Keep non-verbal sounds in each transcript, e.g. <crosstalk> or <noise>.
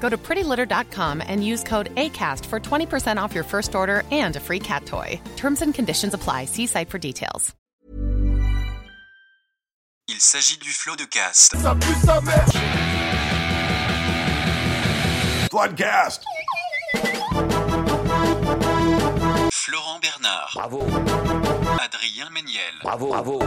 Go to prettylitter.com and use code ACAST for 20% off your first order and a free cat toy. Terms and conditions apply. See site for details. Il s'agit du flot de cast. Floodcast. Florent Bernard, Bravo, Adrien Méniel, bravo, bravo.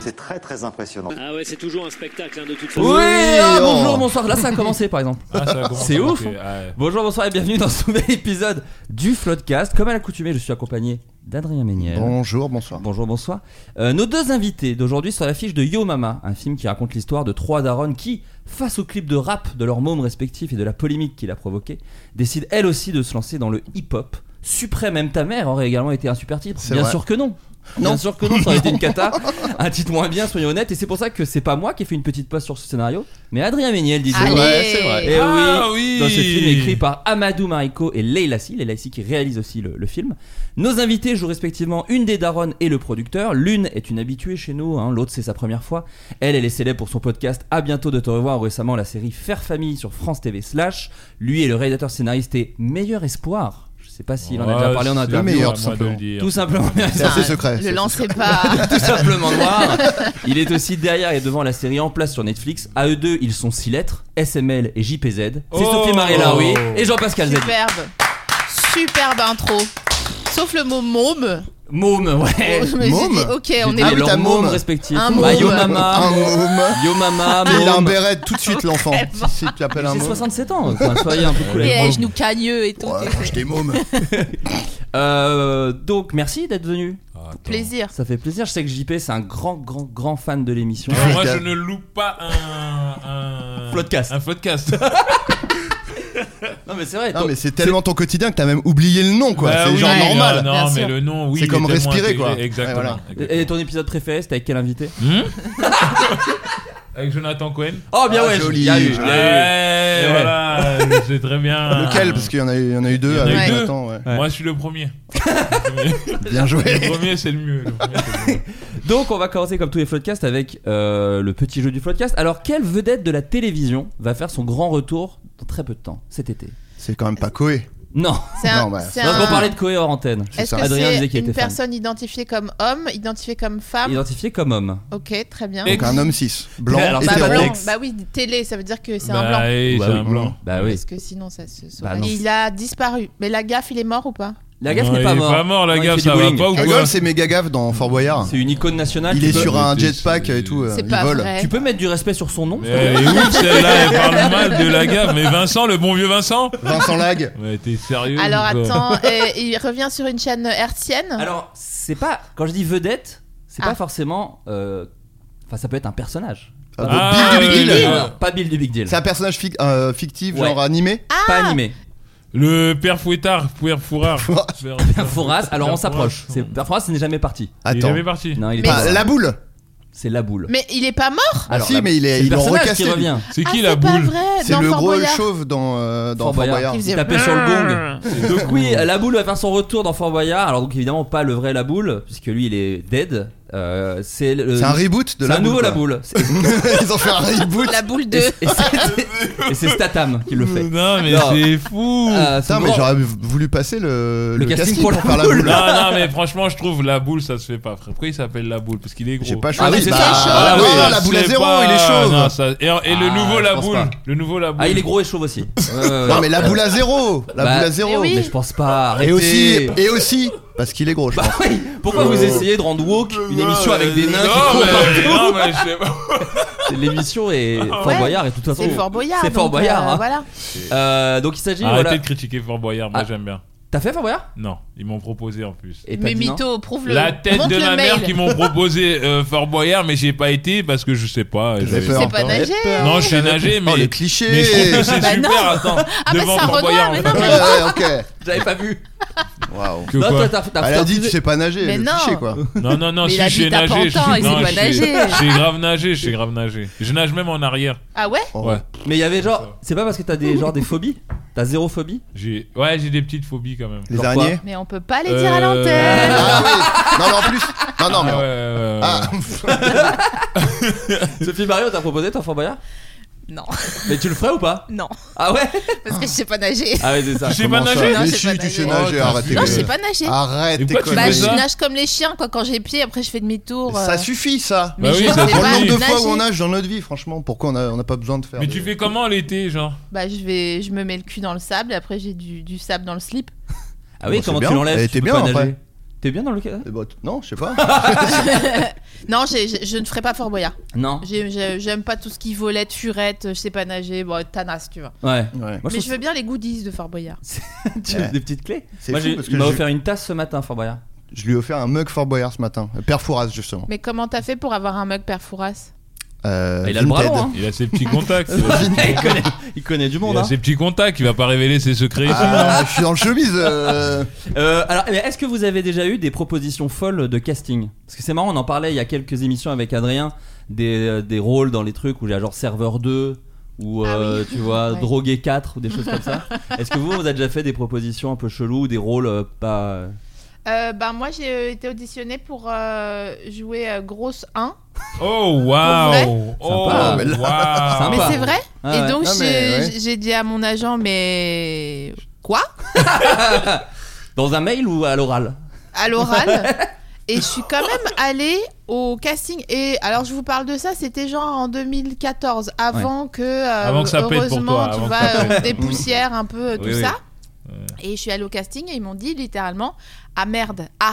C'est très très impressionnant. Ah ouais, c'est toujours un spectacle hein, de toute façon. Oui, ah, oh. bonjour, bonsoir. Là, ça a commencé par exemple. Ah, ça va commencer, C'est ouf. hein. ok, ah ouais. Bonjour, bonsoir et bienvenue dans ce nouvel épisode du Floodcast. Comme à l'accoutumée, je suis accompagné d'Adrien Méniel. Bonjour, bonsoir. Bonjour, bonsoir. Euh, nos deux invités d'aujourd'hui sont à l'affiche de Yo Mama, un film qui raconte l'histoire de trois darons qui, face au clip de rap de leurs mômes respectifs et de la polémique qu'il a provoquée, décident elles aussi de se lancer dans le hip-hop. Suprême, même ta mère aurait également été un super titre. C'est Bien vrai. sûr que non. Bien sûr que non, ça aurait été <laughs> une cata. Un titre moins bien, soyons honnêtes. Et c'est pour ça que c'est pas moi qui ai fait une petite pause sur ce scénario, mais Adrien Méniel, disons. Allez. Ouais, c'est vrai. Eh Ah oui, oui. Dans ce film écrit par Amadou Mariko et Leila Si, Leila Si qui réalise aussi le, le film. Nos invités jouent respectivement une des daronnes et le producteur. L'une est une habituée chez nous, hein, l'autre c'est sa première fois. Elle, elle est célèbre pour son podcast À bientôt de te revoir, ou récemment la série Faire famille sur France TV slash. Lui est le réalidateur scénariste et meilleur espoir. Je sais pas s'il en a déjà parlé en un interview. Le meilleur, tout tout simplement. Tout simplement. C'est assez secret. Le lancez pas. tout simplement noir. Il est aussi derrière et devant la série en place sur Netflix. À eux deux, ils sont 6 lettres, SML et JPZ. C'est Oh. Sophie Marie Laroui et Jean-Pascal Z. Superbe. Superbe intro. Sauf le mot môme. Môme, ouais. Je me suis Môme dit, ok, on Ah, est oui, leurs t'as mômes môme. respectifs. Un Bah, môme. Yo Mama, Un môme. Yo Mama, Et il a un môme. béret tout de suite, l'enfant. si, si tu appelles un J'ai môme. 67 ans, quoi, soyez un peu cool. avec les moi. euh, genoux cagneux et tout. Ouais, c'est- je t'ai môme. Euh, donc, merci d'être venu. Plaisir. Ça fait plaisir. Je sais que JP, c'est un grand, grand, grand fan de l'émission. Ouais. Moi, je ne loupe pas un. un... Floodcast. Un podcast. Bah, Non, mais c'est <laughs> vrai. Non, toi- mais c'est tellement ton quotidien que t'as même oublié le nom, quoi. c'est genre Ouais, normal. Non, Bien Bah mais sûr. le nom, oui. C'est il comme est tellement respirer, intégré. quoi. Exactement. Ouais, voilà. Et et ton épisode préféré, c'était avec quel invité Avec Jonathan Cohen. Oh, bien Ah, ouais, joli, il y a eu. joli. il y a eu. Ouais, Ouais. voilà, c'est très bien. Lequel Parce qu'il y en a eu, il y en a eu deux. Il y en a eu avec deux. Nathan, ouais. Moi, je suis le premier. Le premier, Bien le joué. premier, c'est le mieux. Le premier, c'est le mieux. Donc on va commencer comme tous les floodcasts avec euh, le petit jeu du floodcast. Alors quelle vedette de la télévision va faire son grand retour dans très peu de temps cet été C'est quand même pas Koé. Non, C'est un- Non, bah, c'est parce un- qu'on parlait de Koé hors antenne. C'est Est-ce ça. que Adrien disait c'est qu'il une était fan. personne identifiée comme homme, identifiée comme femme Identifié comme homme. Ok, très bien. Et- Donc un homme 6. Blanc, Mais alors, c'est Bah, pas blanc. hétéro. Tex. bah oui, télé, ça veut dire que c'est Bah, un blanc. oui, c'est oui. un blanc. Bah oui. Parce que sinon, ça se saurait. Bah non. il a disparu. Mais la gaffe, il est mort ou pas La gaffe Non, n'est pas il est mort. pas mort, la Non, il gaffe, fait du ça va bowling. pas ou La quoi gueule, c'est méga gaffe dans Fort Boyard. C'est une icône nationale. Il tu est peux- sur un C'est- jetpack et tout. euh, C'est Il pas vole. vrai. Tu peux mettre du respect sur son nom. Mais elle est ouf, celle-là, elle parle mal de la gaffe. Mais Vincent, le bon vieux Vincent Vincent Lag. Mais t'es sérieux Alors ou quoi attends, euh, il revient sur une chaîne hertzienne Alors c'est pas quand je dis vedette, c'est Ah. pas forcément. euh, Enfin ça peut être un personnage. Ah, Bill du Big euh, Deal. euh, Pas Bill du Big Deal. C'est un personnage fic- euh, fictif, Ouais. genre animé. Pas Ah. animé. Le père Fouettard, père Fourard. Père- Foras. Alors on Père Fourard. s'approche. C'est- Foras n'est jamais parti. Il est Attends. jamais parti. Non, il est Mais- pas Ah, mort. la boule. C'est la boule. Mais il est pas mort Ah si, mais il est, C'est le ils l'ont personnage recassé. qui lui. revient. C'est qui ah, la c'est pas boule vrai C'est dans le Fort gros Boyard. chauve dans, euh, dans Fort Boyard. Il <laughs> Il faisait- tapait sur le gong. Donc oui, euh, la boule va faire son retour dans Fort Boyard. Alors donc évidemment pas le vrai la boule puisque lui il est dead. Euh, c'est le- C'est un reboot de c'est la un nouveau boule, la quoi. boule. <laughs> C'est- Ils ont fait un Ah, reboot. La boule 2. Et <laughs> c'est- et c'est Statam qui le fait. Euh, Non, mais Non. c'est fou Euh, son Putain, mais grand- j'aurais voulu passer le, Le casting pour la faire la boule. boule. Non, non, mais franchement, je trouve la boule, ça se fait pas, frère. Pourquoi il s'appelle la boule Parce qu'il est gros. J'ai pas Ah oui, choisi. c'est Bah, ça, chaud. Ah, non, oui, ça la se boule à fait zéro, pas. il est chauve. Non, ça- Et, et le Ah, nouveau, la je pense boule. pas. Le nouveau, la boule. Ah il est gros et chauve aussi. Non, mais la boule à zéro. La Bah, boule à zéro. Ah mais oui. Mais je pense pas. Et <laughs> arrêtez. Bah aussi, Euh, et aussi, Parce qu'il est gros, je Bah, pense. Oui, pourquoi vous essayez de rendre woke une émission avec des nains qui Non, courent mais, partout non, mais je- L'émission est Fort Ouais. Boyard et de toute façon. C'est Fort Boyard. C'est Fort donc, Boyard, euh, hein. Voilà. Euh, donc il s'agit. Arrêtez Voilà. de critiquer Fort Boyard, moi Ah. j'aime bien. T'as fait Fort Boyard Non, ils m'ont proposé en plus. Et t'as Mais dit non mytho, prouve-le. La tête Montre de le mail. ma mère qui m'ont proposé euh, Fort Boyard, mais j'ai pas été parce que je sais pas. J'ai j'avais- peur. C'est pas nager. Non, je suis nagé, mais, Oh, les mais je trouve clichés que c'est Bah non. super. Attends, Ah, bah devant ça Fort regarde, Boyard, mais on non, fait Ouais, mais. ouais, ok. J'avais pas vu. Waouh. que non, quoi toi, t'as t'as- Elle t'as a dit, tu refusé. sais pas nager. Mais elle fait non. chier, quoi. Non, non, non, Mais il si j'ai habite à nagé, je Pantin, suis il sait non, pas je nager. suis- je suis grave nagé, je suis grave nagé. Je nage même en arrière. Ah ouais Oh. Ouais, Mais il y avait genre. C'est pas parce que t'as des, genre, des phobies T'as <laughs> zéro phobie j'ai ouais, j'ai des petites phobies quand même. Les Genre araignées Mais on peut pas les dire à Euh, l'antenne. Ah oui Non, mais en plus. Non, non, mais. Ah ouais, ouais, ouais, Ah, ouais. Sophie Mario, t'as proposé toi Fort Boyard Non, Mais tu le ferais ou pas <laughs> non. Ah ouais Parce que je sais pas nager. Ah ouais, c'est ça. Tu sais pas comment ça nager Non, Mais je sais si, pas tu sais nager. nager, Oh, arrête tes Non, je conneries. sais pas nager. Arrête Mais tes pourquoi tu Bah, fais conneries. je ça nage comme les chiens, quoi. Quand j'ai pied, après, je fais demi-tour. euh. Ça suffit, ça Mais Bah je oui, sais ça pas Pour le nombre de nager. fois où on nage dans notre vie, franchement, pourquoi on a- on n'a pas besoin de faire. Mais des- tu fais comment l'été, genre Bah, je vais, je me mets le cul dans le sable. Après, j'ai du, du sable dans le slip. Ah oui, Bon, comment c'est tu bien. l'enlèves Elle si tu était peux pas bien, après. nager T'es bien dans le cas Eh ben, t- Non, je sais pas. Non, j'ai- j'ai- je ne ferai pas Fort Boyard. Non. J'ai- j'ai- J'aime pas tout ce qui volette, furette. Je sais pas nager. Bon, Tanas, tu vois. Ouais. Ouais. Moi, Mais je trouve veux bien les goodies de Fort Boyard. Tu Ouais. as des petites clés C'est Moi, fou j'ai- parce il que m'a je- offert une tasse ce matin, Fort <laughs> Boyard. Je lui ai offert un mug Fort Boyard ce matin. Euh, Père Fouras, justement. Mais comment t'as fait pour avoir un mug perforas Euh, Il a le bras Vinted. long, hein. Il a ses petits contacts. il a ses- <laughs> il, connaît, il connaît du Il monde. a Hein. ses petits contacts, il va pas révéler ses secrets. ici, hein. Ah, je suis dans le chemise. euh. Euh, alors, mais est-ce que vous avez déjà eu des propositions folles de casting Parce que c'est marrant, on en parlait il y a quelques émissions avec Adrien des, euh, des rôles dans les trucs où il y a genre serveur 2 ou Ah euh, oui. tu vois Ouais. drogué 4 ou des choses comme ça. Est-ce que vous vous avez déjà fait des propositions un peu cheloues, ou des rôles euh, pas Euh, bah, moi, j'ai euh, été auditionnée pour euh, jouer euh, Grosse 1. Oh waouh! Oh Sympa. Mais waouh! Sympa. Mais c'est vrai Ah Et ouais. donc, Non, j'ai mais ouais. j'ai dit à mon agent, mais. Quoi Ah, dans un mail ou à l'oral à l'oral. <laughs> Et je suis quand même allée au casting. Et alors, je vous parle de ça, c'était genre en 2014, avant que, euh, Avant que ça pète pour heureusement, toi, tu avant que ça vois, pète. on dépoussière un peu euh, tout Oui, oui. ça. Et je suis allée au casting et ils m'ont dit littéralement Ah merde, ah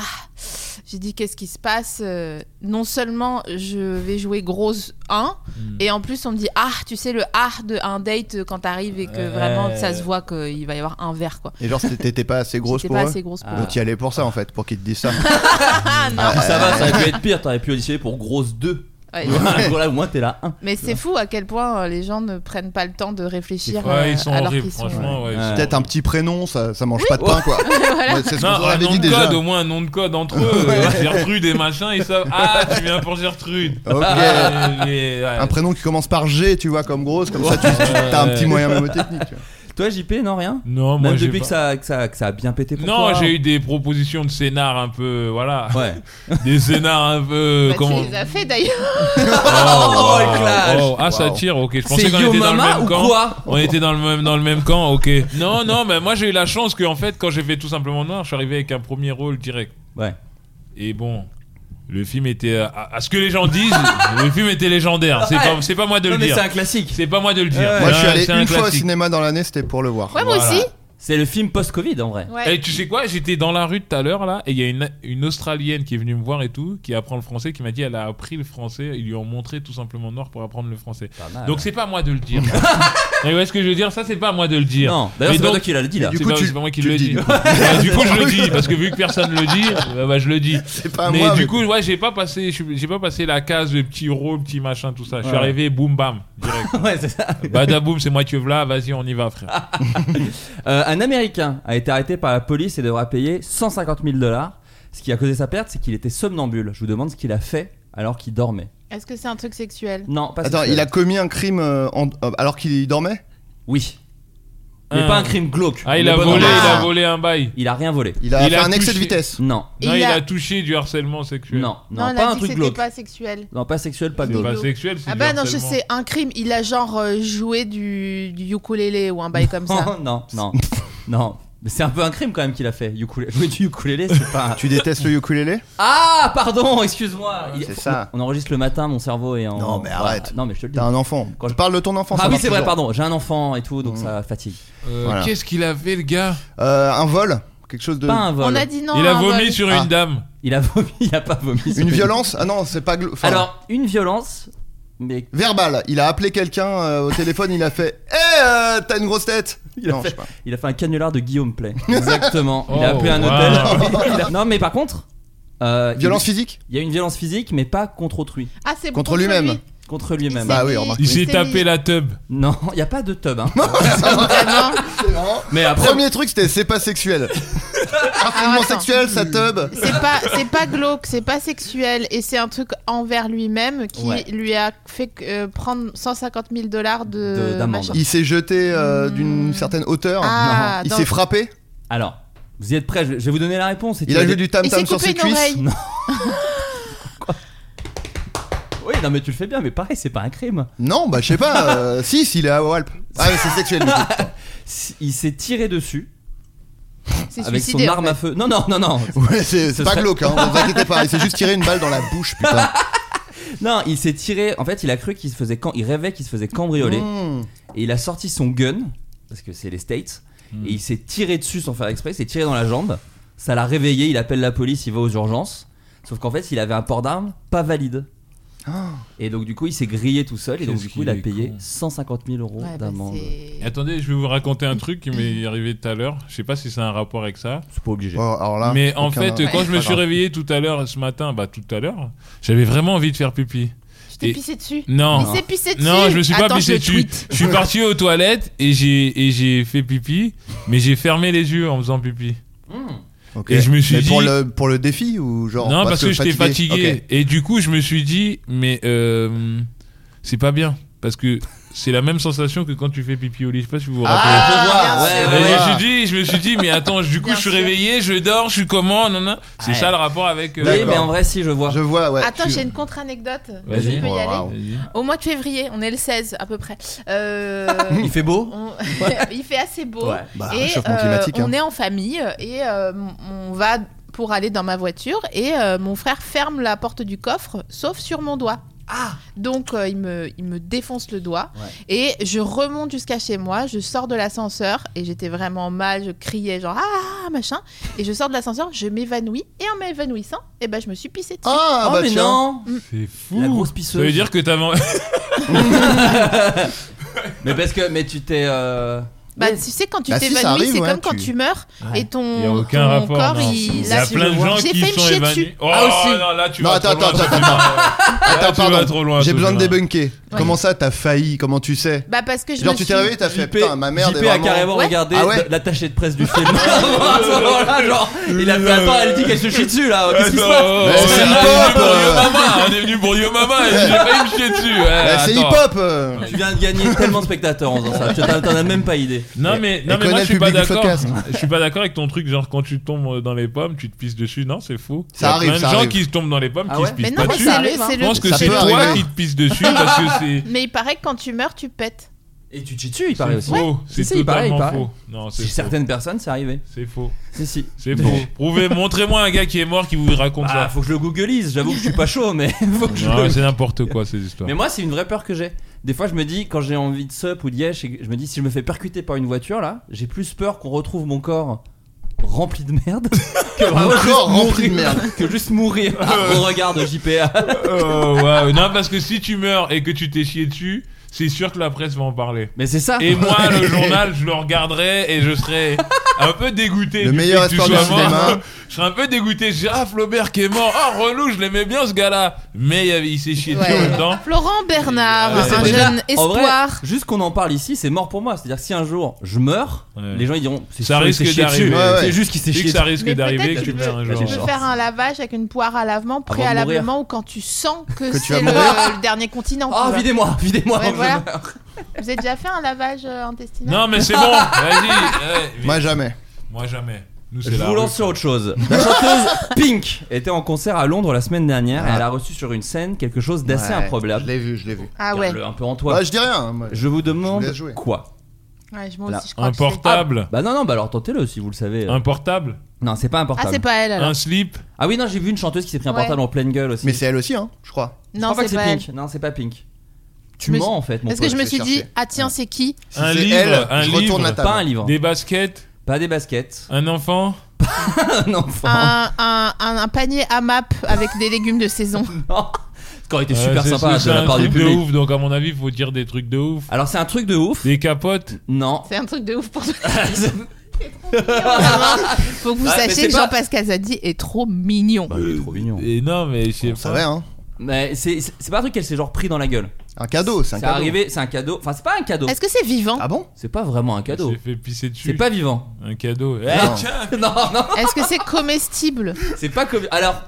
J'ai dit Qu'est-ce qui se passe Euh, Non seulement je vais jouer grosse 1, Hmm. Mm. et en plus on me dit Ah, tu sais, le ah de un date quand t'arrives et que Ouais. Euh, vraiment ça se voit qu'il va y avoir un verre quoi. Et genre, c'était- t'étais pas assez grosse J'étais pour pas eux assez grosse pour Ah. Donc, y allais pour ça en fait, pour qu'ils te disent ça. Ah non Ça va, ça <laughs> aurait pu être pire, t'aurais pu auditionner pour grosse 2. Ouais. <laughs> Voilà, au moins t'es là 1. Mais c'est fou à quel point euh, les gens ne prennent pas le temps de réfléchir. euh, Ouais, ils sont alors horribles, qu'ils sont, franchement. Ouais, ils sont Peut-être un petit prénom, ça, ça mange pas de pain <laughs> quoi. Ouais, C'est ce qu'on Non, leur un avait nom dit de déjà. code, au moins un nom de code entre eux. Euh, Gertrude et machin, ils savent. Ah, tu viens pour Gertrude. Ok. Ah, mais, ouais. Un prénom qui commence par G, tu vois, comme grosse, comme ça, tu tu- t'as un petit moyen mnémotechnique. tu vois. Toi, JP, non, rien Non, moi Même j'ai depuis que pas- ça, que, ça, que ça a bien pété pour toi hein. Non, j'ai eu des propositions de scénar un peu, voilà, Ouais. des scénars un peu. Bah, comment... Tu les as fait d'ailleurs. Oh, Oh, le wow. clash. Oh, Ah, ça Wow. tire. Ok, je C'est pensais qu'on était dans le Yomama même ou camp. quoi On était dans le même dans le même camp. Ok. Non, non, mais moi j'ai eu la chance que en fait quand j'ai fait tout simplement noir, je suis arrivé avec un premier rôle direct. Ouais. Et bon. Le film était, euh, à à ce que les gens disent, le film était légendaire. C'est Ouais. pas, c'est <laughs> pas moi de Non, le mais dire. c'est un classique. C'est pas moi de le dire. Ouais. Moi, je suis Ouais, allé c'est un une fois au classique. cinéma dans l'année, c'était pour le voir. Ouais, moi aussi. C'est le film post-Covid en vrai. Ouais. Et tu sais quoi, j'étais dans la rue tout à l'heure là, et il y a une, une Australienne qui est venue me voir et tout, qui apprend le français, qui m'a dit elle a appris le français, ils lui ont montré tout simplement noir pour apprendre le français. Pas mal. Donc c'est pas à moi de le dire. Et ouais, ce que je veux dire, ça c'est pas à moi de le dire. non, d'ailleurs, Mais c'est pas donc- toi qui l'a dit là. <laughs> C'est coup, pas, tu- c'est pas moi qui tu le le dis. dis, Du du coup. coup. je le dis parce que vu que personne le dit, bah, bah, je le dis. C'est pas à mais moi. du mais- coup, ouais, j'ai pas passé, je suis- j'ai pas passé la case de petit rôle, petit machin, tout ça. Je suis Ouais. arrivé, boum bam, direct. <laughs> Ouais, c'est ça. Badaboum, c'est moi qui veux là, vas-y, on y va, frère. Euh, un Américain a été arrêté par la police et devra payer 150 000 dollars. Ce qui a causé sa perte, c'est qu'il était somnambule. Je vous demande ce qu'il a fait alors qu'il dormait. Est-ce que c'est un truc sexuel Non, pas Attends, sexuel. il a commis un crime euh, en- euh, alors qu'il dormait Oui. Mais Un- pas un crime glauque. Ah, il On est a bon volé, dans- il a Ah. volé un bail. Il a rien volé. Il a Il fait a un excès de touché. vitesse. Non, Non, Il il, a- a... touché du harcèlement sexuel. non, Non, non, on a dit pas un que truc c'était glauque. pas sexuel. Non, pas sexuel, pas C'est glauque. pas sexuel, c'est Ah du bah non, je harcèlement. sais, un crime, il a genre euh, joué du, du ukulélé ou un bail comme <laughs> ça. Ah, Non, <laughs> non, non, non. Mais c'est un peu un crime quand même qu'il a fait. Ukulé- <laughs> Jouer du ukulélé, c'est <laughs> pas. un- Tu détestes le ukulélé Ah, pardon, excuse-moi. Il- C'est ça. On enregistre le matin, mon cerveau est en. Non, mais Voilà. arrête. Non, mais je te le dis. T'as un enfant. Quand Quand je- je parle de ton enfant, Ah ça oui, marche c'est vrai, toujours. Mm. pardon. J'ai un enfant et tout, donc ça fatigue. Euh, Voilà. Qu'est-ce qu'il a fait, le gars Euh, un vol Quelque chose de. Pas un vol. On a dit non. bah, hein, Il a à un vomi vol. sur Ah. une dame. Il a vomi, il a pas vomi. sur Une violence Ah non, c'est pas. glo- enfin, Alors, une violence, mais Verbal, il a appelé quelqu'un euh, au téléphone, il a fait Eh, euh, t'as une grosse tête Il a Non, fait- je sais pas. il a fait un canular de Guillaume <laughs> Play. Exactement. Il a Oh, appelé un hôtel. Il a- Non, mais par contre, euh, Ah, il- Violence physique Il y a une violence physique, mais pas contre autrui, Ah, c'est Contre lui-même. lui. contre Il s'est lui-même. Bah oui, mis- remarque. Il s'est s'est tapé mis- la tub. Non, il y a pas de tub. Hein. Ah Vraiment. mais après, Premier truc, c'était c'est pas <laughs> sexuel. Ah, Harcèlement attends. sexuel, ça tub. C'est pas, c'est pas glauque, c'est pas sexuel, et c'est un truc envers lui-même qui Ouais. lui a fait euh, prendre 150 000 dollars de De- d'amende. machin. Il s'est jeté euh, d'une Hmm. certaine hauteur. Ah, il dans- s'est frappé. alors, vous y êtes prêts Je vais je vais vous donner la réponse. et tu Il a vas joué dé- du tam Il s'est tam sur coupé ses une cuisses. oreille. <laughs> Non. Quoi Oui, non, mais tu le fais bien, mais pareil, c'est pas un crime. Non, bah je sais pas. euh, <laughs> si, s'il est à Walp. Ah, mais c'est sexuel. du coup. <laughs> Si- Il s'est tiré dessus C'est avec son suicidaire, en arme fait. à feu. Non, non, non, non. Ouais, c'est Ce c'est pas serait- glauque, hein, vous inquiétez pas. Il s'est juste tiré une balle dans la bouche, putain. Ah. Non, il s'est tiré. En fait, il a cru qu'il se faisait cam- il rêvait qu'il se faisait cambrioler Hmm. et il a sorti son gun parce que c'est les States Hmm. et il s'est tiré dessus sans faire exprès. Il s'est tiré dans la jambe. Ça l'a réveillé. Il appelle la police. Il va aux urgences. Sauf qu'en fait, il avait un port d'arme pas valide. Ah. Et donc du coup, il s'est grillé tout seul et donc Qu'est-ce du coup, il a qu'il est payé con. 150 000 euros Ouais, bah, d'amende. c'est- Attendez, je vais vous raconter un truc qui m'est arrivé tout à l'heure. Je sais pas si c'est un rapport avec ça. c'est pas obligé. Bon, Oh, alors là, Mais en aucun- fait, Ouais. quand je me Pas suis grave. réveillé tout à l'heure, ce matin, bah tout à l'heure, j'avais vraiment envie de faire pipi. Tu t'es Et- pissé dessus. Non. Il s'est pissé dessus. Non, je me suis pas Attends, je pissé le dessus. tweet. Je suis parti aux toilettes et j'ai et j'ai fait pipi, mais j'ai fermé les yeux en faisant pipi. Ok. Et je me suis Mais pour dit- le, pour le défi ou genre. non, parce que, j'étais fatigué. Ok. Et du coup, je me suis dit, mais euh, c'est pas bien parce que c'est la même sensation que quand tu fais pipi au lit. Je sais pas si vous vous rappelez. Ah, Je vois, Et ouais, je, ouais. me suis dit, je me suis dit, mais attends, du coup, Bien je suis sûr. réveillé, je dors, je suis comment non, non. C'est Ouais. ça le rapport avec. euh, Oui, D'accord. Eh, mais en vrai, si je vois. Je vois, ouais. Oh, Attends, Tu- j'ai une contre-anecdote. Vas-y. Je peux y Wow. aller. Vas-y. Au mois de février, on est le 16 à peu près. Euh, <laughs> Il fait beau. on- <laughs> Il fait assez beau. Ouais. Bah, et réchauffement euh, climatique. hein. on est en famille et euh, on va pour aller dans ma voiture et euh, mon frère ferme la porte du coffre sauf sur mon doigt. Ah. Donc euh, il, me, il me défonce le doigt et je remonte jusqu'à chez moi, je sors de l'ascenseur et j'étais vraiment mal, je criais genre ah machin et je sors de l'ascenseur, je m'évanouis et en m'évanouissant, et ben je me suis pissée dessus. Ah, oh, bah mais tiens. <laughs> non. <laughs> C'est fou. La grosse Ça pisseuse. veut dire que t'avais. <laughs> Mais parce que mais tu t'es euh, Bah, ouais. tu sais, quand tu Bah, si, ça t'évanouis, arrive, c'est ouais, comme quand tu- tu meurs Ouais. et ton, Il y a aucun ton rapport. corps, non. il. Il y a là, tu le plein de vois. gens J'ai qui fait me sont chier évanouis. dessus. Oh, Ah, aussi. non, là, tu Non, vas attends, trop loin, attends, toi, attends, tu vas- Attends, Ah, tu vas pardon. trop loin, J'ai toi, besoin de tu vas. débunker. Comment ça, t'as failli Comment tu sais Bah, parce que je me Genre, tu suis- t'es réveillé, t'as fait JP, putain, ma merde. est JP a vraiment- carrément Ouais. regardé Ah ouais l'attaché de presse du <laughs> film. <laughs> À ce moment-là, genre, il a fait attends, elle dit qu'elle se chie dessus là. Qu'est-ce qui se Attends, passe Oh, on Mais c'est est hip-hop, venu pour euh. Yo Mama, on est venu pour Yo Mama, et j'ai failli me chier dessus. Ouais, Eh, C'est attends. hip hop euh. Tu viens de gagner tellement de spectateurs en faisant ça. Tu t'en t'en as même pas idée. Non mais, et non, mais connaît le moi je suis pas public du d'accord. podcast. hein. <laughs> Je suis pas d'accord avec ton truc genre quand tu tombes euh, dans les pommes, tu te pisses dessus. Non, c'est faux. Ça Il y a arrive, plein de ça gens arrive. qui se tombent dans les pommes Ah qui ouais se Mais pissent non, pas mais dessus. c'est arrive, le- hein. c'est Je pense le. que Ça c'est peut toi arriver. qui te <laughs> pisses dessus parce que c'est Mais il paraît que quand tu meurs, tu pètes. Et tu te chies dessus, il paraît aussi. faux. Si, C'est si, il paraît, il totalement paraît. faux. Non, c'est Chez faux. certaines personnes, c'est arrivé. C'est faux. Si, si. C'est faux. <laughs> Prouvez, montrez-moi un gars qui est mort qui vous raconte Ah, ça. faut que je le googleise. J'avoue que je suis pas chaud, mais <laughs> faut que je Non, le- c'est n'importe quoi ces histoires. Mais moi, c'est une vraie peur que j'ai. Des fois, je me dis, quand j'ai envie de sup ou de yesh, et que je me dis, si je me fais percuter par une voiture, là, j'ai plus peur qu'on retrouve mon corps rempli de <laughs> merde que vraiment Mon juste corps rempli de mourir- <laughs> que juste mourir au regard <laughs> de JPA. Oh, waouh. Non, parce que si tu meurs et que tu t'es chié dessus, c'est sûr que la presse va en parler. Mais c'est ça. Et <laughs> moi, le journal, je le regarderai et je serai un peu dégoûté. Le du meilleur fait que tu espoir du sois mort. cinéma. Je serai un peu dégoûté. Je dirais, ah, Flaubert qui est mort. Ah, relou, je l'aimais bien ce gars-là. Mais il y avait- il s'est chié dessus en Ouais. même temps. Florent Bernard, Mais c'est un déjà- jeune En vrai, espoir. juste qu'on en parle ici, c'est mort pour moi. C'est-à-dire que si un jour je meurs, Ouais. les gens ils diront c'est Ça sûr, il risque s'est chié d'arriver. dessus. Ouais, ouais. C'est juste qu'il s'est C'est chié que ça dessus. risque Mais d'arriver peut-être que que tu tu meurs un peux- jour. Tu peux Genre. faire un lavage avec une poire à lavement de préalablement ou quand tu sens que, Que tu vas c'est le, mourir. le dernier continent. tu Oh, vois. videz-moi, videz-moi. Ouais, avant que je voilà. <laughs> meure. Vous avez déjà fait un lavage euh, intestinal Non, mais c'est bon. Vas-y. Ouais, mais- Moi, jamais. Moi, jamais. Nous, Je c'est la vous lance rue. sur autre chose. La chanteuse <laughs> Pink était en concert à Londres la semaine dernière et elle a reçu sur une scène quelque chose Ah. d'assez Ouais, Je improbable. l'ai vu, je l'ai vu. Ah ouais. Garde-le Un peu en toi. Bah, je dis rien. hein, moi. Je vous demande Je vous laisse jouer. quoi Ouais, je- moi Là. aussi, je crois Un que je sais. portable. Bah non, non, bah alors tentez-le si vous le savez. Un portable. Non, c'est pas Ah, important. c'est pas elle alors. Un slip. Ah oui, non, j'ai vu une chanteuse qui s'est pris un Ouais. portable en pleine gueule aussi. Mais c'est elle aussi, hein, je crois. Je Non, crois pas que c'est pas elle. Pink. Non, c'est pas Pink. Tu Je me mens suis- en fait, mon Parce que pote. je me je vais suis dit, chercher. ah tiens, c'est qui Si Un c'est livre, elle, un je retourne livre. la Pas un table. livre. Des baskets. Pas des baskets. Un enfant. Ah. <laughs> un enfant. Un, un- un- un panier à map avec des légumes de saison. Ce qui aurait été Ouais, super Euh, c'est- sympa c'est de la un part du truc public. de ouf, donc à mon avis, il faut dire des trucs de ouf. Alors c'est un truc de ouf. Des Bah, capotes. Non. C'est un truc de ouf pour toi. Faut que vous Ah, mais c'est sachiez que pas- Jean-Pascal Zadi est trop mignon. Bah, il est trop mignon. Et non, mais je sais C'est pas. vrai, hein <laughs> Mais c'est c'est- c'est pas un truc qu'elle s'est genre pris dans la gueule. Un cadeau, c'est un C'est cadeau. arrivé, c'est un cadeau. Enfin, c'est pas un cadeau. Est-ce que c'est vivant Ah <laughs> bon C'est pas vraiment un cadeau. J'ai fait pisser dessus. C'est pas vivant. un cadeau. Eh, Non. tiens, <laughs> non, non, Est-ce que c'est comestible c'est pas comme. Alors.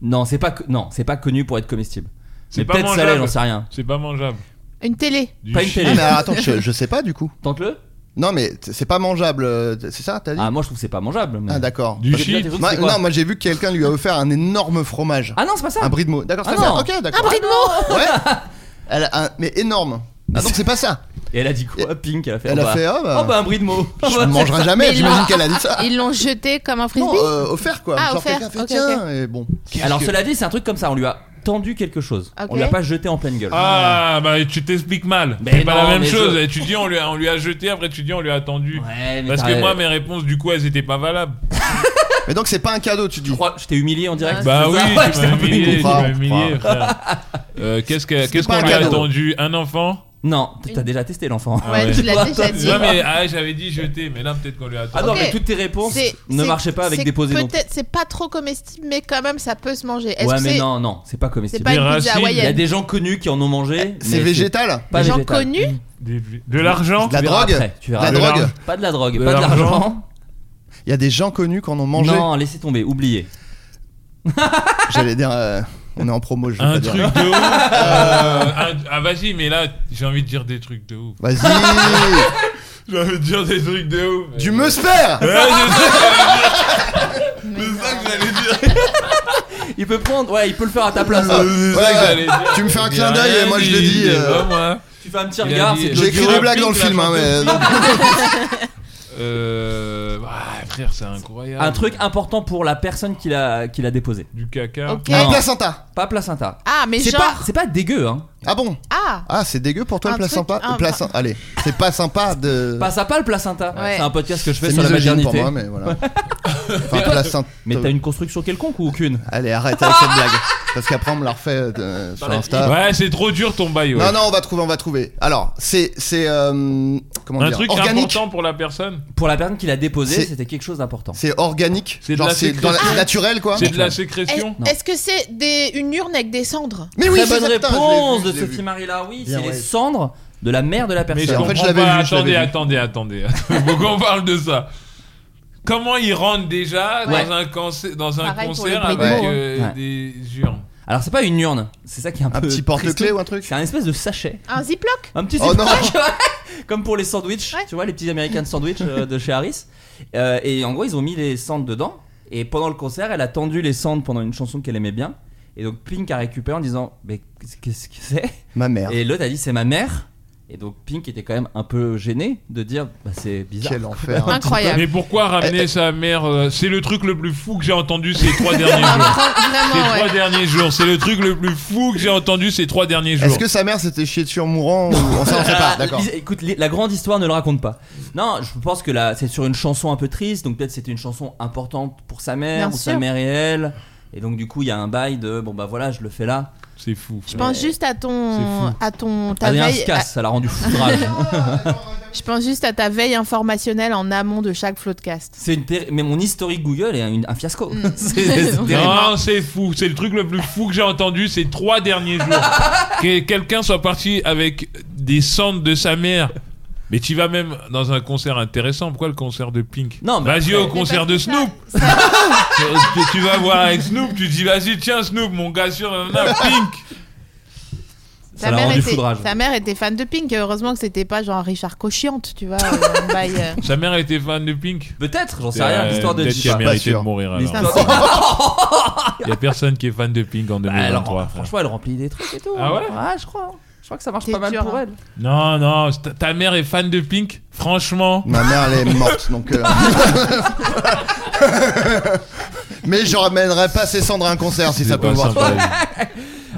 Non, c'est pas co- non, c'est pas connu pour être comestible. C'est Mais pas peut-être ça l'est, mangeable. j'en sais rien. c'est pas mangeable. Une télé Du Pas une chi- télé. Ah, mais alors, attends, je, je sais pas du coup. Tente-le. Non, mais t- c'est pas mangeable, euh, c'est ça, t'as dit Ah, moi je trouve que c'est pas mangeable. mais- Ah, d'accord. Du Parce que- shit. Moi- C'est quoi non, moi j'ai vu que quelqu'un lui a offert un énorme fromage. Ah non, c'est pas ça. Un brie de mots. D'accord, Ah c'est ça. non. Ok, d'accord. Brie de mots Ouais. Elle a un- mais énorme. Ah donc c'est pas ça. Et elle a dit quoi Pink, elle a fait. Elle oh, a bah, fait, ah, bah. oh bah un bris <laughs> de mots. Je ne mangerai jamais. Mais J'imagine non. qu'elle a dit ça. Ils l'ont jeté comme un <laughs> Non, frisbee euh, offert quoi. Ah, Genre offert. quelqu'un fait Ok, tiens et bon. Alors Qu'est-ce que- cela dit, c'est un truc comme ça. On lui a tendu quelque chose. On Ok. l'a pas jeté en pleine gueule. Ah, bah tu t'expliques mal. Mais C'est pas non, la même mais chose. je- Eh, Tu dis on lui, a, on lui a jeté, après tu dis on lui a attendu. Ouais, mais Parce t'as- que moi, mes réponses, du coup, elles étaient pas <laughs> valables. Mais donc c'est pas un cadeau, tu Je dis. crois, je t'ai humilié en direct. Bah oui, c'est ça Ouais, je tu t'ai m'as humilié. humilié, tu comprends, m'as on humilié, frère. <laughs> Euh, Qu'est-ce que- qu'est-ce pas qu'on un lui a cadeau. attendu Un enfant Non, t- t'as déjà testé l'enfant. Ah Ouais, ouais. tu l'as déjà dit. Non, mais ah, j'avais dit jeter, mais là, peut-être qu'on lui a Ah attendu. non, Ok. mais toutes tes réponses C'est- ne c'est- marchaient pas avec c'est des posés non plus. Peut-être c'est pas trop comestible, mais quand même ça peut se manger. Est-ce Ouais, que mais c'est non, non, c'est pas c'est comestible. pas une Des pizza racines, Il y a hawaïenne des gens connus qui en ont mangé. Eh, C'est mais végétal. Pas Des gens végétal. connus Des- De l'argent De la Tu verras drogue. après, tu verras. La De drogue. l'argent. Pas de la drogue, De pas de l'argent. l'argent. Il y a des gens connus qui en ont mangé. Non, laissez tomber, oubliez. J'allais dire, euh, on est en promo, je vais Un pas truc dire. de <laughs> ouf. euh, un- Ah, vas-y, mais là, j'ai envie de dire des trucs de ouf. Vas-y, J'ai envie de dire des trucs de ouf. du meusper Ouais, c'est ça. Il peut prendre, ouais, il peut le faire à ta place. Ah, voilà, que j'allais exact. dire. Tu me fais un Il clin a d'œil rien et moi je le dit, dis. il est euh, pas moi. Tu fais un petit Il a regard, dit- c'est de J'ai l'audio. écrit des blagues dans le film, hein, mais. Euh. Ah, frère, c'est incroyable. Un truc important pour la personne qui l'a qui l'a déposé. Du caca. Ok. Un Non. euh, placenta Pas placenta. Ah, mais C'est genre pas, c'est pas dégueu, hein. Ah bon ah Ah, c'est dégueu pour toi Un le placenta truc, un- le placen- Allez, c'est pas sympa de. Pas ça, pas le placenta. Ouais. C'est un podcast que je fais Euh. C'est sur la misogyne maternité. pour moi, mais <laughs> voilà. Enfin, placenta. Mais t'as une construction quelconque ou aucune Allez, arrête avec cette blague. Parce qu'après, on me la refait euh, sur la- Insta. Ouais, c'est trop dur ton bail. ouais. Non, non, on va trouver, on va trouver. Alors, c'est. c'est euh, comment Un dire truc Organique. important pour la personne. Pour la personne qui l'a déposé, C'est- c'était quelque chose d'important. C'est organique. C'est de Genre, la c'est dans la- sécrétion. naturel, quoi. C'est de la Est- sécrétion. Non. Est-ce que c'est des- une urne avec des cendres Mais oui, Très c'est bonne ça, putain, je l'ai réponse vu, je de l'ai Sophie vu. Marie Laoui. Bien, C'est les ouais. cendres de la mère de la Mais je personne. en fait, je comprends l'avais pas. vu, je Attendez, l'avais vu. attendez, attendez. <laughs> Pourquoi on parle de ça Comment ils rentrent déjà Ouais. dans un, cancer- dans un Pareil pour les concert bruits de avec mots, euh, Ouais. des urnes Alors c'est pas une urne, c'est ça qui est un, Un peu petit porte-clés triste. ou un truc C'est un espèce de sachet. Un ziploc Un petit Oh non. ziploc, <laughs> ouais. Comme pour les sandwichs, Ouais. tu vois, les petits américains de sandwich euh, de chez Harris. Euh, et en gros, ils ont mis les cendres dedans. Et pendant le concert, elle a tendu les cendres pendant une chanson qu'elle aimait bien. Et donc Pink a récupéré en disant Mais qu'est-ce que c'est Ma mère. Et l'autre a dit C'est ma mère. Et donc Pink était quand même un peu gêné de dire bah, C'est bizarre. Quel enfer. Incroyable. <laughs> Mais pourquoi Eh, ramener sa mère euh, C'est le truc le plus fou que j'ai entendu ces trois <laughs> derniers jours. Ces Ah, Vraiment, trois ouais. derniers jours, c'est le truc le plus fou que j'ai entendu ces trois derniers jours. Est-ce que sa mère s'était chiée dessus en mourant ou... On <laughs> s'en sait pas, Ah, d'accord. Lisa, Écoute, li- la grande histoire ne le raconte pas. Non, je pense que là, c'est sur une chanson un peu triste, donc peut-être c'était une chanson importante pour sa mère, Bien ou sûr. sa mère et elle. Et donc du coup, il y a un bail de bon bah voilà, je le fais là. C'est fou. Je pense juste à ton à ton ta Adrien se veille euh, casse, ça l'a rendu fou de rage. à- je pense juste à ta veille informationnelle en amont de chaque floodcast. <laughs> c'est une terri- mais mon historique Google est un, un fiasco. Mm. <laughs> c'est c'est terrible. Non, c'est fou. C'est le truc le plus fou que j'ai entendu ces trois derniers jours. que quelqu'un soit parti avec des cendres de sa mère. Mais tu vas même dans un concert intéressant. Pourquoi le concert de Pink Non, mais Vas-y après- au concert de Snoop. Tu- tu vas voir avec Snoop. Tu dis vas-y, tiens Snoop, mon gars sur un Pink. Ça l'a rendu était fou de rage. ta mère était fan de Pink. et Heureusement que c'était pas genre Richard Cochiante, tu vois. <laughs> euh, un bail, euh. Sa mère était fan de Pink. Peut-être, j'en sais rien. L'histoire de Peut-être J. qu'il a Bah, mérité de sûr. mourir euh, alors. <laughs> Putain, E Il y a personne qui est fan de Pink en elle 2023. rem- frère. Bah, franchement, elle remplit des trucs et tout. Ah ouais je crois. Je crois que ça marche T'es pas mal dur, pour hein. elle. Non, non, ta, ta mère est fan de Pink Franchement. Ma mère, elle est morte, donc. <laughs> euh, <laughs> Mais je ramènerai pas ses cendres à un concert si c'est ça peut pas voir. sympa.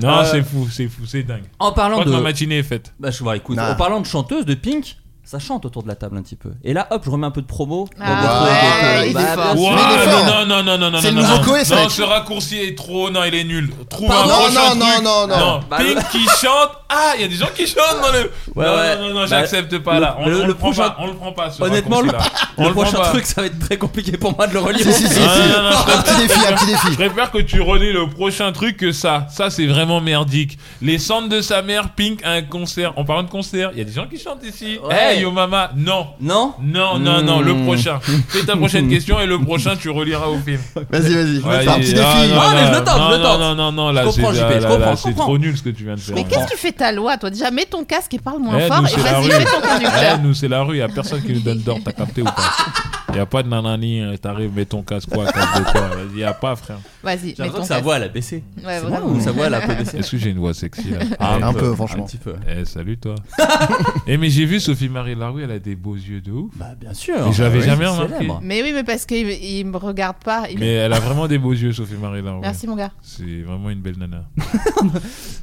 Non, Euh, <laughs> c'est fou, c'est fou, c'est dingue. En Je parlant crois que ma de, matinée est faite. bah, je vois, écoute, Nah. en parlant de chanteuse de Pink, ça chante autour de la table un petit peu. Et là, hop, je remets un peu de promo. Ah Donc, ouais, euh, il est bah, fort. bien Ouah, sûr. Mais il est fort. non, non, non, non, non, C'est le non, nouveau non. Coé, ce Non, mec. ce raccourci est trop. Non, il est nul. Trouve Pardon un prochain Non, non, truc. non, non, non. Bah, Pink le- qui chante. Ah, il y a des gens qui chantent dans le. Ouais, non, ouais. non, non, non, Bah, j'accepte pas le- là. On, le- on le le prend prochain- pas. On le prend pas. Ce Honnêtement, le, raccourci-là. On le prend prochain pas. truc, ça va être très compliqué pour moi de le relire. Si, si, si. Ah, non, non, non, je Un petit défi, un petit Je défi. préfère que tu relis le prochain truc que ça. Ça, c'est vraiment merdique. Les centres de sa mère, Pink, à un concert. En parlant de concert, il y a des gens qui chantent ici. Ouais. Hey, yo mama. Non. Non Non, non, non, Hmm. le prochain. Fais ta <laughs> prochaine question et le prochain, tu reliras au film. Vas-y, vas-y. Ouais, Fais un il- petit ah, défi. non, Ah, mais là, je le tente, non, je le non, tente. Non, non, non, là, Je c'est comprends, JP, je là, là, comprends, là, je c'est comprends. trop nul ce que tu viens de faire. Mais qu'est-ce que fait ta loi Toi, déjà, mets ton casque et parle moins Eh, fort. nous, Et c'est la vas-y, rue. fais ton conducteur. Eh, nous, c'est la rue, y a personne qui nous donne d'or, t'as capté ou pas Y a pas de nanani, euh, t'arrives, mets ton casque quoi, casque de <laughs> quoi Vas-y, y a pas, frère. Vas-y, J'ai mets ton l'impression que sa casque. voix, elle a baissé. Ouais, C'est vraiment. moi ou sa voix, elle a un peu baissé Est-ce que Ah, j'ai une voix sexy là Un peu, franchement. Un petit peu. Eh, salut toi. <laughs> Eh, mais j'ai vu Sophie Marie Larue, elle a des beaux yeux de ouf. Bah, bien sûr. Mais je l'avais Ouais, jamais c'est remarqué. célèbre. Mais oui, mais parce qu'il il me regarde pas. il- Mais euh, elle a vraiment des beaux yeux, Sophie Marie Larue. Merci, Bah, mon gars. C'est vraiment une belle nana. Ah,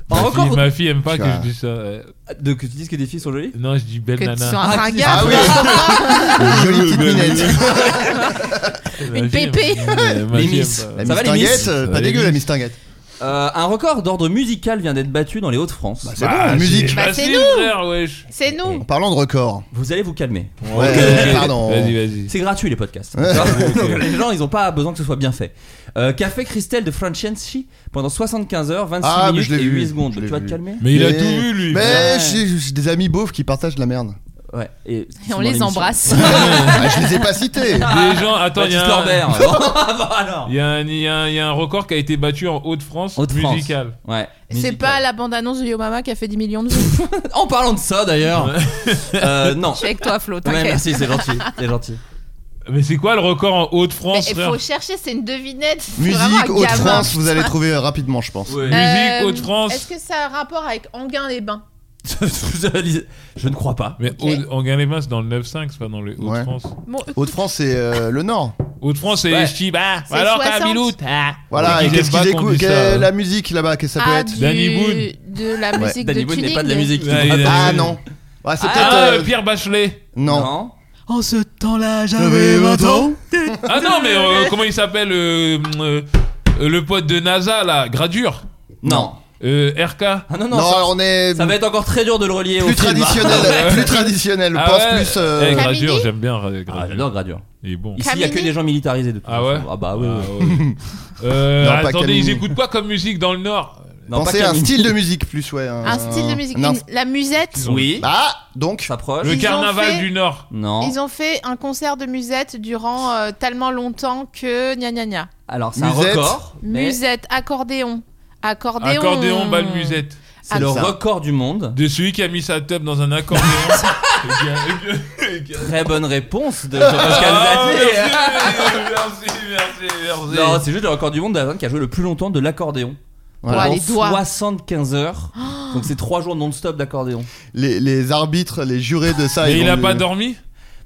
ma, encore fille, ma fille aime pas que Putain. je dise ça. euh, de, que tu dises que des filles sont jolies Non, je dis belle Que tu nana. sois un Ah, ringard. Ah oui. Jolie petite minette. Ma une fille aime- pépée. Euh, <laughs> ma Les fille aime miss. pas. La Ça va, les mistinguette, miss euh, Ça va, pas les dégueu miss. la mistinguette. Bah, Euh, Un record d'ordre musical vient d'être battu dans les Hauts-de-France. Bah, c'est bon, musique. Bah, facile, c'est nous. frère, wesh. C'est En nous. parlant de record. Vous allez vous calmer. Ouais, pardon. Vas-y, vas-y. C'est gratuit les podcasts. <laughs> Ouais. Donc, les gens, ils n'ont pas besoin que ce soit bien fait. Euh, Qu'a fait Christelle de Franceschi pendant 75 heures, 26 Ah, mais minutes je l'ai et vu, 8 secondes. je Tu l'ai vas vu. te calmer Mais il a Mais- tout vu, lui. Mais Ouais. j'ai j'ai des amis beaufs qui partagent de la merde. Ouais. Et, Et qui sont on dans les l'émission. embrasse. Ah, je les ai pas cités. Ah. Des gens, attends, il y Baptiste a <laughs> Lambert. <laughs> un- Bon, bon, alors. il y a un- il y a un- il y a un record qui a été battu en Haute-France Haute-France. musical. Ouais. C'est musical. pas la bande-annonce de Yo Mama qui a fait 10 millions de vues. En parlant de ça d'ailleurs. <laughs> euh, non. Je suis avec toi, Flo, Ouais, t'inquiète. merci, c'est gentil. C'est gentil. <laughs> Mais c'est quoi le record en Haute-France, Mais il frère faut chercher, c'est une devinette. c'est vraiment Musique, un gamin. Haute-France, vous allez trouver euh, rapidement, je pense. Musique, Euh, Est-ce Haute-France. que ça a un rapport avec Enguin-les-Bains Je ne crois pas. Mais Haute- en Galémas, c'est dans le 9-5, c'est pas dans le Ouais. Haute-France. bon, Haute-France, c'est euh, le Nord. Haute-France, c'est Ouais. Chiba. C'est Alors, t'as 60. Milout. ah. Voilà, Et et qui qu'est-ce aime qu'ils pas qu'on écoutent dise quelle- ça, hein. La musique là-bas, qu'est-ce que ça peut ah, être du- Danny Boone. De la Ouais. musique Danny de Boone n'est Tuning. pas de la musique. Ouais, il a- Ah non. Ouais, c'est Ah, peut-être. Ah, euh, Pierre Bachelet. non. En ce temps-là, J'avais 20 ans. Ah non, mais euh, comment il s'appelle euh, euh, euh, le pote de NASA là, Gradure Non. Euh, RK Ah non, non. Non, ça, on est ça va être encore très dur de le relier au plus film. traditionnel. plus traditionnel. Ah pense ouais. plus. euh, Eh, Camini Gradure, j'aime bien euh, Ah, Gradure. j'adore Gradure. il est bon. Ici, il n'y a que Camini des gens militarisés de toute Ah façon. ouais Ah bah oui. oui. Ah ouais. <laughs> Euh, Non, pas attendez, Camini. ils écoutent quoi comme musique dans le Nord Non, pas Pensez à un Camille. style de musique plus, ouais. hein. Un style de musique. Non. Une- La musette. Oui. Ah, donc. S'approche. Le Ils ont carnaval fait- du Nord. Non. Ils ont fait un concert de musette durant euh, tellement longtemps que gna gna gna. Alors, c'est un Musette. record. mais Musette, accordéon. Accordéon. euh, Accordéon, balle musette. C'est le ça. record du monde. De celui qui a mis sa teub dans un <laughs> accordéon. Et qui a- et qui a- Très bonne <laughs> réponse de Jean-Pascal Ah, Zadig. merci, merci, merci, Non, merci. c'est juste le record du monde d'Azan qui a joué le plus longtemps de l'accordéon. Voilà. Pendant les doigts. 75 <gasps> heures. Donc, c'est 3 jours non-stop d'accordéon. Les, les arbitres, les jurés de ça. Mais ils il ont a dû- pas dormi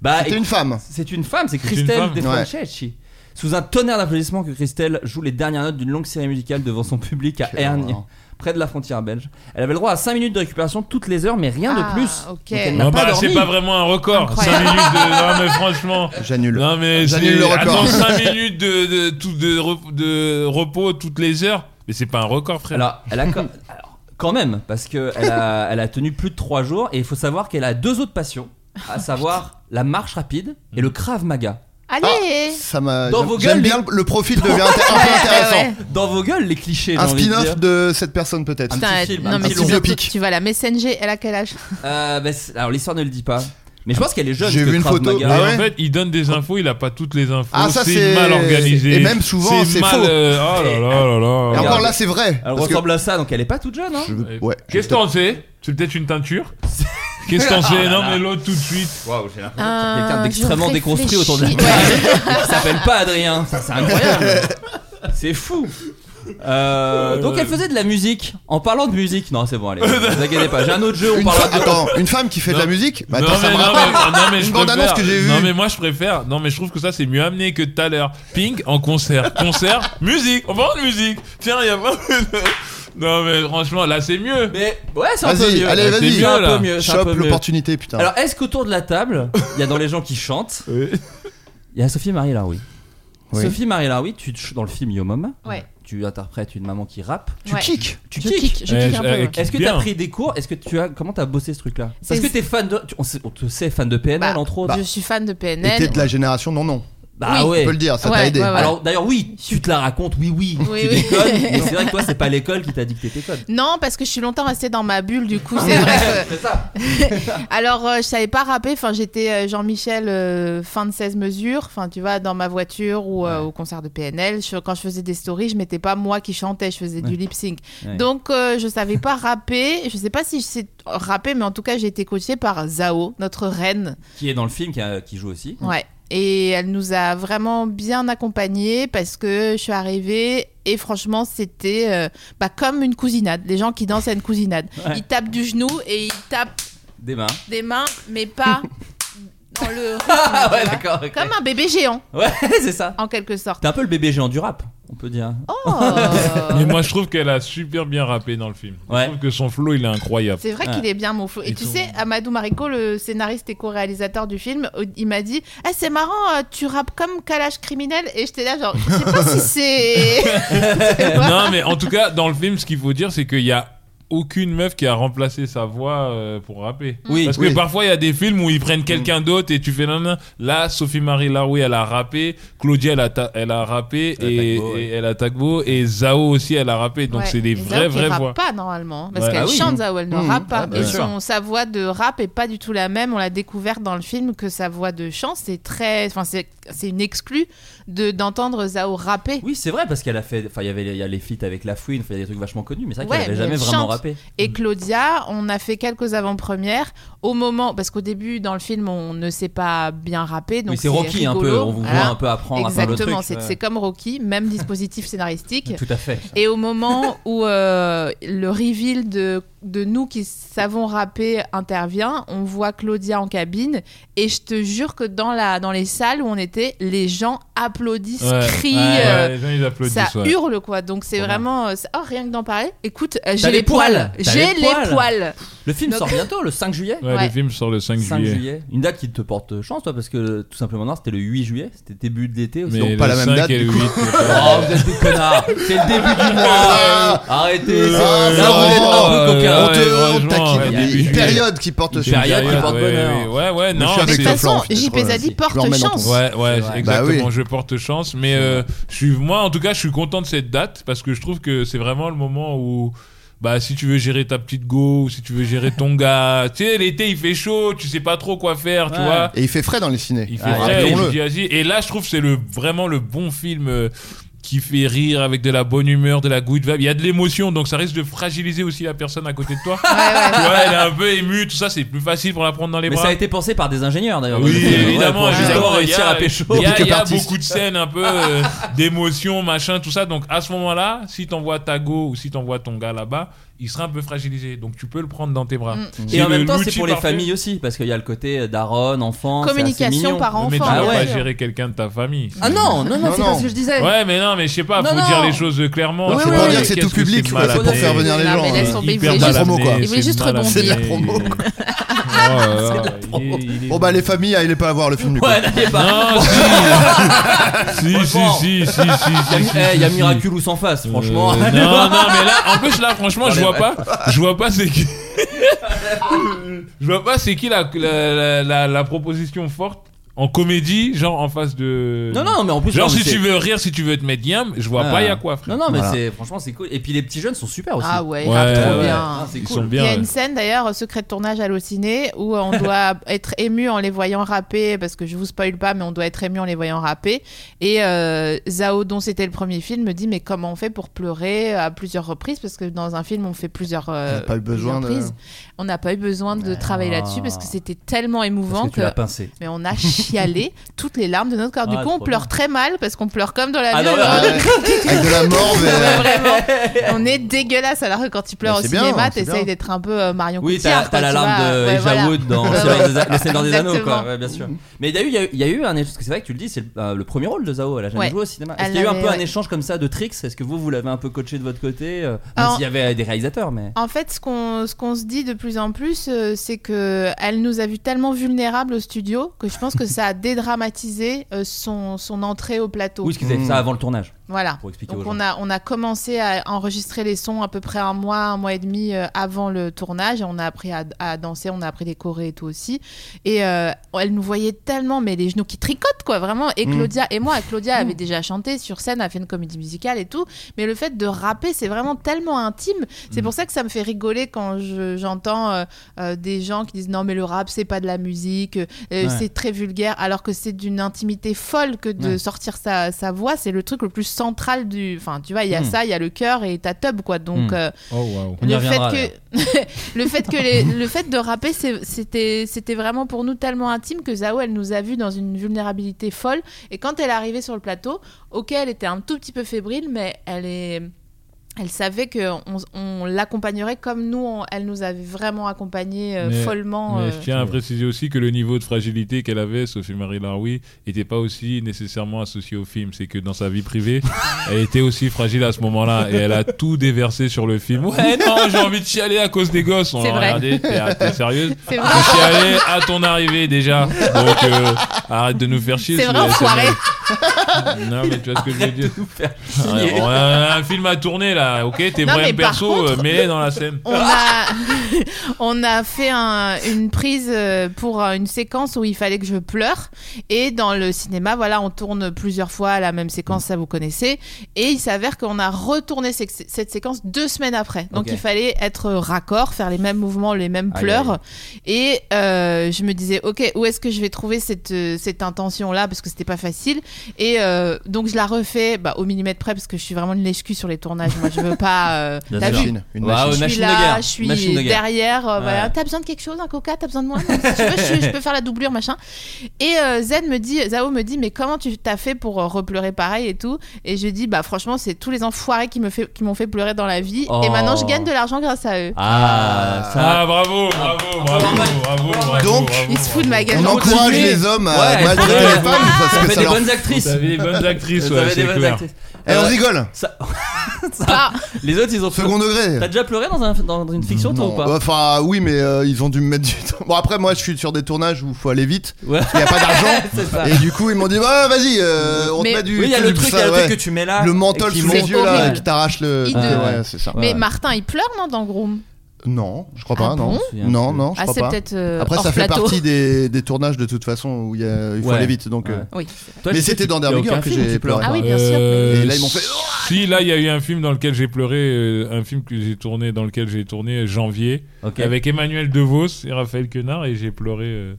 Bah, C'était écoute, une femme. C'est une femme, c'est une Christelle femme. De Ouais. Franceschi. Sous un tonnerre d'applaudissements que Christelle joue les dernières notes d'une longue série musicale devant son public à Quelle Hergne, horreur. près de la frontière belge. Elle avait le droit à 5 minutes de récupération toutes les heures, mais rien Ah, de plus. ok. Donc elle n'a Non, pas bah, dormi. c'est pas vraiment un record. 5 Incroyable. minutes de. Non, mais franchement. J'annule. Non mais J'annule c'est- le record. <laughs> Attends, 5 minutes de, de, tout- de, re- de repos toutes les heures. Mais c'est pas un record, frère. Alors, elle a quand... alors, quand même, parce que elle a, elle a tenu plus de 3 jours, et il faut savoir qu'elle a deux autres passions, à savoir la marche rapide et le Krav Maga. Allez Ah, Ça m'a. Dans j'aime- vos J'aime gueules, bien le profil devient inté- un peu <laughs> Ah Ouais, intéressant. Dans vos gueules, les clichés. Un j'ai envie de dire. spin-off de cette personne peut-être. Un Putain, petit film, non, un mais petit tu- biopic. tu vas la messenger, elle a quel âge Euh, bah, c'est- alors, l'histoire ne le dit pas. Mais je pense qu'elle est jeune. Ah, J'ai que vu une Krav photo. Maga- Et Ah ouais en fait, il donne des infos, il a pas toutes les infos. Ah, ça, c'est c'est- mal organisé. et même souvent, c'est mal, faux. euh, Oh là là là là. Et encore Regarde. là, c'est vrai. Elle parce que- ressemble à ça, donc elle est pas toute jeune. Hein. Je- Euh, Ouais. Qu'est-ce t'en sais C'est peut-être une teinture <laughs> Qu'est-ce t'en Ah, sais Non mais l'autre tout de suite. Waouh, j'ai l'impression Euh, quelqu'un je d'extrêmement déconstruit réfléchis. <laughs> autour de la table. Il s'appelle pas Adrien, ça c'est incroyable. C'est fou. Euh, donc elle faisait de la musique. En parlant de musique, non c'est bon allez, vous inquiétez pas. J'ai un autre jeu. On Une parlera femme, de. attends, une femme qui fait de la Non. musique bah, non, Attends, ça mais, me non, rappelle. mais- oh, non, mais je Une bande-annonce que préfère- j'ai vue. Non mais moi je préfère. Non mais je trouve que ça c'est mieux amené <laughs> que tout à l'heure. Ping en concert, concert, musique. On parle de <laughs> musique. Tiens, il y a pas. Non, mais franchement, là, c'est mieux. Mais ouais, c'est un peu Vas-y, mieux. allez, C'est vas-y. un là. peu mieux, c'est un Chope peu mieux. l'opportunité, putain. Alors, est-ce qu'autour de la table, il y a dans les gens qui chantent Il y a Sophie Marie Laroui. Oui. Sophie Marie Laroui, tu ch- dans le film Yo Mama, Ouais. tu interprètes une maman qui rappe. Ouais. kicks. Tu Je kicks. kick, je Eh, kick un peu. eh, ouais. kick. Est-ce que tu Bien. as pris des cours Est-ce que tu as comment t'as bossé ce truc-là Parce que C'est- t'es fan de tu- on, sait- on te sait fan de PNL Bah, entre autres. Je suis fan de Et t'es PNL. de la génération non non. Bah Oui. ouais. On peut le dire, ça t'a Ouais, aidé. ouais, ouais. Alors d'ailleurs oui, tu te la racontes, oui oui, Oui, tu oui. <laughs> déconnes, mais c'est vrai que toi c'est pas l'école qui t'a dicté tes codes. Non, parce que je suis longtemps restée dans ma bulle, du coup, c'est vrai que. C'est ça. Alors, euh, je savais pas rapper. Enfin, j'étais euh, Jean-Michel euh, fin de 16 mesures. Enfin, tu vois, dans ma voiture ou euh, au concert de PNL, je- quand je faisais des stories, je mettais pas moi qui chantais, je faisais Ouais. du lip sync. Ouais. Donc, euh, je savais pas rapper. Je sais pas si je sais rapper, mais en tout cas, j'ai été coachée par Zao, notre reine. Qui est dans le film qui, a- qui joue aussi. Ouais. Et elle nous a vraiment bien accompagnés parce que je suis arrivée et franchement, c'était euh, bah, comme une cousinade. Les gens qui dansent à une cousinade. Ouais. Ils tapent du genou et ils tapent Des mains. des mains, mais pas dans le rythme, <laughs> Ah ouais tu vois. d'accord. ok. Comme <laughs> un bébé géant, Ouais <laughs> c'est ça. en quelque sorte. T'es un peu le bébé géant du rap, on peut dire. Oh Mais moi, je trouve qu'elle a super bien rappé dans le film. Ouais. Je trouve que son flow, il est incroyable. C'est vrai Ouais. qu'il est bien mon flow. Et Ils tu sont- sais, Amadou Mariko, le scénariste et co-réalisateur du film, euh, il m'a dit Eh, C'est marrant, euh, tu rappes comme Kalash criminel. Et j'étais là, genre, je sais pas si c'est. c'est moi. Non, mais en tout cas, dans le film, ce qu'il faut dire, c'est qu'il y a aucune meuf qui a remplacé sa voix euh, pour rapper. Oui. Parce Oui. que parfois, il y a des films où ils prennent Mm. quelqu'un d'autre et tu fais nan nan. Là, Sophie Marie Laroui, elle a rappé. Claudia, elle a, ta- elle a rappé. Elle et, attaque beau, ouais. et elle attaque beau. Et Zao aussi, elle a rappé. Donc, Ouais. c'est des Et Zao vraies, qui vraies rappe voix. pas normalement. Parce Ouais. qu'elle Ah oui. chante Zao, elle ne Mmh. rappe pas. Ah, bah, et bien sûr. son, sa voix de rap est pas du tout la même. On l'a découverte dans le film que sa voix de chant, c'est très. Enfin, c'est c'est une exclue de- d'entendre Zao rapper. <laughs> Oui, c'est vrai parce qu'elle a fait. Enfin, il y avait il y a les feats avec La Fouine, enfin, il y a des trucs vachement connus, mais c'est vrai Ouais, qu'elle avait mais jamais elle vraiment chante. rappé. Et Claudia, on a fait quelques avant-premières au moment, parce qu'au début dans le film on ne sait pas bien rapper, donc Mais c'est Rocky un peu, rigolo. on vous voit Voilà. un peu apprendre à faire le truc. Exactement, c'est c'est comme Rocky, même dispositif scénaristique. Tout à fait. Et au moment <laughs> où euh, le reveal de, de nous qui savons rapper intervient, on voit Claudia en cabine. Et je te jure que dans, la, dans les salles où on était, les gens applaudissent, Ouais. crient. Ouais, Ouais, euh, les gens, ils applaudissent. ça ouais. hurle quoi, donc c'est Trop vraiment. euh, c'est- Oh, rien que d'en parler. Écoute, euh, j'ai les les poils. poils. T'as J'ai les les poils. poils. Le film Donc- sort bientôt, le 5 juillet. Ouais, Ouais. le film sort le 5, 5 juillet. juillet. Une date qui te porte chance, toi, parce que tout simplement, non, c'était le 8 juillet, c'était début de l'été aussi. Mais Donc- le pas la même 5 date, et le du 8. <laughs> Oh, vous êtes des connards! C'est le début du Ah. <laughs> mois! Arrêtez! Ah, ça- ouais, Là, vous ouais, êtes un peu ouais, coquins. ouais, On te- on franchement, taquine. ouais, Il y a début Une période qui porte Une chance. période qui porte ouais, bonheur. Ouais, ouais, Je non. suis avec c'est- De toute toi, Florent, façon, je te JP comprends. Zadi Je le remets porte dans ton chance. Ouais, ouais, vrai. exactement. Bah oui. Je porte chance, mais euh, je suis moi, en tout cas, je suis content de cette date parce que je trouve que c'est vraiment le moment où. Bah, si tu veux gérer ta petite go, ou si tu veux gérer ton gars, <laughs> tu sais, l'été il fait chaud, tu sais pas trop quoi faire, tu Ouais. vois. Et il fait frais dans les ciné. Il fait Ah, vrai, rappelons-le. il dit, vas-y. Et là, je trouve que c'est le, vraiment le bon film euh, qui fait rire avec de la bonne humeur, de la good vibe. Il y a de l'émotion, donc ça risque de fragiliser aussi la personne à côté de toi. tu vois, elle est un peu émue, tout ça, c'est plus facile pour la prendre dans les Mais bras. ça a été pensé par des ingénieurs d'ailleurs. Oui, Ouais, évidemment, pour justement évidemment, il y réussir a- à pécho. Il y a, il y a artistes. beaucoup de scènes un peu <laughs> euh, d'émotion, machin, tout ça. Donc à ce moment-là, si t'envoies ta go ou si t'envoies ton gars là-bas, il sera un peu fragilisé. Donc tu peux le prendre dans tes bras. Mm. Et en le- même temps, c'est l'outil pour les parfait. familles aussi, parce qu'il y a le côté euh, daronne, enfant, c'est assez Communication mignon. par Mais tu enfant. vas Ah bien pas ouais. sûr. gérer quelqu'un de ta famille. Ah non, non, non, Non, c'est non. pas ce que je disais. Ouais, mais non, mais je sais pas, Non, faut non. dire les choses clairement. Oui, C'est Faut oui, pas pas oui. dire vrai, que c'est qu'est-ce tout public, quoi, mal c'est pour amené. faire venir les Non, mais laisse gens. tomber, il Hyper voulait mal juste- amené, promo, quoi. Il voulait juste mal amené. rebondir. C'est de la promo. Oh là là, il promo. est- il est- Bon bah les familles, allez pas la voir le film du coup. Ouais, <laughs> n'allez pas. Non, si. si, si, Franchement. si, si, si, Il si, y a, eh, il y a si, si. Miraculous en face, franchement. <laughs> Euh, non, non, mais là, en plus, là, franchement, je vois pas. Je vois pas c'est qui. je vois pas c'est qui la, la, la- la- la proposition forte en comédie, genre en face de. non, non, mais en plus, Genre, non, mais si c'est- tu veux rire, si tu veux te mettre yam, je vois Ah. pas, y a quoi, frère. Non, non, mais Voilà. c'est franchement, c'est cool. Et puis les petits jeunes sont super aussi. Ah ouais, Ouais, trop ouais. bien. Ah, c'est Ils cool. sont Il bien. y a une ouais. scène d'ailleurs, euh, secret de tournage à ciné où <laughs> on doit être ému en les voyant rapper, parce que je vous spoil pas, mais on doit être ému en les voyant rapper. Et euh, Zao, dont c'était le premier film, me dit Mais comment on fait pour pleurer à plusieurs reprises Parce que dans un film, on fait plusieurs, euh, On n'a pas eu besoin plusieurs de- Ah. prises. On n'a pas eu besoin de travailler là-dessus parce que c'était tellement Parce émouvant que tu que. l'as pincé. Mais on a chié <laughs> chialer toutes les larmes de notre corps. Du Ah, coup, on trop pleure bien. très mal parce qu'on pleure comme dans la Ah, vie. dans la- Ah ouais. Avec de la morve. et, euh, <laughs> On est dégueulasse alors que quand tu pleures Bah, au c'est bien, cinéma, c'est t'essayes bien. d'être un peu euh, Marion Oui, t'as Cotillard. t'as la larme de Elijah Wood <laughs> dans Le Le Seigneur des- Le Seigneur des Anneaux, quoi. Exactement. Ouais, bien sûr. Mais d'ailleurs, il y a eu- il y, a eu un échange, parce que c'est vrai que tu le dis, c'est le, euh, le premier rôle de Zao, elle a jamais Ouais. joué au cinéma. Est-ce Elle qu'il y a eu un peu avait- un ouais. échange comme ça de tricks Est-ce que vous, vous l'avez un peu coaché de votre côté euh, Même Alors- s'il y avait euh, des réalisateurs, mais. En fait, ce qu'on ce qu'on se dit de plus en plus, euh, c'est que elle nous a vu tellement vulnérables au studio que je pense que ça a dédramatisé euh, son, son entrée au plateau. Oui, parce qu'ils avaient fait Hmm. ça avant le tournage, Voilà. pour expliquer Donc aux gens. on a, on a commencé à enregistrer les sons à peu près un mois, un mois et demi euh, avant le tournage. Et on a appris à, à danser, on a appris les chorés et tout aussi. Et euh, elle nous voyait tellement, mais les genoux qui tricotent quoi, vraiment. Et Claudia et moi, Claudia Mm. avait déjà chanté sur scène, a fait une comédie musicale et tout. Mais le fait de rapper, c'est vraiment tellement intime. C'est pour ça que ça me fait rigoler quand je- j'entends euh, euh, des gens qui disent non mais le rap c'est pas de la musique, euh, Ouais. c'est très vulgaire, alors que c'est d'une intimité folle que de Ouais. sortir sa, sa voix, c'est le truc le plus central du... Enfin tu vois, il y a Mm. ça, il y a le cœur et ta tub quoi. Donc Mm. euh, Oh waouh. On y le, fait reviendra, que... le fait que... les- le fait de rapper c'est- c'était c'était vraiment pour nous tellement intime que Zao elle nous a vus dans une vulnérabilité folle et quand elle est arrivée sur le plateau, ok elle était un tout petit peu fébrile mais elle est elle savait qu'on on, l'accompagnerait comme nous, on- elle nous avait vraiment accompagnés euh, Mais- follement. Mais euh. je tiens à préciser aussi que le niveau de fragilité qu'elle avait, Sophie Marie Laroui, n'était pas aussi nécessairement associé au film. C'est que dans sa <laughs> vie privée, elle était aussi fragile à ce moment-là et elle a tout déversé sur le film. Ouais, non, j'ai envie de chialer à cause des gosses. On C'est l'a vrai. regardé, t'es t'es sérieuse <laughs> C'est vrai. Tu chialais à ton arrivée déjà. Donc euh, arrête de nous faire chier. C'est sous vrai, les enfoiré. SMS. Non, mais tu vois ce que je veux dire. Ouais, on a un film à tourner là, ok T'es Non, mais vrai par perso, contre- euh, mets-les dans la scène. On a, on a fait un- une prise euh, pour euh, une séquence où il fallait que je pleure. Et dans le cinéma, voilà, on tourne plusieurs fois la même séquence, ça vous connaissez. Et il s'avère qu'on a retourné sé- cette séquence deux semaines après. Donc Ok. il fallait être raccord, faire les mêmes mouvements, les mêmes Aïe, pleurs. Et euh, je me disais, ok, où est-ce que je vais trouver cette, euh, cette intention-là Parce que c'était pas facile. Et euh, donc je la refais bah, au millimètre près parce que je suis vraiment une lèche-cul sur les tournages. Moi, je veux pas. euh, Bien t'as sûr. vu Machine, une Waouh, machine. une je Euh, machine suis de là, guerre. je suis Machine de guerre. derrière. euh, voilà. Ouais. T'as besoin de quelque chose, un coca T'as besoin de moi Non, Si tu veux, je, je peux faire la doublure, machin. Et euh, Zen me dit, Zao me dit, mais comment tu t'as fait pour euh, repleurer pareil et tout Et je dis, bah franchement, c'est tous les enfoirés qui me fait, qui m'ont fait pleurer dans la vie. Oh. Et maintenant, je gagne de l'argent grâce à eux. Ah, ça. Ah bravo, bravo, bravo, bravo, bravo. Donc, bravo, Ils se foutent de ma gueule. On encourage continuer. les hommes à Ouais, maltraiter ouais. les femmes parce Ça que fait ça des leur. bonnes actrices. Vous avez des bonnes actrices, Vous ouais, avez des c'est bonnes clair. actrices. Eh, on Euh, rigole. ça- Pas. Les autres, ils ont Second degré. T'as déjà pleuré dans, un- dans une fiction, toi, ou Non. pas Enfin, oui, mais euh, ils ont dû me mettre du temps. Bon, après, moi, je suis sur des tournages où faut aller vite. Ouais. Il n'y a pas <laughs> d'argent. C'est ça. Et du coup, ils m'ont dit, bah, vas-y, euh, on Mais- te met du. Oui, il y a le tout truc, il ça, y a le truc ouais. que tu mets là. Le et menthol qui sous monte. les yeux là, horrible. qui t'arrache le. Hideux. Ouais, c'est ça. Euh, Mais Ouais. Martin, il pleure, non, dans Groom Non, je crois Ah pas, non. bon non, non, je Ah, crois c'est pas. peut-être. euh, Après, hors ça fait plateau. partie des, des tournages de toute façon où il y a- il faut Ouais. aller vite. Donc, euh, Ouais. Oui. Ah. Toi, Mais je sais c'était qu'il dans y a Derby aucun Girl que film j'ai qui pleure. pleuré. Ah oui, bien sûr. Euh, Et là, ils m'ont fait- Si, là, il y a eu un film dans lequel j'ai pleuré, euh, un film que j'ai tourné, dans lequel j'ai tourné euh, janvier, Ok. avec Emmanuel DeVos et Raphaël Quenard, et j'ai pleuré euh,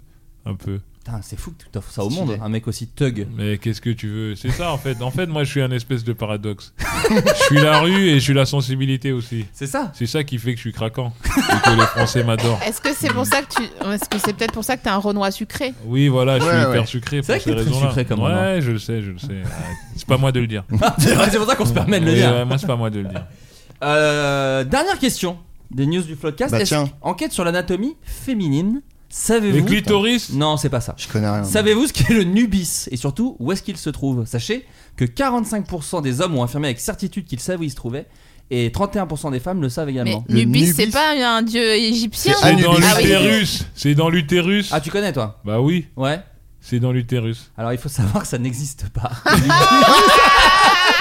un peu. Putain, c'est fou que tu t'offres ça au Stylé. monde, un mec aussi thug. Mais qu'est-ce que tu veux C'est ça, en fait. En fait, moi, je suis un espèce de paradoxe. Je suis la rue et je suis la sensibilité aussi. C'est ça C'est ça qui fait que je suis craquant et que les Français m'adorent. Est-ce que c'est pour ça que tu. Est-ce que c'est peut-être pour ça que t'as un Renoir sucré Oui, voilà, je suis Ouais, hyper ouais. sucré C'est vrai pour ces que t'es très raisons-là. sucré comme Ouais, je le sais, je le sais. Ah, C'est pas moi de le dire. Ah, C'est vrai, c'est pour ça qu'on se permet de le Oui, dire. ouais, moi, c'est pas moi de le dire. Euh, dernière question des news du podcast. Bah, Est-ce- tiens. Enquête sur l'anatomie féminine. Les Savez-vous clitoris Non, c'est pas ça. Je connais rien. Savez-vous ce qu'est le nubis et surtout où est-ce qu'il se trouve Sachez que 45% des hommes ont affirmé avec certitude qu'ils savaient où il se trouvait et 31% des femmes le savent Mais également. Le Nubis, Nubis. c'est pas un dieu égyptien C'est C'est dans Anubis. Ah oui. l'utérus. C'est dans l'utérus. Ah, tu connais toi Bah oui, Ouais. c'est dans l'utérus. Alors il faut savoir que ça n'existe pas. <laughs> Le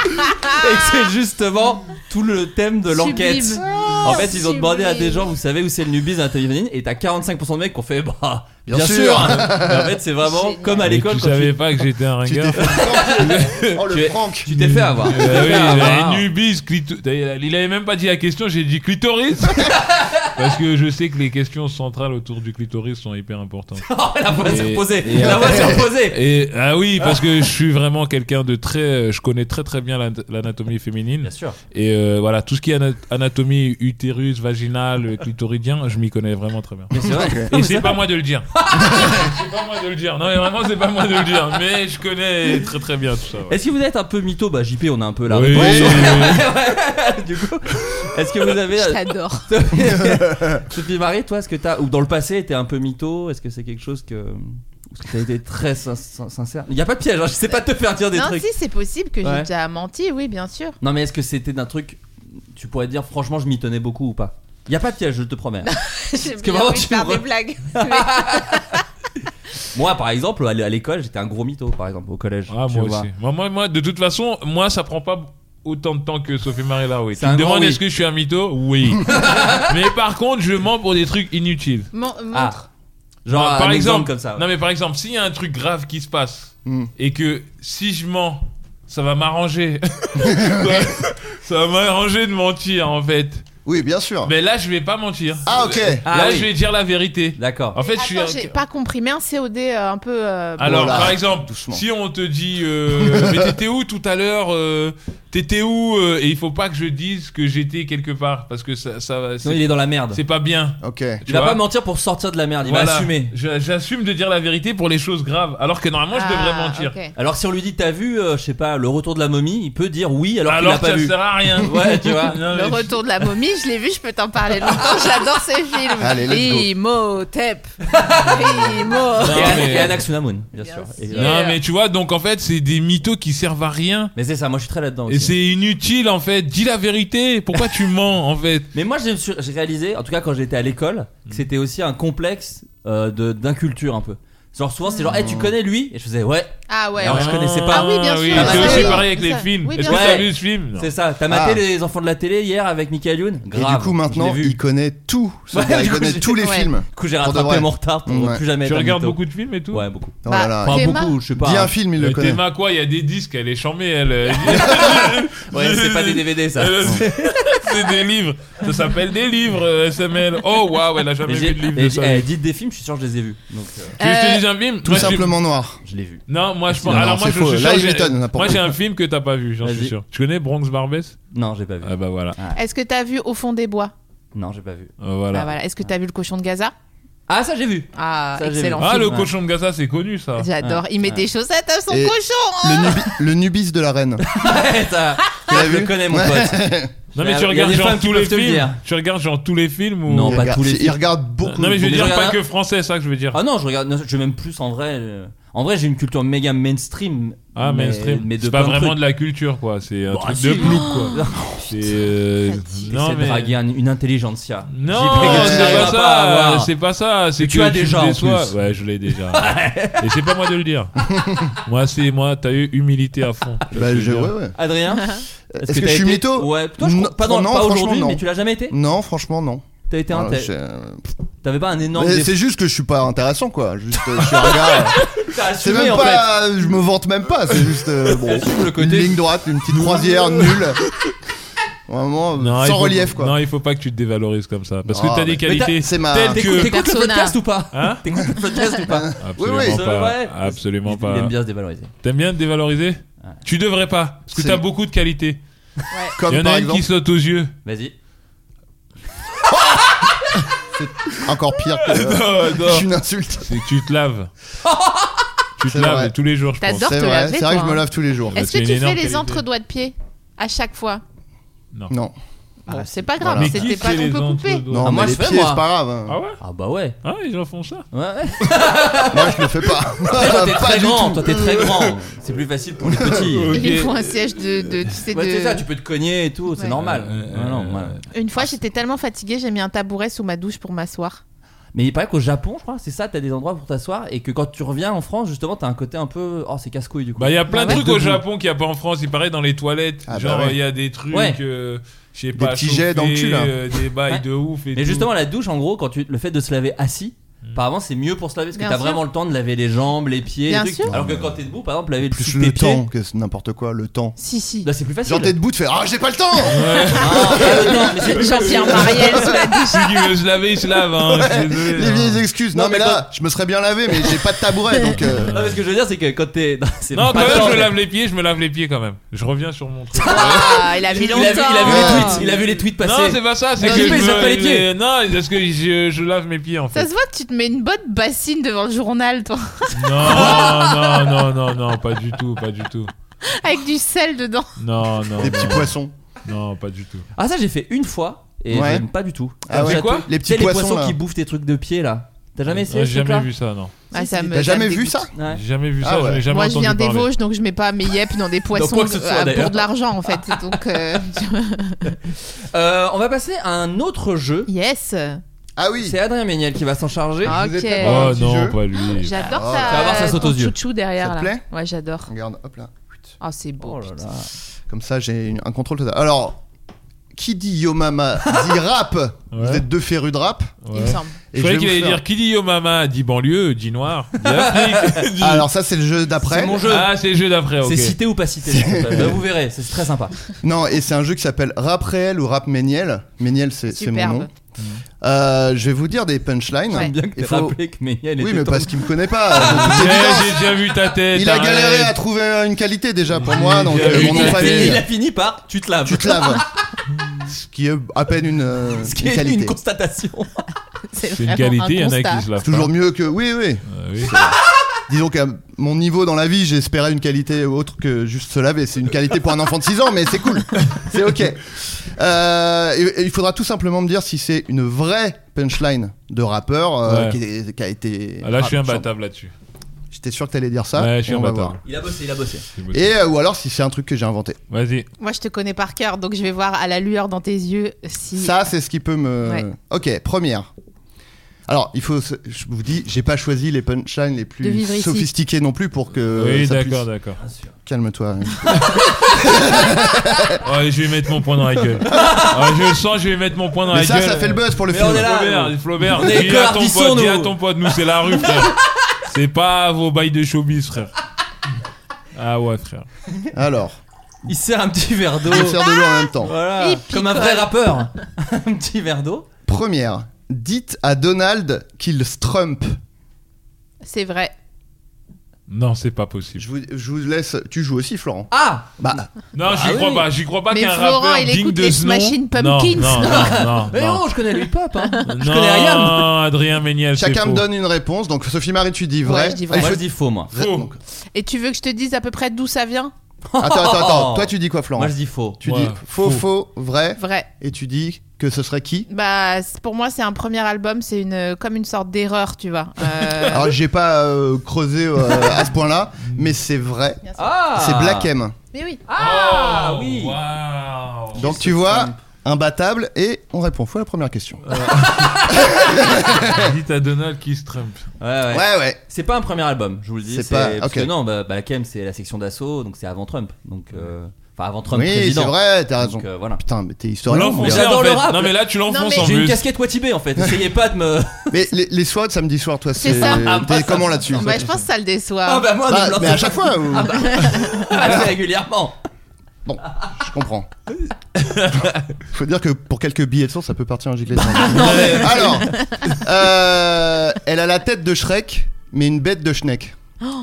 nubis. et que c'est justement tout le thème de l'enquête. Sublime. En fait, ils ont demandé à Sublime. des gens, vous savez où c'est le nubis l'anatomie féminine Et t'as 45% de mecs qui ont fait, bah, bien, Bien sûr. sûr. <laughs> Mais en fait, c'est vraiment Génial. comme à Mais l'école tu quand <laughs> tu savais pas que j'étais un Tu t'es ringard. <laughs> fait- oh, Tu le es- Franck. tu t'es <laughs> fait avoir. Tu t'es Bah oui, fait bah, avoir. <laughs> nubis, clito- d'ailleurs, Il avait même pas dit la question, j'ai dit clitoris. Parce que je sais que les questions centrales autour du clitoris sont hyper importantes. <laughs> Oh, la voix s'est Et- reposée. et- euh, La voix s'est reposée. Et ah oui, parce que je suis vraiment quelqu'un de très. euh, Je connais très très bien l'an- l'anatomie féminine. Bien sûr. Et euh, voilà, tout ce qui est ana- anatomie utérus, vaginal, clitoridien, je m'y connais vraiment très bien. Mais c'est vrai. Et c'est pas moi de le <laughs> dire. c'est pas moi de le dire. Non, mais vraiment, c'est pas moi de le dire. Mais je connais très très bien tout ça. ouais. Est-ce que vous êtes un peu mytho Bah JP, on a un peu la Oui. réponse. <laughs> du coup, est-ce que vous avez Je t'adore. Sophie Marie, toi, est-ce que t'as ou dans le passé était un peu mytho Est-ce que c'est quelque chose que est-ce que t'as été très sin- sin- sincère Il y a pas de piège. hein, je sais pas te faire dire des Non, trucs. si, c'est possible que Ouais. j'ai déjà menti, oui, bien sûr. Non, mais est-ce que c'était d'un truc Tu pourrais dire franchement, je m'y tenais beaucoup ou pas Il y a pas de piège, je <laughs> te promets. J'ai que bien vraiment, envie tu de faire me re- des blagues. <laughs> Mais- moi, par exemple, à l- à l'école, j'étais un gros mytho, par exemple, au collège. <laughs> Ah, tu moi vois. aussi. Moi, moi, moi, de toute façon, moi, ça prend pas autant de temps que Sophie Marie là, oui. C'est Tu un me grand demandes oui. est-ce que je suis un mytho <laughs> Oui. mais par contre, je mens pour des trucs inutiles. Mon- mon- Ah. Genre, Non, un par exemple, comme ça. ouais. Hmm. Non, mais par exemple, s'il y a un truc grave qui se passe Mm. et que si je mens, ça va m'arranger. <laughs> Ça- ça va m'arranger de mentir en fait. Oui, bien sûr. Mais là, je vais pas mentir. Ah, ok. Ah, là, oui. je vais dire la vérité. D'accord. En fait, je suis. Ah, Attends, j'ai pas compris, mais un COD euh, un peu. euh, Alors, Voilà. par exemple, Doucement. si on te dit, euh, mais t'étais où tout à l'heure euh, T'étais où euh, Et il faut pas que je dise que j'étais quelque part parce que ça, ça va- Sinon, il c'est est dans la merde. c'est pas bien. Ok. Il tu va vois. pas mentir pour sortir de la merde. Il va Voilà. assumer. Je- J'assume de dire la vérité pour les choses graves, alors que normalement je devrais ah, mentir. ok. Alors si on lui dit t'as vu, euh, je sais pas, le retour de la momie, il peut dire oui alors, qu'il Alors a que pas ça vu. sert à rien. <laughs> Ouais, tu vois. Non, Ah, mais Le retour de la momie, je l'ai vu, je peux t'en parler longtemps, j'adore ces films. Allez, let's go. Imhotep. Imhotep. Non, et, An- mais- et Anaxunamun, Bien bien, sûr. sûr. Et- Non, mais tu vois, donc en fait, c'est des mythos qui servent à rien. Mais c'est ça, moi je suis très là-dedans Et aussi. c'est inutile en fait. Dis la vérité. Pourquoi tu mens en fait Mais moi je me suis- j'ai réalisé, en tout cas quand j'étais à l'école, Mm. que c'était aussi un complexe euh, de- d'inculture un peu. Genre souvent c'est genre, hey, Mm. tu connais lui Et je faisais, ouais, Ah ouais. Oh Alors, je connaissais pas. Ah oui, bien sûr. Ah, C'est bah aussi oui. pareil avec les Ça- films. oui, Est-ce bien que sûr. t'as vu ce film Non. c'est ça. T'as maté Ah. les enfants de la télé hier avec Michael Youn Et du coup, maintenant, il connaît tout. ce Ouais, gars, du il coup, connaît j'ai- tous les ouais. films. Du coup j'ai Pour de rattrapé vrai. mon retard pour Ouais. plus jamais Tu être un regardes mytho. beaucoup de films et tout Ouais, beaucoup. Oh Bah, là là. Enfin, Théma. beaucoup, je sais pas. Dis hein. un film, il le Mais connaît. Théma quoi, il y a des disques, elle est chambée, elle. Ouais, c'est pas des <laughs> DVD ça. Elle- <laughs> c'est des livres. Ça s'appelle des livres, euh, SML. Oh waouh, elle a jamais Mais vu j'ai- de livre mais de j'ai- ça. eh, Tu dites des films, je suis sûr que je les ai vus. Donc, euh, veux que je Euh, te dise un film Tout Moi, je suis- simplement noir. je l'ai vu. Non, moi je Non, pense. Alors non, moi c'est je faux. suis Là, sûr, il j'ai- m'étonne, n'importe Moi j'ai quoi. un film que t'as pas vu, j'en suis Vas-y. sûr. Tu connais Bronx Barbès Non, j'ai pas vu. Ah bah voilà. Est-ce que t'as vu Au fond des bois Non, j'ai pas vu. Euh, Ah, Voilà. voilà. Est-ce que t'as vu Le cochon de Gaza Ah, ça j'ai vu. Ah, Ça, j'ai vu. excellent. Ah, film. le Ouais. cochon de Gaza, c'est connu ça. J'adore. Il met Ouais. des chaussettes à son Et cochon. hein. Le, nubi- le Nubis de la <laughs> reine. Ouais, ça. Tu l'as euh, Je le vu connais, mon Ouais. <laughs> pote. Non mais Il y tu a regardes des femmes genre qui tous les peuvent te le dire. films. Tu regardes genre tous les films ou Non, Il pas regarde- tous les c'est- films. Il regarde beaucoup. Non mais je veux Mais dire regarde pas un- que français, c'est ça que je veux dire. Ah non, je regarde. non, je vais même plus en vrai. euh, En vrai, j'ai une culture méga mainstream. Ah mais- mainstream. Mais de c'est pas plein de vraiment trucs. de la culture quoi, c'est un Bon, truc si. de plouc <laughs> quoi. C'est euh, Non, non mais... mais draguer un- une intelligentsia. non, J'ai pris que tu c'est n'arriveras pas, pas à ça, avoir. c'est pas ça, c'est Mais que tu as me déjà, en déçois. plus. Ouais, je l'ai <laughs> déjà. Et c'est pas moi de le dire. moi c'est moi, t'as eu humilité à fond. Bah, je- ouais, ouais. <laughs> Adrien, Est-ce que, t'as je suis été- mytho Ouais, toi, je Non, crois- pas, dans- non, pas franchement, aujourd'hui, non. mais tu l'as jamais été Non, franchement, non. T'as été un. Alors, t'as- j'ai- euh, T'avais pas un énorme. mais dé- C'est juste que je suis pas intéressant, quoi. Juste, euh, je suis un gars. euh, T'as C'est assumé même en fait. pas. Je me vante même pas. C'est juste. euh, bon, Le une côté. ligne droite, une petite croisière <laughs> nulle. Vraiment, euh, Non, il sans faut- relief, quoi. Non, il faut pas que tu te dévalorises comme ça parce que Oh, Non, t'as des mais- qualités mais t'as- c'est ma- telles T'écoutes que t'écoutes le Persona. podcast ou pas Hein T'écoutes le podcast ou pas Absolument Oui, oui. C'est pas. vrai. Absolument Il- pas. Il aime bien se dévaloriser. T'aimes bien te dévaloriser Tu devrais pas, parce que C'est- t'as beaucoup de qualités. Il y Comme en a par une exemple. qui saute aux yeux. Vas-y. Encore pire que. <laughs> <laughs> Non, non. Je suis <laughs> une insulte. C'est que tu te laves. tu te C'est laves vrai. tous les jours, je pense. T'adores C'est te vrai, laver, c'est vrai toi, que je me hein. lave tous les jours. Ouais. Est-ce que C'est une tu énorme fais les qualité. entre-doigts de pied à chaque fois Non. Bon, Ah, c'est pas grave, voilà. Mais qui c'était pas fait les on peut couper. entre-doigts Non, Ah, mais moi, les je fais, pieds, moi. c'est pas grave. hein. Ah ouais Ah bah ouais. Ah, ils en font ça. Ouais, ouais. Moi, je le fais pas. <laughs> Toi, <laughs> t'es Pas très du grand, tout. toi, t'es très grand. C'est plus facile <laughs> pour les petits. Ouais. Il Ok. faut un siège de, de- tu sais, Ouais, de- c'est ça, tu peux te cogner et tout, c'est Ouais. normal. Euh, Ouais, non, euh, voilà. Une Ah. fois, j'étais tellement fatiguée, j'ai mis un tabouret sous ma douche pour m'asseoir. Mais il paraît qu'au Japon, je crois, c'est ça, t'as des endroits pour t'asseoir et que quand tu reviens en France, justement, t'as un côté un peu. Oh, c'est casse-couille du coup. Bah, il y a plein de Ah Ouais. trucs Debout. au Japon qu'il n'y a pas en France. Il paraît dans les toilettes. Ah, bah genre, il ouais. y a des trucs. Ouais. euh, je sais Des pas. petits jets dans le chauffer, cul, là. euh, des Hmm. bails Ouais. de ouf. Et <laughs> Mais tout. justement, la douche, en gros, quand tu le fait de se laver assis, Apparemment, c'est mieux pour se laver parce que Bien t'as sûr. vraiment le temps de laver les jambes, les pieds. Bien les trucs. sûr. Alors que quand t'es debout, par exemple, laver le, Plus sous le tes pieds, temps que c'est n'importe quoi, le temps. Si, si. Là, c'est plus facile. Genre t'es debout, tu fais Ah, j'ai pas le temps Ah, le temps, mais c'est- <laughs> Jean-Pierre Marielle sous la douche. Celui qui veut se laver, il se lave. hein. Je suis désolé, Les hein. vieilles excuses. Non, Non, mais, mais là, je me serais bien lavé, mais j'ai pas de tabouret donc. euh, Non, mais ce que je veux dire, c'est que quand t'es. c'est Non, pas quand même, tant, je me mais- lave les pieds, je me lave les pieds quand même. Je reviens sur mon <laughs> truc. Ah, il a mis Il a, longtemps. vu, il a vu "Ah." les tweets, il a vu les tweets passer. Non, c'est pas ça, c'est Bah, Non, que mais je ils me- savent pas les pieds. Non, parce que je, je lave mes pieds en Ça fait. se voit que tu te mets une bonne bassine devant le journal, toi, <laughs> Non, non, non, non, non, pas du tout, pas du tout. avec du sel <laughs> dedans. Non, non. Des petits non, poissons. Non, pas du tout. Ah, ça, j'ai fait une fois et Ouais. j'aime pas du tout. Ah Comme ouais. ça, quoi tu- Les Tu sais, petits les poissons poissons là. qui bouffent tes trucs de pied là. T'as jamais J'ai essayé ce truc-là jamais vu ça, non. Ah, ça me- T'as ça jamais me vu dégoûte. ça Ouais. J'ai jamais vu Ah ça, ouais. j'en ai jamais Moi, je entendu viens des parler. Vosges, donc je mets pas mes yep dans des poissons quoi que ce soit, euh, d'ailleurs. pour de l'argent, en <laughs> fait. Donc, euh, <laughs> Euh, on va passer à un autre jeu. yes. Ah oui C'est Adrien Méniel qui va s'en charger. Ah, vous êtes Ok. là-bas, Oh un petit non, jeu. pas lui. J'adore Oh, ta- tu vas voir, ça saute ton aux yeux. chouchou derrière Ça te là. plaît ouais, j'adore. Regarde, hop là. Oh, c'est beau. Oh là putain. là. Comme ça, j'ai une- un contrôle total. Alors, qui dit Yo Mama dit rap Vous Ouais. êtes deux férus de rap Il me Ouais. semble. Je vais croyais qu'il vous allait faire- dire qui dit Yomama dit banlieue, dit noir, dit Afrique. dit- Alors, ça, c'est le jeu d'après. C'est mon jeu. Ah, c'est le jeu d'après, ok. C'est cité ou pas cité je pense. Bah, Vous verrez, c'est très sympa. Non, et c'est un jeu qui s'appelle Rap Réel ou Rap Méniel. Méniel, c'est c'est mon Superbe. Mmh. nom. Euh, je vais vous dire des punchlines. Ouais. Bien que Il t'aies faut- rappelé que Méniel Oui, était mais ton- parce qu'il me connaît pas. de <laughs> <laughs> toute Ouais, évidence. Eh, J'ai déjà vu ta tête. Il a arrête. galéré à trouver une qualité déjà pour moi, donc Il a euh, eu mon nom il, de a fini, il a famille. fini par tu te laves. Tu te <laughs> laves. Ce qui est à peine une, euh, Ce une qui est qualité. une constatation. C'est une vraiment qualité, un il y en a qui constat. se lavent. C'est toujours pas. mieux que. Oui, oui. Ah oui. Disons qu'à mon niveau dans la vie, j'espérais une qualité autre que juste se laver. C'est une qualité pour un enfant de 6 ans, mais c'est cool. C'est ok. Euh, et- et il faudra tout simplement me dire si c'est une vraie punchline de rappeur euh, Ouais. qui, est- qui a été. Ah, Là, je suis Ah, bah, imbattable là-dessus. J'étais sûr que t'allais dire ça. Ouais, je suis et on va imbattable. voir. Il a bossé, il a bossé. Et euh, ou alors si c'est un truc que j'ai inventé. Vas-y. Moi, je te connais par cœur, donc je vais voir à la lueur dans tes yeux si. Ça, c'est ce qui peut me. Ouais. Ok, première. Alors, il faut. se- Je vous dis, j'ai pas choisi les punchlines les De plus vivre ici. sophistiquées non plus pour que. oui, euh, ça d'accord, puisse- d'accord. <laughs> Calme-toi. Ouais, Oh, je vais mettre <laughs> mon point dans la gueule. Ouais, je le sens, je vais mettre mon point dans Mais la ça, gueule. ça fait le buzz pour le Mais film. on est là. Flaubert, Flaubert, On est dis à ton cordisson, pote, dis à nous. ton pote, nous c'est la rue, frère. C'est pas vos bails de showbiz, frère. Ah ouais, frère. Alors, Il sert un petit verre d'eau. on sert de l'eau en même temps. Voilà. Il Comme un vrai rappeur. <laughs> un petit verre d'eau. Première. Dites à Donald qu'il strump. C'est vrai. Non, c'est pas possible. Je vous, je vous laisse. Tu joues aussi, Florent. Ah Bah, Non, j'y Ah crois oui. pas, j'y crois pas Mais qu'un Florent, rappeur il digne écoute de les ce nom. Smashing Pumpkins. Non, non, <laughs> non, Ah, Mais non, non, je connais le hip-hop. Hein. non. Je connais Ayam. Non, Adrien Méniel, c'est chacun faux. me donne une réponse. Donc, Sophie Marie, tu dis vrai. Ouais, je dis vrai. Ah, Moi, je dis faux, moi. je- Faux. donc- Et tu veux que je te dise à peu près d'où ça vient Attends, attends, attends. Toi, tu dis quoi, Florent Oh. Moi, je dis faux. Tu Ouais, dis faux, faux, vrai. Vrai. Et tu dis que ce serait qui Bah, c'est- pour moi, c'est un premier album, c'est une comme une sorte d'erreur, tu vois. Euh, <laughs> Alors j'ai pas euh, creusé euh, à ce point-là, mais c'est vrai. Ah C'est Black M. Mais oui. Ah oui Waouh. Donc tu vois, imbattable et on répond faux à la première question. Dites à Donald qui se trompe. Ouais, ouais. Ouais ouais. C'est pas un premier album, je vous le dis. C'est C'est pas- Parce ok. que non, bah, Black M, c'est la section d'assaut, donc c'est avant Trump. Donc, euh, Enfin, avant Trump oui, président. c'est vrai, t'as raison. Donc, euh, voilà. Putain, mais t'es historien. mon L'enfoncer gars. J'adore en le fait. rap. Non, mais là, tu l'enfonces mais- en J'ai une plus. casquette Watibé en fait, essayez pas de me. Mais les, les soirs de samedi soir, toi, C'est c'est ça. Ah, bah, t'es ça, comment ça, là-dessus Bah, je pense que ça le déçoit. <laughs> Ah bah moi, Bah, de me mais à chaque fois. ou- <laughs> Assez régulièrement. Bon, je comprends. Faut dire que pour quelques billets de sang, ça peut partir un gilet. Alors, euh, elle a la tête de Shrek, mais une bête de Schneck.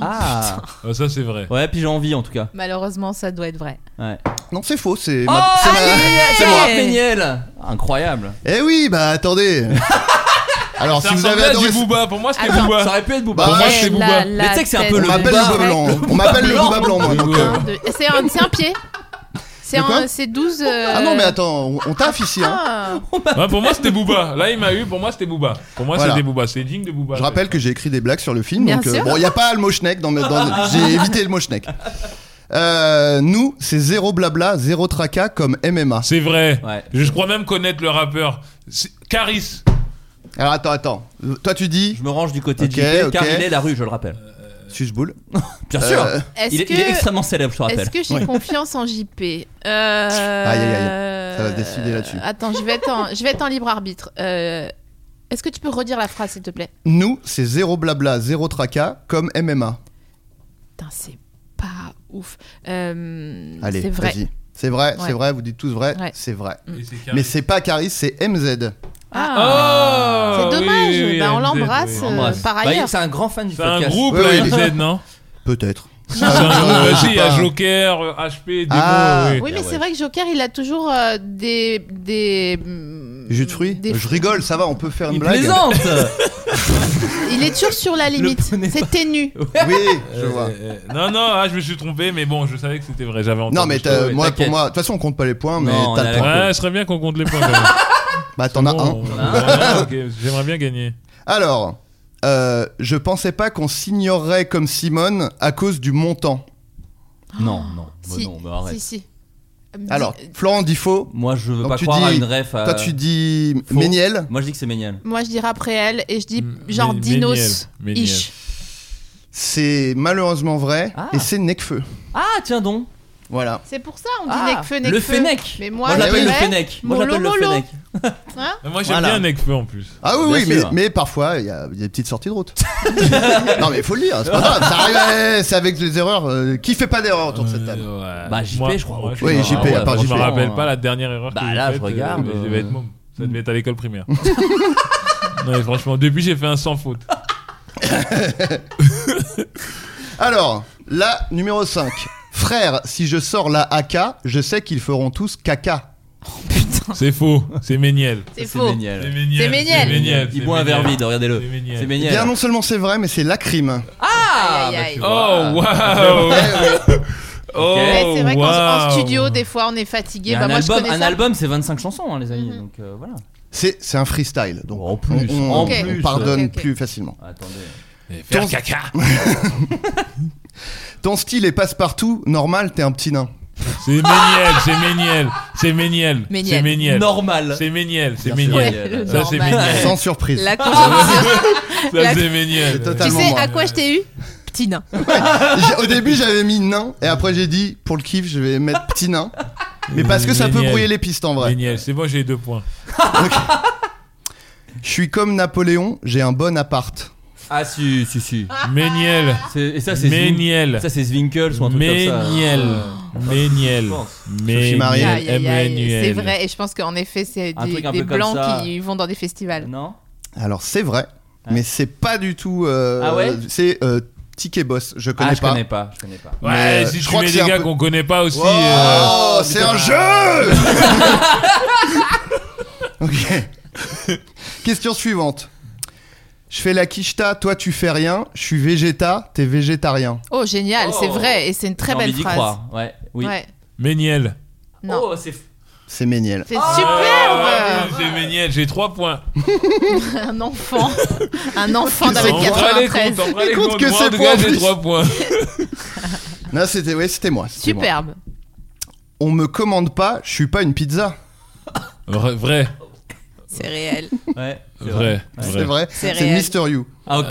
Ah Ah, ça, c'est vrai. Ouais, puis j'ai envie en tout cas. Malheureusement, ça doit être vrai. Ouais. Non, c'est faux, c'est ma- Oh, c'est ma- C'est moi, Hey Péniel Incroyable. Eh oui, bah attendez. Alors Ça si vous avez ressemblait à adoré, du Booba. Pour moi, c'était Attends, Booba. Ça aurait pu être Booba. Bah, Pour moi, c'est Eh, Booba. la- Mais la tu sais que c'est un peu on tête le m'appelle Booba. le Booba blanc. On m'appelle le Blanc. Booba blanc moi. donc, euh, de- C'est un, c'est un pied. C'est De quoi un, c'est 12. euh, Ah non mais attends, on, on taffe ici. Hein. ah. Ouais, pour moi, c'était Booba. Là, il m'a eu. Pour moi, c'était Booba. Pour moi, Voilà. c'était Booba. C'est digne de Booba. Je rappelle que j'ai écrit des blagues sur le film, Bien donc euh, sûr. bon, il n'y a pas le mot schneck dans, <laughs> mes- dans- j'ai évité le mot schneck. Euh, nous, c'est zéro blabla, zéro tracas comme MMA. C'est vrai. Ouais. Je crois même connaître le rappeur. C'est- Caris. Alors attends, attends. Euh, Toi tu dis, Je me range du côté Ok, de JP car ok. il est la rue, je le rappelle. suce boule. Bien sûr Euh, Est-ce il, est, que il est extrêmement célèbre, je te rappelle. est-ce que j'ai Ouais. confiance en JP Euh, Aïe, aïe, aïe. Ça va se décider là-dessus. Attends, je vais être en, je vais être en libre arbitre. Euh, Est-ce que tu peux redire la phrase, s'il te plaît Nous, c'est zéro blabla, zéro tracas, comme MMA. Putain, c'est pas ouf. Euh, Allez, c'est vrai. vas-y. C'est vrai, Ouais. c'est vrai, vous dites tous vrai, Ouais. c'est vrai. Mm. Et c'est carré. Mais c'est pas Caris, c'est MZ. Oh, Ah, c'est dommage. oui, oui, Bah, on MZ, l'embrasse oui. euh, Embrasse. par Bah, il- ailleurs. c'est un grand fan du C'est un podcast. groupe, Oui, la oui. <laughs> MZ, non Peut-être. C'est un groupe, je sais aussi, il y a pas. Joker, euh, HP, Démo, Ah. oui. oui, mais Ah ouais. c'est vrai que Joker, il a toujours euh, des des mm, Jus de fruits des- Je rigole, ça va, on peut faire une Il blague. plaisante Il est toujours sur la limite. poney C'est ténu. <laughs> Oui, je Euh, vois. euh, non, non, ah, je me suis trompé, mais bon, je savais que c'était vrai, j'avais entendu. Non, mais t'as- ouais, moi, pour t'inquiète. moi, de toute façon, on compte pas les points, mais Non, on t'as a le la- point. Ouais, ce serait bien qu'on compte les points. quand même. Bah, <laughs> t'en as un. Bon, euh, ouais, ok, J'aimerais bien gagner. Alors, euh, je pensais pas qu'on s'ignorerait comme Simone à cause du montant. Non, non, bah Si, non, mais arrête. si, si. Alors, Dis- Florent dit faux. Moi, je veux Donc pas tu croire à dis- une ref. à- Toi, tu dis faux. Méniel. Moi, je dis que c'est Méniel. Moi, je dis rap réel et je dis Mm, M- genre Mé- dinos Méniel, Méniel. ish. C'est malheureusement vrai. Ah. Et c'est Necfeu. Ah, tiens donc Voilà. C'est pour ça on dit Ah, Nekfeu, Le Nekfeu. Fennec Mais Moi, moi, je mais l'appelle oui. le vrai, Fennec Moi, je Molo, l'appelle le Molo. Fennec hein Mais Moi, j'aime Voilà. bien Necfeu en plus. Ah oui, oui, Bien mais, sûr. mais parfois, il y, a il y a des petites sorties de route. <laughs> non, mais il faut le dire, c'est pas grave. Ça arrive, à- c'est avec les erreurs. euh, qui fait pas d'erreur autour de cette table Euh, ouais. Bah, JP, Moi- je crois. moi, Oh, je- Oui, putain, JP, ouais, à part Je me JP. rappelle pas la dernière erreur Bah, que j'ai là, je faite, euh, regarde, mais je devais euh. être môme. Ça devait être à l'école primaire. <laughs> non, mais franchement, depuis, j'ai fait un sans faute. Euh. Alors, la numéro 5. Frère, si je sors la AK, je sais qu'ils feront tous caca. Putain, C'est faux, c'est Méniel. c'est C'est faux. C'est Méniel. Méniel. C'est Méniel. Il boit un verre vide, hein. regardez-le. C'est Méniel. C'est Eh bien, Méniel. non seulement c'est vrai, mais c'est la crime. Ah Aïe, aïe, bah, aïe. tu vois. Oh, waouh! Oh, Ouais, c'est vrai qu'en en waouh. studio, des fois, on est fatigué. Il y a Bah, un moi, je album, connais un ça. album, c'est 25 chansons, hein, les amis. Mhm. Donc euh, voilà. C'est c'est un freestyle, donc En plus, on, on- en on plus. pardonne Ok, ok. plus facilement. Ah, Attendez. Et faire Ton- caca! Ton style est passe-partout, normal, t'es un petit nain. C'est Méniel, c'est Méniel, c'est Méniel, Méniel. c'est Méniel. Normal. C'est Méniel, c'est Bien Méniel. sûr. Ouais, le Ça, c'est normal. Méniel. Sans surprise. Ah, La conjoncture. Ça, c'est Méniel. C'est Tu totalement sais moi. à quoi je t'ai eu Petit nain. J'ai- Au début, j'avais mis nain, et après, j'ai dit, pour le kiff, je vais mettre petit nain. Mais parce que ça peut Méniel. brouiller les pistes en vrai. Méniel, c'est moi, j'ai deux points. Je suis comme Napoléon, j'ai un bon appart. Ah si, si, si. Méniel, C'est- Et ça, c'est Zwin- Méniel, ça, c'est Zwinkels ou un truc comme ça. Méniel, Méniel, Je pense. Sophie Marie. Méniel, Aïe, aïe, aïe. Emmanuel. C'est vrai. Et je pense qu'en effet, c'est Un des, truc un des peu comme blancs ça. qui vont dans des festivals. Ah, Non Alors, c'est vrai, mais c'est pas du tout. euh, Ah ouais C'est euh, Ticket Boss, je connais Ah, je pas. connais pas. Je connais pas. Ouais, Mais, si je euh, tu crois mets que des c'est un gars peu- qu'on connaît pas aussi. Wow, euh, c'est un jeu <laughs> Ok. Question suivante. Je fais la quicheta, toi tu fais rien. Je suis végéta, t'es végétarien. Oh, génial. Oh. C'est vrai. Et c'est une très J'ai belle envie d'y phrase. croire. Ouais. Oui. Ouais. Méniel. Non. Oh, c'est C'est Méniel. C'est Ah, superbe C'est Méniel, j'ai trois points. <laughs> Un enfant. <laughs> Un enfant d'un On mètre fera les 93. comptes, on fera les Compte comptes. que Moi, c'est en tout pour cas, en j'ai plus. trois points. Non, c'était ouais, c'était moi. c'était moi. Superbe. On me commande pas, je suis pas une pizza. Vrai, vrai, C'est réel. Ouais. c'est vrai. C'est vrai. C'est C'est réel. Mister You. Ah, ok.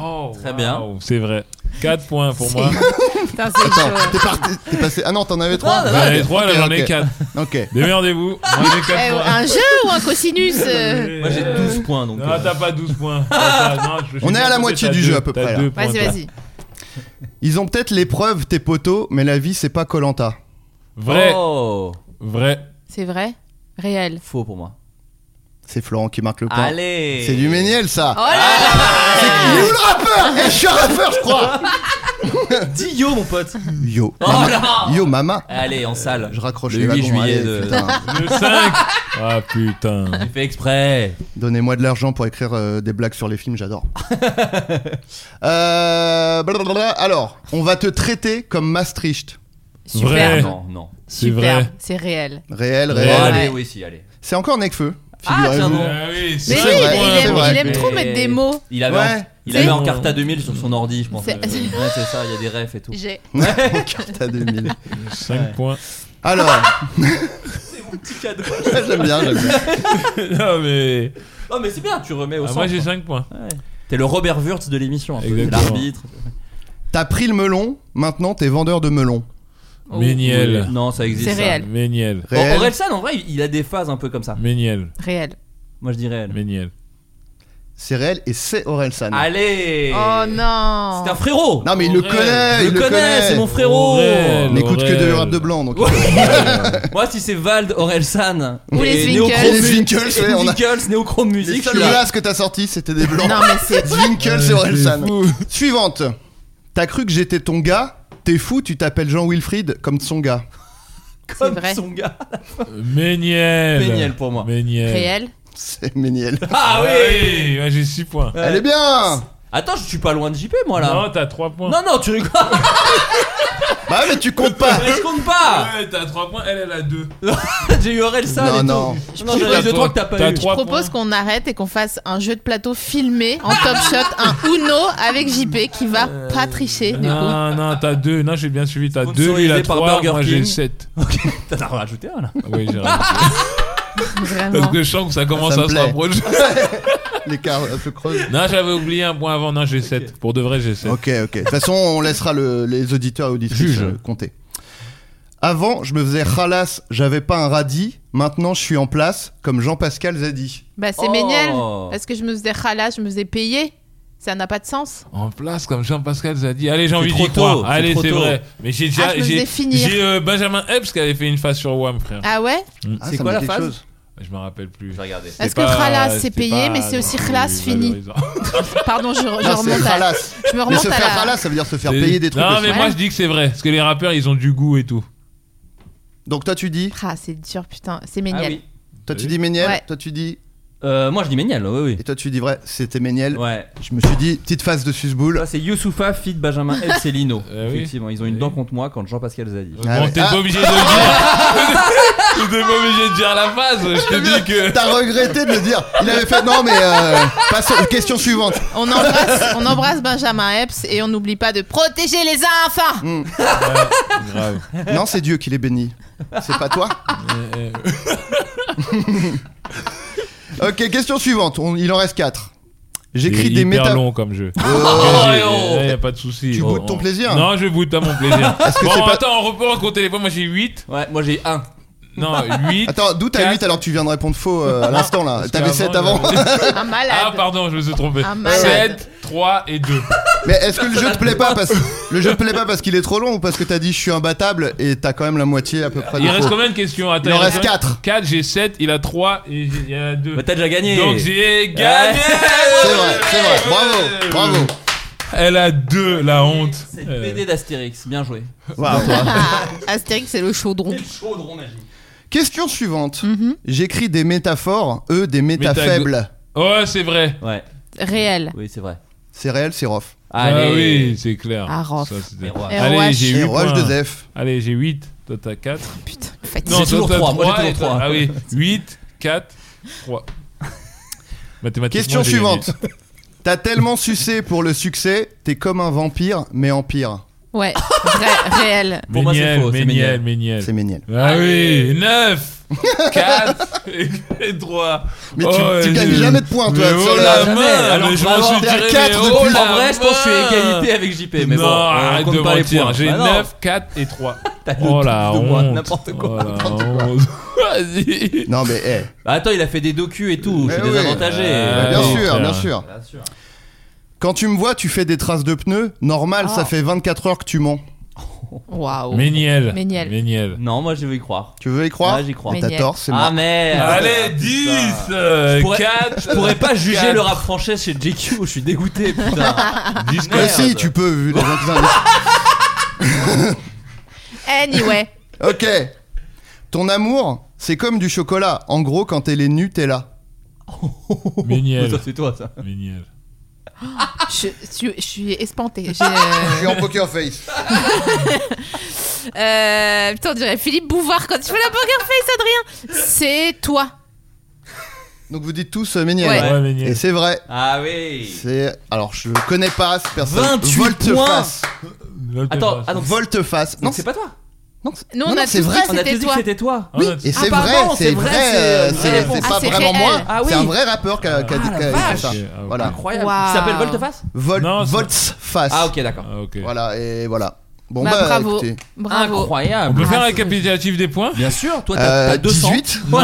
Oh, Très bien. waouh, C'est vrai. 4 points pour moi. <laughs> Putain, c'est Attends, chaud. t'es parti, t'es passé. Ah non, t'en avais trois. non, J'en ai 3, là Ok, j'en ok. ai 4. Ok. Démerdez-vous. Moi j'ai 4 Eh, points. un jeu ou un cosinus euh Moi, j'ai 12 points donc. Non, euh, t'as pas 12 points. T'as- non, je- je On suis est à la sûr que moitié t'as du deux- jeu, à peu t'as près, là. deux points, Vas-y, toi. vas-y. Ils ont peut-être l'épreuve, tes poteaux, mais la vie c'est pas Colanta. Vrai, Oh. vrai. C'est vrai Réel. Faux pour moi. C'est Florent qui marque le point. Allez. C'est du Méniel ça. Oh là là Ah. Il est où le rappeur Eh, Je suis un rappeur, je crois. Dis yo, mon <laughs> pote. Yo. Oh Mama. là Yo, mama. Allez, en salle. Je raccroche Le les 8 wagons, juillet allez, de- putain. Le 5. Ah putain. J'ai fait exprès. Donnez-moi de l'argent pour écrire euh, des blagues sur les films, <laughs> j'adore. Euh, blablabla. alors, on va te traiter comme Maastricht. Vrai. Superbe. Non, non. C'est vrai. Superbe. C'est réel. Réel, Oh, réel. Réel. allez, oui, si, allez. C'est encore Necfeu. Ah, tiens, figurez-vous. bon. Ah oui, Mais c'est oui, vrai, mais il c'est aime, vrai. il aime trop Mais- mettre des mots. Il avait, Ouais. il avait C'est- en carte à 2000 sur son ordi, je pense. C'est- Euh, ouais, c'est ça, il y a des refs et tout. J'ai. En carte à 2000. 5 points. Alors, <laughs> Petit <laughs> cadeau. j'aime bien, j'aime bien. Non mais. Oh, mais c'est bien, tu remets au Ah, centre. moi j'ai 5 points. Ouais. T'es le Robert Wurtz de l'émission, un peu. Exactement. l'arbitre. T'as pris le melon, maintenant t'es vendeur de melon. Oh. Méniel. Non, ça existe. C'est ça. réel. Méniel. Or- Réel. Orelsan, en vrai, il a des phases un peu comme ça. Méniel. Réel. Moi, je dis réel. Méniel. c'est réel et c'est Orelsan. Allez Oh non C'est un frérot Non mais il le Aurel. connaît, Je il le connais, c'est mon frérot Aurel. On n'écoute que Aurel. de rap de blanc donc. <laughs> Ouais. Moi, si c'est Vald, Orelsan Ou les et Zwinkels. Néochrome Les Zwinkels, Music- ouais, on a- Zwinkels, Néochrome Les Music, je seuls suis là. glaces que t'as sorti c'était des blancs. Non, mais <laughs> c'est- Zwinkels et Orelsan. Suivante. T'as cru que j'étais ton gars T'es fou, tu t'appelles Jean Wilfried comme son gars. <laughs> Comme vrai. son gars. Méniel. Méniel pour moi. Méniel. Réel C'est Méniel. Ah oui ouais, J'ai 6 points. Elle est bien Attends, je suis pas loin de JP, moi, là. Non, t'as 3 points. non, non, tu rigoles Bah mais tu comptes pas Mais <laughs> je compte pas Ouais, t'as 3 points, elle, elle a 2. J'ai eu Orelsan et Non, tout. non. Non, j'en ai eu deux, trois que t'as pas eu. Je propose qu'on arrête et qu'on fasse un jeu de plateau filmé en top shot, un Uno avec JP qui va pas tricher du coup. Non, non, t'as 2. Non, j'ai bien suivi. T'as 2, il Sponsorisé a par 3. Burger Moi, King. Ah, j'ai <laughs> 7. Ok, t'en as rajouté un, là. Oui, j'ai raison. Parce Vraiment. que je sens que ça commence Ça me à se plaît. <laughs> rapprocher. L'écart un peu creuse. Non, j'avais oublié un point avant. Non, j'ai 7. Pour de vrai, j'ai 7. Ok, ok. De toute façon, on laissera le- les auditeurs et auditrices Juge. euh, compter. Avant, je me faisais ralasse, j'avais pas un radis. Maintenant, je suis en place, comme Jean-Pascal Zadi. Bah c'est Oh. Méniel Parce que je me faisais rala, je me faisais payer. Ça n'a pas de sens. En place, comme Jean-Pascal Zadi. Allez, j'ai envie trop d'y croire. tôt, c'est Allez, trop c'est tôt. vrai. Mais j'ai déjà. Ah, je me j'ai faisais finir. j'ai, euh, Benjamin Epps qui avait fait une phase sur WAM, frère. Ah ouais Ah, C'est ça me quoi la dit quelque phase chose. Oh, Je me rappelle plus. regardé. C'était Est-ce que pas- ralasse, c'est c'était payé, pas mais c'est aussi non plus ralasse, fini. valorisant. Pardon, je, je Ah, c'est remonte à... ralasse. Je me Mais remonte se à faire la... ralasse, ça veut dire se faire payer des trucs. Non, aussi. mais moi je dis que c'est vrai. Parce que les rappeurs, ils ont du goût et tout. Donc toi, tu dis, Ah, c'est dur, putain. C'est Ah Méniel. oui. toi, tu dis Méniel, Ouais. toi, tu dis, Euh, moi, je dis Méniel, oui, et toi, tu dis vrai, c'était oui. Méniel. Ouais. Je me suis dit, petite phase de susboule. Là, c'est Youssoufa, Fit, Benjamin <laughs> El Cellino. Eh oui. Effectivement, ils ont une dent contre moi quand Jean-Pascal Zadi. Ah bon, ouais. t'es Ah. pas obligé de <laughs> le dire. <laughs> t'es pas obligé de dire la phase. Je te dis que. T'as regretté de le dire. Il avait fait non, mais euh, passons. Question suivante. On embrasse, on embrasse Benjamin Epps et on n'oublie pas de protéger les enfants. Grave. Non, c'est Dieu qui les bénit. C'est pas toi. Ok, question suivante. On- il en reste 4 J'écris des métals méta. long comme jeu. oh. Il y a pas de souci. Tu Oh, boudes ton oh. plaisir. Non, je boude pas mon <laughs> plaisir. que bon, c'est pas- attends, on reprend, on compte les points. Moi j'ai 8. Ouais, moi j'ai un. Non, <laughs> 8. Attends, d'où t'as Quatre. 8 alors que tu viens de répondre faux euh, à l'instant là T'avais 7 avant. <laughs> Un Ah, malade. pardon, je me suis trompé. Un Ah, malade. 7, 3 et 2. Mais est-ce que le jeu te plaît pas parce le jeu te plaît pas parce qu'il est trop long ou parce que t'as dit je suis imbattable et t'as quand même la moitié à peu près. Il de reste faux. combien de questions Attends, Il en reste combien 4 4, j'ai 7, il a 3 et j'ai- il y en a 2. Bah, t'as déjà gagné. Donc j'ai gagné C'est vrai, c'est vrai. Bravo, bravo. Elle a 2, la honte. C'est Euh, le BD d'Astérix, bien joué. Bravo, toi. Ah, Astérix, c'est le chaudron. chaudron magique. Question suivante. Mhm. J'écris des métaphores, eux des métafaibles. Oh, c'est vrai. Ouais, Réel. oui, c'est vrai. C'est réel, c'est rof. Ah Allez. oui, c'est clair. Ah, Rof. Ça, c'était- Et Rof. Allez, j'ai Et 8 Eh, roche de points. Zef. Allez, j'ai 8. Toi, t'as 4. Putain, fatigué. Non. toujours toi, t'as trois. Moi, trois j'ai et toujours toi- trois. Ah oui, 8, 4, 3. Mathématiquement, Question j'ai gagné. suivante. T'as tellement sucé pour le succès, t'es comme un vampire, mais en pire. Ouais, vrai- <laughs> réel. Pour moi, c'est Méniel, faux, c'est Méniel, Méniel. C'est Méniel. Ah oui, <laughs> 9, 4 et 3. Mais tu- tu gagnes jamais de points, toi, Oh, Mais sur oh la- la Jamais. main, Alors, mais je bravo, m'en suis t'es à tiré. quatre mais depuis. oh En la En vrai, je pense que je suis à main. égalité avec JP, mais non, bon, on arrête compte de pas les mentir. points. J'ai Bah non. 9, 4 et 3. T'as le Oh double la de moi, honte. n'importe quoi. Oh la honte. <laughs> Vas-y. Non mais eh. Bah, attends, il a fait des docus et tout, je suis Eh oui. désavantagé. Euh, Bah, bien oui, sûr, frère. bien sûr. Quand tu me vois, tu fais des traces de pneus. Normal, Ah. ça fait 24 heures que tu mens. Waouh. Méniel. Méniel. Méniel. Non, moi je vais y croire. Tu veux y croire Ah, j'y crois. Mais T'as Méniel. tort, c'est Ah moi. merde. Allez, 10, Je pourrais- 4. Je pourrais pas juger le rap français chez JQ, je suis dégoûté, putain. <laughs> Mais Bah, si, tu peux, vu les gens qui sont- <laughs> Anyway. Ok. Ton amour, c'est comme du chocolat. En gros, quand elle est nue, t'es là. Méniel. Ça, c'est toi, ça. Méniel. Je, je- je suis espantée. J'ai, euh, en poker face. euh, putain, on dirait Philippe Bouvard quand tu fais la burger face, Adrien. C'est toi. Donc vous dites tous euh, Méniel. Ouais. Ouais, Méniel. Et c'est vrai. Ah oui. C'est alors je connais pas cette personne. 28 Volte-face. Attends, ah, donc, Volte-face. Non, donc c'est pas toi. Nous, Non, on non, a c'est tous vrai. dit On a tous c'était dit que toi. c'était toi. Oui, Ah, et c'est pardon, vrai, c'est c'est vrai, vrai, c'est, euh, euh, c'est réponse. c'est Ah, pas c'est vraiment réel. moi, Ah oui. c'est un vrai rappeur qui a, qui a- Ah, qui la a fait vache. ça. Ok, ah, ok. Voilà, Incroyable. Waouh. Il s'appelle Volteface Vol, Non, c'est- Voltsface. Ah ok, d'accord. Ah, ok. Voilà et voilà. Bon Bah, bah, bravo. écoutez, Bravo. On Incroyable. peut faire un récapitulatif des points Bien sûr, toi euh, t'as t'as 200. 18. Non,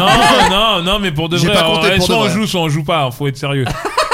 non, non, mais pour de J'ai vrai, pas compté alors, pour soit de on vrai. <laughs> joue, soit on joue pas, faut être sérieux.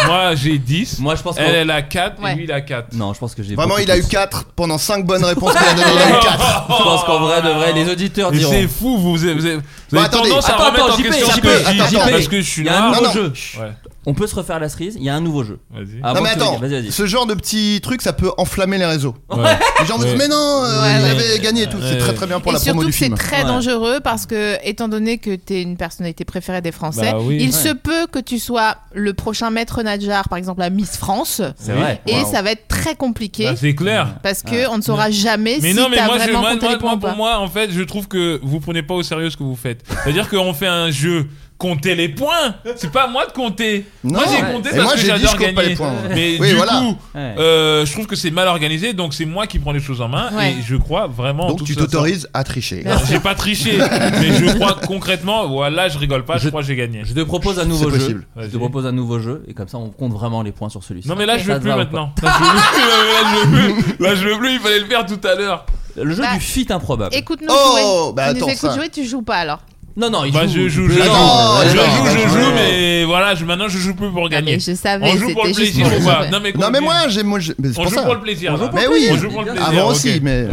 Moi, j'ai 10. Moi, je pense que. Elle, elle a 4 Ouais. et lui, il a 4. Non, je pense que j'ai. Vraiment, beaucoup il a eu plus. 4 pendant 5 bonnes réponses. qu'il a donné, il a eu 4. Je pense qu'en vrai, de vrai, les auditeurs Oh. Mais diront. c'est fou, vous, vous avez, vous avez- vous Bah, avez attendez. tendance à Attends, remettre attends, en JP, question ce JP, que je dis, attends, attends. parce que Ah, je suis Il y a un noir. nouveau non. jeu. Ouais, On peut se refaire la cerise. Il y a un nouveau jeu. vas-y. Ah, Non, bon, mais tu veux attends, dire, Vas-y, vas-y. ce genre de petit truc, ça peut enflammer les réseaux. Ouais. Les gens vous disent, Ouais. mais non, euh, Ouais, vous ouais. avez gagné et tout. C'est Ouais. très très bien pour et la promo surtout du que c'est film. très Ouais. dangereux parce que, étant donné que tu es une personnalité préférée des Français, Bah oui. il Ouais. se peut que tu sois le prochain maître Nadjar, par exemple, à Miss France. C'est Oui. vrai. Et Wow. ça va être très compliqué Bah, c'est clair. parce que on ne saura jamais Mais si non, mais t'as moi, je- vraiment moi, compté moi, les points moi, ou pour pas. moi, en fait, je trouve que vous prenez pas au sérieux ce que vous faites. C'est-à-dire qu'on fait un jeu, compter les points. C'est pas à moi de compter. moi, Non. j'ai compté Et parce moi, que j'ai dit, j'adore je compte gagner. pas les points. Mais Oui, du voilà. coup, Ouais. euh, je trouve que c'est mal organisé, donc c'est moi qui prends les choses en main. Ouais. Et je crois vraiment. en Donc toute tu sincérité. t'autorises à tricher. Non, J'ai pas triché, mais je crois concrètement, voilà, je rigole pas, je, Je- crois que j'ai gagné. Je te propose un nouveau C'est jeu. possible. Je te Vas-y. propose un nouveau jeu et comme ça on compte vraiment les points sur celui-ci. Non mais là Ça je veux te plus va ou pas maintenant. Là je veux plus, là, je veux plus. Là, je veux plus, il fallait le faire tout à l'heure. Le jeu Bah, du fit improbable. Écoute-nous Oh, jouer. bah tu attends, nous écoutes ça. jouer, tu joues pas alors. Non non, il Bah, joue. je joue, il je peut- joue. Ah, Je non, joue, je non, joue, non. mais voilà, je, maintenant je joue plus pour Ah, gagner. mais je savais, On joue pour le c'était juste plaisir ou pour pas jouer. Non mais Non, combien mais moi, j'ai- moi, j'ai- mais c'est on pour joue ça. pour le plaisir. On joue là. pour Mais le oui, plaisir. On joue pour le plaisir. Avant ok. aussi, mais.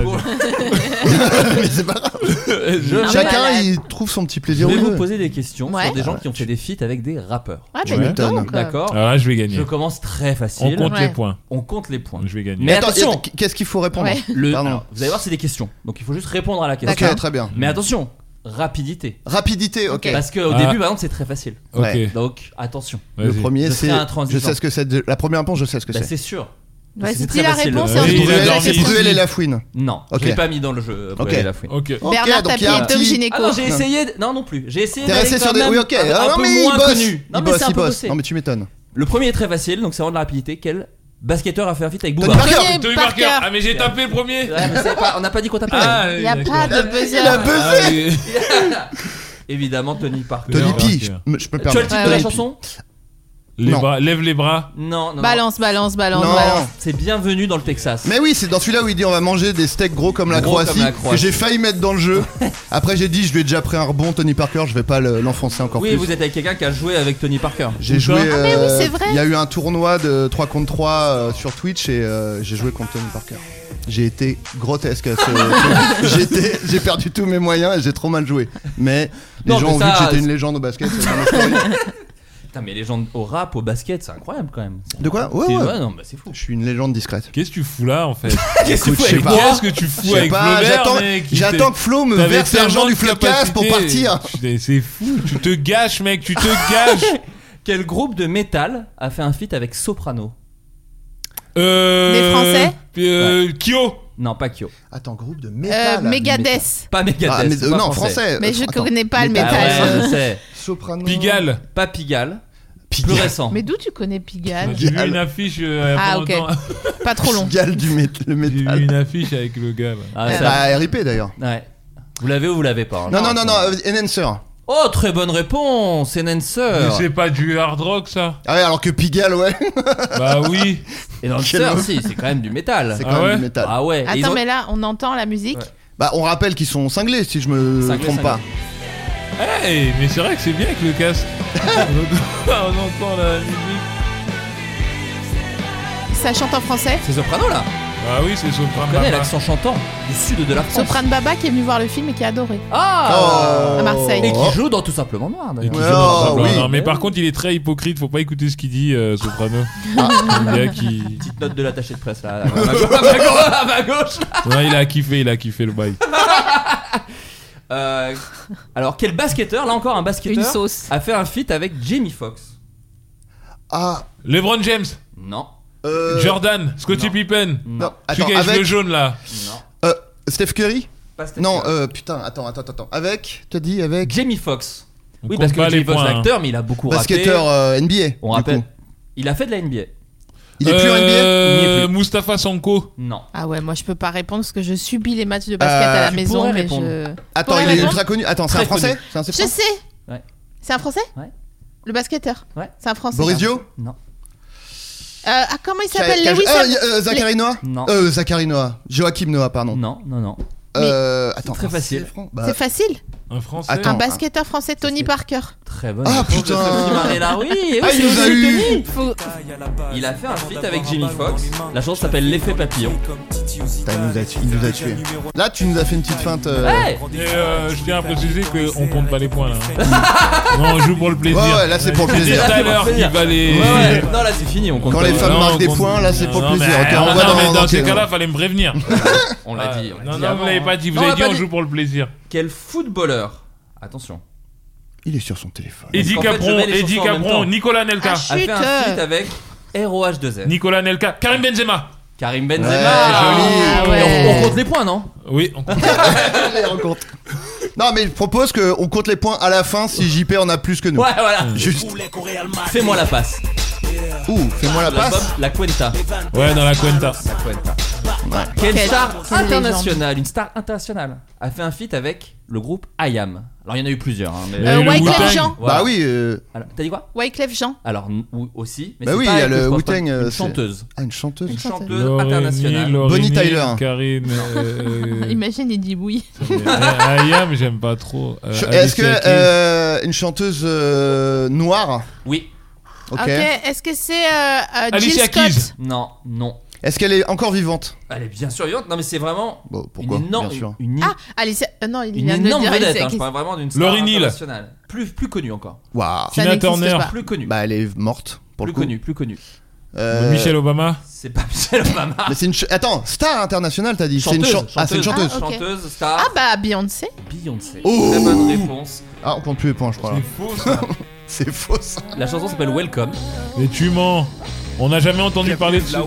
<laughs> Mais c'est pas grave. Je Ah, Chacun, malade. il trouve son petit je plaisir. vais au vous jeu. poser des questions Ouais. sur des gens qui ont fait des feats avec des rappeurs. Ouais, Tu mais m'étonnes. donc, euh, D'accord Alors là je vais Je gagner. commence très Ah, On facile. compte Ouais. les points. On compte les points. Je vais gagner. Mais Attends, attention. attends, qu'est-ce qu'il faut répondre Ouais. Le- Pardon. alors, vous allez voir, c'est des questions. Donc il faut juste répondre à la question. Ok, très bien. Mais attention, rapidité. Rapidité, ok. Parce qu'au Ah. début, par exemple, c'est très facile. Ok. Ouais. Donc attention. Le vas-y. premier, Je c'est. serai un transition. Je sais ce que c'est. de- La première réponse, je sais ce que Bah, c'est. c'est sûr. Vas-y, C'est dis très la facile. Euh, réponse et C'est Il a Bruel- dormi C'est ici. Bruel et la fouine. Non, Ok. je l'ai pas mis dans le jeu. euh, Ok. Bruel et la fouine. Ok. Bernard donc il Tapie y a un et Tom petit- Gynéco. Ah non, j'ai essayé. de- Non, non plus. J'ai essayé. T'es d'aller resté sur quand des. même Oui, ok. Un, Ah, un non, peu mais il moins bosse. connu. Non, Il mais bosse, c'est un il peu bosse. bossé. Non, mais tu m'étonnes. Le premier est très facile, donc c'est vraiment de la rapidité. Quel basketteur a fait un feat avec Booba Tony Parker. Tony Tony Parker. Parker. Ah mais j'ai tapé le premier. <laughs> Ouais, mais c'est pas- On n'a pas dit qu'on t'appelait. Ah, Il n'y a oui, pas de buzzer. d'accord. Ah, oui. Évidemment, Tony Parker. Tony ok. P, je- je peux me Tu as le permettre. titre de la Tony P. chanson Les Non. bras, lève les bras. Non, non, non. Balance, balance, balance, Non. balance. C'est bienvenu dans le Texas. Mais oui, c'est dans celui-là où il dit on va manger des steaks gros comme la Gros Croatie, comme la Croatie. que j'ai failli mettre dans le jeu. Après j'ai dit je lui ai déjà pris un rebond Tony Parker, je vais pas le- l'enfoncer encore Oui, plus. vous êtes avec quelqu'un qui a joué avec Tony Parker. J'ai joué Ah, mais oui, euh, c'est vrai. Il y a eu un tournoi de 3 contre 3 euh, sur Twitch et euh, j'ai joué contre Tony Parker. J'ai été grotesque <laughs> à ce J'étais- j'ai perdu tous mes moyens et j'ai trop mal joué. Mais les Non, gens mais ont ça, vu que j'étais c'est- une légende au <laughs> basket. c'est vraiment story. Putain, mais les gens au rap, au basket, c'est incroyable quand même. de quoi Ouais C'est- ouais. non, bah c'est fou. Je suis une légende discrète. Qu'est-ce que tu fous là <laughs> en fait Qu'est-ce Écoute, je sais pas. Qu'est-ce que tu Je fous sais avec pas, Flaubert, j'attends- mec, il j'attends fait- que Flo me T'avais verse l'argent tellement du de flocage pour capacité. partir. Putain, C'est fou, tu te gâches mec, tu te <laughs> gâches. Quel groupe de métal a fait un feat avec Soprano Euh, Des Français euh, Kyo. Non, pas Kyo. Attends, groupe de Euh, métal. Megadeth. Pas Megadeth. Ah, mais, c'est euh, pas non, français. Mais Attends, je attends. connais pas le Ah métal. ouais, <laughs> je sais. Mmh. Soprano. Pigalle. Pas Pigalle. Pigalle. Plus récent. Mais d'où tu connais Pigalle J'ai vu une affiche. euh, Ah, pendant ok. longtemps. Pas trop long. Pigalle du mét- le J'ai métal. vu une affiche avec le gars. là. Ah, ça- Bah, RIP d'ailleurs. ouais. Vous l'avez ou vous l'avez pas hein. Non, non, non, non, euh, Enhancer. Oh, très bonne réponse, Enhancer. Mais c'est pas du hard rock ça Ah ouais, alors que Pigalle, ouais, <laughs> Bah oui. Enhancer, Quel- si, c'est quand même du métal. c'est quand Ah même ouais du métal. Ah ouais. et ils Attends, ont- mais là, on entend la musique. Bah, on rappelle qu'ils sont cinglés si je me Cinglés, trompe pas. Hey, mais c'est vrai que c'est bien avec le casque. <laughs> on entend la musique. Ça chante en français. C'est Soprano là. Bah oui, c'est On Soprano. connaît l'accent chantant du sud de la France. Soprane Baba qui est venu voir le film et qui a adoré. Ah À Marseille. Et qui Oh. joue dans Tout simplement noir Et d'ailleurs. qui Ouais, joue dans oh, Soprano. oui. bah, Non, mais par contre, il est très hypocrite. Faut pas écouter ce qu'il dit, euh, Soprano. Ah. Le gars qui. Petite note de l'attaché de presse là. À <laughs> ma gauche. à ma gauche, <laughs> à ma gauche. Ouais, il a kiffé, il a kiffé le bail. Euh, alors quel basketteur là encore un Une basketteur sauce. a fait un feat avec Jamie Foxx. Ah, LeBron James, Non. euh. Jordan, Scottie non. Pippen. Non, Celui attends, qui a les cheveux avec. jaunes là. Non. euh, Steph Curry Pas Steph Non, Curry. euh, putain, attends, attends, attends. Avec, t'as dit, avec. Jamie Foxx. On Oui compte parce que pas les Jamie Foxx points, hein. l'acteur mais il a beaucoup Basketteur raté. euh, NBA. On du rappelle. coup. Il a fait de la NBA. Il est plus en NBA Il n'y est Euh, plus. Mustapha Sanko. Non. Ah ouais, moi je peux pas répondre parce que je subis les matchs de basket Euh, à la tu maison. pourrais Mais répondre. je... Attends, Pourrais il est répondre ultra connu. Attends, c'est un Très français connu. C'est un Je français sais. Ouais. C'est un français Ouais. Le basketteur. Ouais. C'est un français. Boris Dio Non. Euh, ah, comment il s'appelle Ca- Lewis Ah, Ham- y a, euh, Zachary Noah Non. Euh, Zachary Noah. Joachim Noah, pardon. Non non non. Euh, attends. très facile. franc- bah, C'est facile. Un français Attends. hein. Un basketteur français, Tony Parker. Très bonne. Ah, réponse de putain. Sophie Marella. Oui, oui, Ah, il c'est nous a Olivier eu. Tony. Faut- Il a fait un feat avec Jimmy Fox. La chanson s'appelle L'effet papillon. Putain, il nous a tu- il nous a tués. Là, tu nous as fait une petite feinte. euh, Ouais. Et, euh, je tiens à préciser qu'on compte pas les points <laughs> là. non, on joue pour le plaisir. Ouais, ouais, là, c'est pour le C'était plaisir. tout à l'heure Là, Eh, c'est pour qu'il le plaisir. fallait. Ouais, ouais. Non, là c'est fini, on compte Quand pas. les femmes Bah Non, marquent des on- points, là, c'est pour Non, le plaisir. mais- Ok, on non, va non, dans- mais dans dans quel- ces cas-là, fallait me prévenir. Ah, On l'a dit. on Euh, Non, l'a dit non, avant, vous l'avez hein. pas dit. Vous Non, on avez l'a dit pas on joue pour le plaisir. Quel footballeur Attention. Il est sur son téléphone. Eddie qu'en fait, je Capron, mets les Eddie chansons en même Capron, temps. Nicolas Nelka. Ah, A fait un Chut. feat avec ROH2F. Nicolas Nelka, Karim Benzema. Karim Benzema. Ah, Ouais, joli. On- Ah, On Ouais. compte les points, non Oui, on compte. Non, mais je propose qu'on compte les points à la fin si JP en a plus que nous. Ouais, <laughs> voilà. Juste. Fais-moi la passe. Ouh, fais-moi la La, passe. la Cuenta. Ouais, dans la Cuenta. La Cuenta. Ouais. Quelle Quelle- star quelle internationale, une star internationale, a fait un feat avec le groupe IAM. Alors il y en a eu plusieurs. hein, mais- Euh, Euh, le Wu-Tang. Wyclef Jean. Voilà. Bah oui, euh, Alors, T'as dit quoi Wyclef Jean. Alors n- ou- aussi. Mais Bah c'est oui, pas il y a elle que le je pense Wu-Tang, pas. euh, Une c'est- chanteuse. ah, une chanteuse. Une chanteuse Lorraine, internationale. Bonnie Lorraine, Tyler. Karine. <laughs> euh, Imagine, il dit oui. euh, Ayam, j'aime pas trop. Euh, Je- Est-ce Alicia que Keys. euh, une chanteuse euh, noire Oui. Ok. Ok, est-ce que c'est euh, euh, Jill Alicia Scott Keys. Non, non. Est-ce qu'elle est encore vivante Elle est bien sûr vivante. Non mais c'est vraiment Bon, une pourquoi énorme, Bien sûr. une, Ah, Alicia. euh, non, il une vient de le énorme dire vedette. Alicia hein, je Keys. parle vraiment d'une star Lauryn Hill. internationale. Plus plus connue encore. Waouh. Ça Tina n'existe Turner. pas. Plus connue. Bah, elle est morte pour plus le coup. connue. Plus connue. Euh, Michelle Obama. C'est pas Michelle Obama. Mais c'est une ch- attends star internationale t'as dit. C'est une chan- Ah, c'est une chanteuse. Ah, ok. Chanteuse, star. Ah bah Beyoncé. Beyoncé. Oh. Très bonne réponse. Ah, on compte plus les points, je crois. là. faux ça. C'est faux. ça. La chanson s'appelle Welcome. Mais tu mens. On n'a jamais entendu parler de ce truc.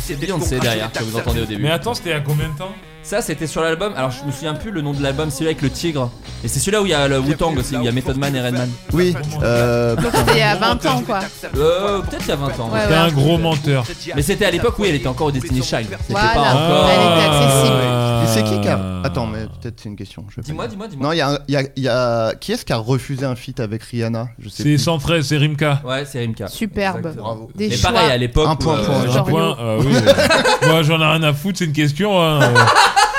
C'est Beyoncé derrière que vous entendez au début. Mais attends, c'était à combien de temps Ça, c'était sur l'album. Alors, je me souviens plus le nom de l'album, celui avec le tigre. Et c'est celui-là où il y a le Wu-Tang aussi, où il y a Method Man et Redman. Oui. Euh, Donc c'était il y a 20 ans quoi. Euh, peut-être il y a 20 ans. Ouais, T'es ouais. un gros menteur. Mais c'était à l'époque où elle était encore au Destiny Child. C'était Voilà. pas Ah. encore. Elle était accessible. mais Euh, c'est qui qui a Attends, mais peut-être c'est une question. je vais pas Dis-moi, dire. dis-moi, dis-moi. Non, il y a, un- il y a- il y a- qui est-ce qui a refusé un feat avec Rihanna Je sais C'est plus. 113, c'est Rimka. Ouais, c'est Rimka. Superbe. Exactement. Bravo. Des Mais choix. pareil, à l'époque. Un où, point euh, pour, Un Genre point. Ah oui. <laughs> Moi, j'en ai rien à foutre, c'est une question. hein.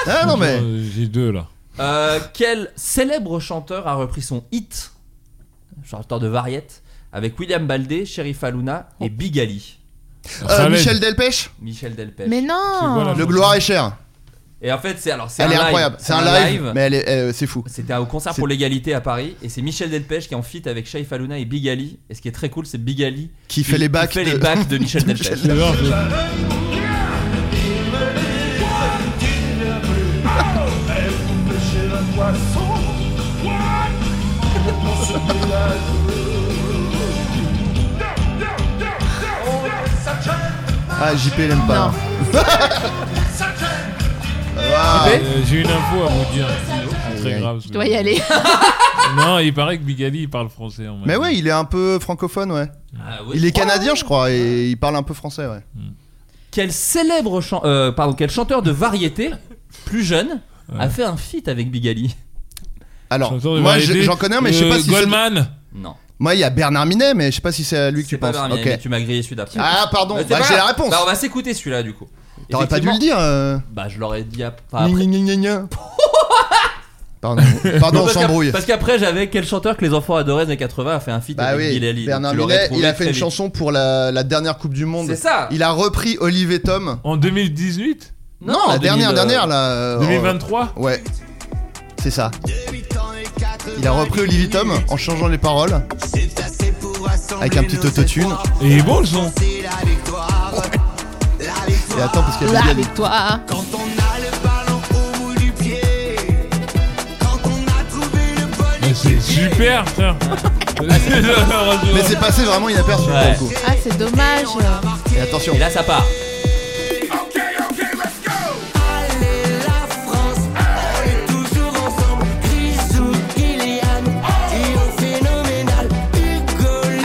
Ah <laughs> non mais Euh, J'ai deux là. euh, quel célèbre chanteur a repris son hit, chanteur de variette, avec William Baldé, Sheriff Aluna Oh. et Big Ali Euh, Khaled. Michel Delpech, Michel Delpech. Mais C'est quoi, là non. le gloire est cher. Et en fait, c'est alors c'est un Elle est live. incroyable. C'est un live, mais elle est, elle- c'est fou. C'était au concert C'est- pour l'égalité à Paris et c'est Michel Delpech qui est en feat avec Shai Faluna et Big Ali. Et ce qui est très cool, c'est Big Ali Qui fait les bacs fait de- les <laughs> bacs de Michel de Michel Delpech. C'est genre, Ah. je- Ah, JP l'aime pas. Non. euh, J'ai une info à vous dire. C'est Aïe, très aïe. grave. ce Je dois mec. y aller. Non, il paraît que Bigali il parle français. en Mais même temps. ouais, il est un peu francophone, ouais. Ah, ouais. Il est canadien, je crois, et il parle un peu français, ouais. Quel célèbre chan- euh, pardon, quel chanteur de variété plus jeune a fait un feat avec Big Ali Alors, Chanteur de moi variété. je- j'en connais un, mais je sais Euh, pas si c'est. Goldman. Non. Moi, il y a Bernard Minet, mais je sais pas si c'est à lui que C'est tu pas penses. grave, Ok. mais tu m'as grillé celui d'après. Ah, pardon, Mais c'est bah, pas j'ai la grave. réponse. Bah, on va s'écouter celui-là du coup. T'aurais pas dû Effectivement, le dire. euh. Bah, je l'aurais dit à- pas Gna, après. gna, gna, <laughs> gna. Pardon, pardon, on Parce qu'ap- s'embrouille. Parce qu'après, j'avais quel chanteur que les enfants adoraient des années 80 a fait un feat Bah avec oui, Big Ali. Bernard donc tu l'aurais Minet, trouvé il a très fait une vite. chanson pour la, la dernière Coupe du Monde. C'est ça. Il a repris Olive et Tom. En 2018 Non, la en dernière, 2000, euh, dernière là. euh, 2023 euh, Oh, ouais. C'est ça. Il a repris Olive et Tom en changeant les paroles. Avec un petit autotune. Et il est bon le son. Et attends, parce qu'il y a La Big Ali. victoire. Mais C'est super, <laughs> frère. <laughs> Mais c'est passé vraiment inaperçu Ouais. pour le coup. Ah, c'est dommage. Et attention. euh, Et là, ça part. <laughs>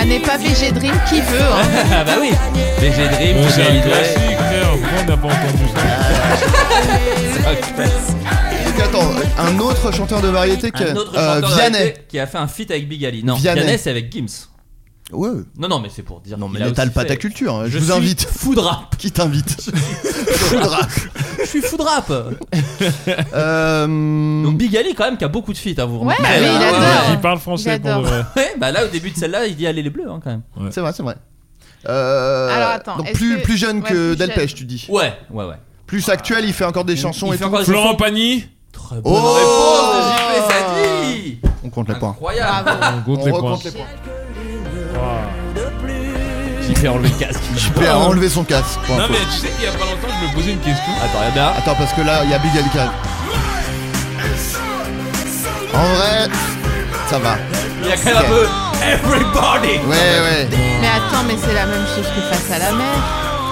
Ah, n'est pas VG Dream qui veut. hein. Ah bah oui BG Dream, Bon, C'est BG un Hidalgo. classique, frère. Pourquoi on n'a pas entendu Ah, ça Donc, attends, un autre chanteur de variété que. Un autre euh, chanteur de Vianney. variété qui a fait un feat avec Big Ali. Non, Vianney. Vianney, c'est avec Gims. Ouais. Non, non, mais c'est pour dire. Non, mais qu'il a n'étale aussi pas fait. ta culture. hein. Je, Je vous suis invite. Food rap. Qui t'invite Food rap. Je suis <laughs> food rap. Euh, Donc Big Ali, quand même, qui a beaucoup de feats à vous Ouais, remarquer. mais il ouais, adore. Il parle français pour J'adore. de vrai. <laughs> Ouais, bah là, au début de celle-là, il dit Allez les bleus, hein, quand même. C'est vrai, c'est vrai. Euh, Alors, attends, donc est-ce plus, que- plus jeune ouais, que plus Delpech, jeune. tu dis. Ouais, ouais, ouais. Plus actuel, il fait encore des chansons il et fait tout. encore des Florent chansons. Pagny Très bonne Oh réponse de JP Sadi. On compte les Ah, points. Incroyable. Ah. On compte On les points. recompte les points. JP enlevé le casque. JP a enlevé son casque. pour Non, info. mais tu sais qu'il y a pas longtemps, je me posais une question. Attends, il y en a. Attends, parce que là, il y a Big Ali qui arrive. En vrai, ça va. Il y a quand même un peu Everybody. Ouais, ouais. Mais attends, mais c'est la même chose que face à la mer.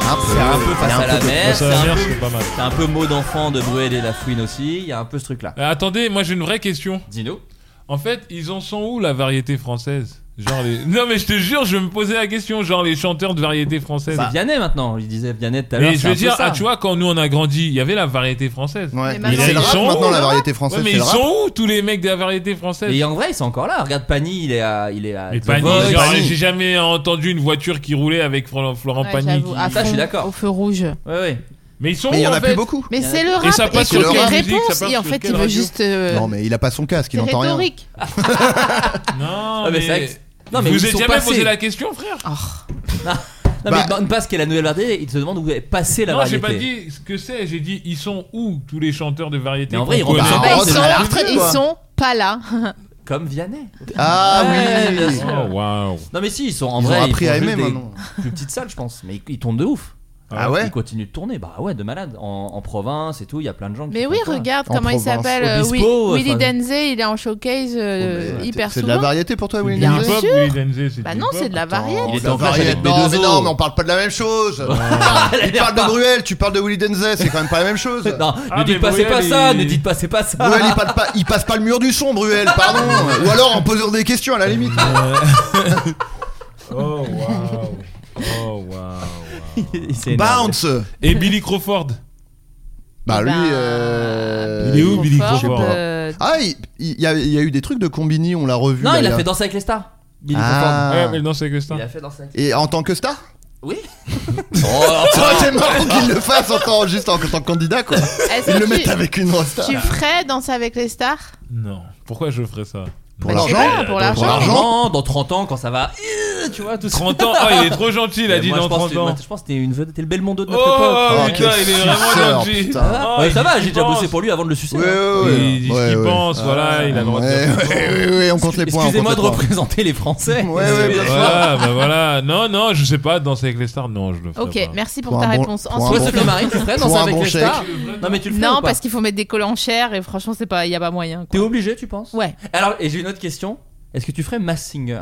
Un peu. C'est un peu face Il y a à la peu de- mer. Ça C'est va un venir, peu- c'est pas mal. c'est un peu mot d'enfant de Bruel et la fouine aussi. Il y a un peu ce truc-là. Euh, attendez, moi j'ai une vraie question. Dino. En fait, ils en sont où la variété française Genre les... Non mais je te jure, je me posais la question, genre les chanteurs de variété française. Bah. C'est Vianney maintenant. Il disait Vianney tout à l'heure. mais je Bah, c'est un veux peu dire, ça. ah, tu vois, quand nous on a grandi, il y avait la variété française. Ouais, Ouais. Mais Mais c'est ils le rap sont où, maintenant, la là variété française. mais c'est ils le rap. sont où tous les mecs de la variété française Et en vrai, ils sont encore là. Regarde Pani, il est à, il est à. Mais The Pagny, Voice. genre, Pagny. j'ai jamais entendu une voiture qui roulait avec Fro- Florent Ouais, Pagny. j'avoue, Ah, à qui- Ça, je suis fond, d'accord. Au feu rouge. Ouais, Ah, ouais. Mais ils sont Mais il où y en a fait plus beaucoup. Mais c'est le rap. ça passe et sur toutes les quelle musique, ça réponses. passe Et en sur fait, quelle il veut radio juste. euh, Non, mais il a pas son casque, il C'est n'entend rien. Ah, rhétorique. Non, Ah, mais c'est vrai mais... que- Non, mais vous ils êtes sont jamais passés. posé la question, frère Non, Bah- mais Bande Pass, qui est la nouvelle variété, il se demande où est passée la Non, j'ai variété. pas dit ce que c'est, j'ai dit ils sont où tous les chanteurs de variété Mais en vrai, qu'on ils connaît rentrent Bah, Oh, ils, c'est sont, à la retraite, ils quoi. sont pas là. Comme Vianney. Ah Ouais, bien oui. sûr. Oh, waouh. Non, mais si, ils sont en Ils vrai. ont appris font à juste aimer des maintenant. <laughs> Plus petites salles, je pense. Mais ils, ils tournent de ouf. Ah ouais Ils continuent de tourner. Bah ouais, de malade. En, en province et tout, il y a plein de gens qui. Mais oui, font ça. <laughs> regarde En comment il province, s'appelle. euh, Wi- Obispo, Willy enfin- Denze, il est en showcase euh, Oh, mais hyper C'est de la souvent. variété pour toi, Willy Ah Bien Nelson sûr. Bah non, c'est de la <laughs> variété. Attends, Il était la en clash variété. avec Non, mais Bedozo. non, mais on parle pas de la même chose. Ah, Il parle de Bruel, tu parles de Willy Denzel, c'est quand même pas la même chose. Non, Ah, ne dites mais pas c'est Bruel, pas ça, il- ne dites pas c'est pas ça. <laughs> Bruel, il, parle pas, il passe pas le mur du son, Bruel, pardon. Ou alors en posant des questions à la limite. <laughs> Oh waouh. Oh waouh. C'est énorme. Bounce Et Billy Crawford. Bah lui. Bah, euh, Il est où, Billy Crawford, Crawford euh, Ah, il, il y a, il y a eu des trucs de Combini, on l'a revu. Non, là, il y a fait danser avec les stars. Billy Ah. Ouais, mais non, c'est que ça. Crawford. Il a fait danser avec Et en tant que star <laughs> Oui. Ça aurait été marrant qu'il le fasse en tant, juste en, en tant que candidat, quoi. Est-ce Ils le que mettent tu, avec une star. tu ferais danser avec les stars Non. Pourquoi je ferais ça Pour Bah, je sais l'argent pas, Pour Pour l'argent. l'argent. dans 30 ans, quand ça va. euh, Tu vois, tout ça. 30 ans Oh, il est trop gentil, il a Mais dit moi, dans je pense 30 que- moi, ans. Je pense que t'es une vedette, t'es le Belmondo de Oh, notre époque. Oh, Ah, putain, quel il est vraiment suceur, gentil. putain. Oh, Ah, Ouais, il ça dit va, ce j'ai qu'il déjà bossé pense. pour lui avant de le sucer. Ouais, hein. ouais, ouais. Il dit ce Ouais, qu'il ouais. pense, Ah, voilà, il a le droit de <laughs> Ouais, dire ce qu'il ouais, pense. ouais, ouais, on compte les points. on compte Excusez-moi les de points. représenter les Français. Ouais, ouais, bien sûr. Voilà, bah voilà. Non, non, je sais pas, danser avec les stars, non, je le ferais Ok, pas. merci pour Pour ta un bon- réponse. pour un Toi, Ensuite, bon- Sophie Marine, tu ferais Pour danser un avec bon les chèque. stars Non, mais tu le fais. non, ou pas parce qu'il faut mettre des collants en chair et franchement, c'est pas, y a pas moyen. T'es quoi. obligé, tu penses Ouais. Alors, et j'ai une autre question. Est-ce que tu ferais Mass Singer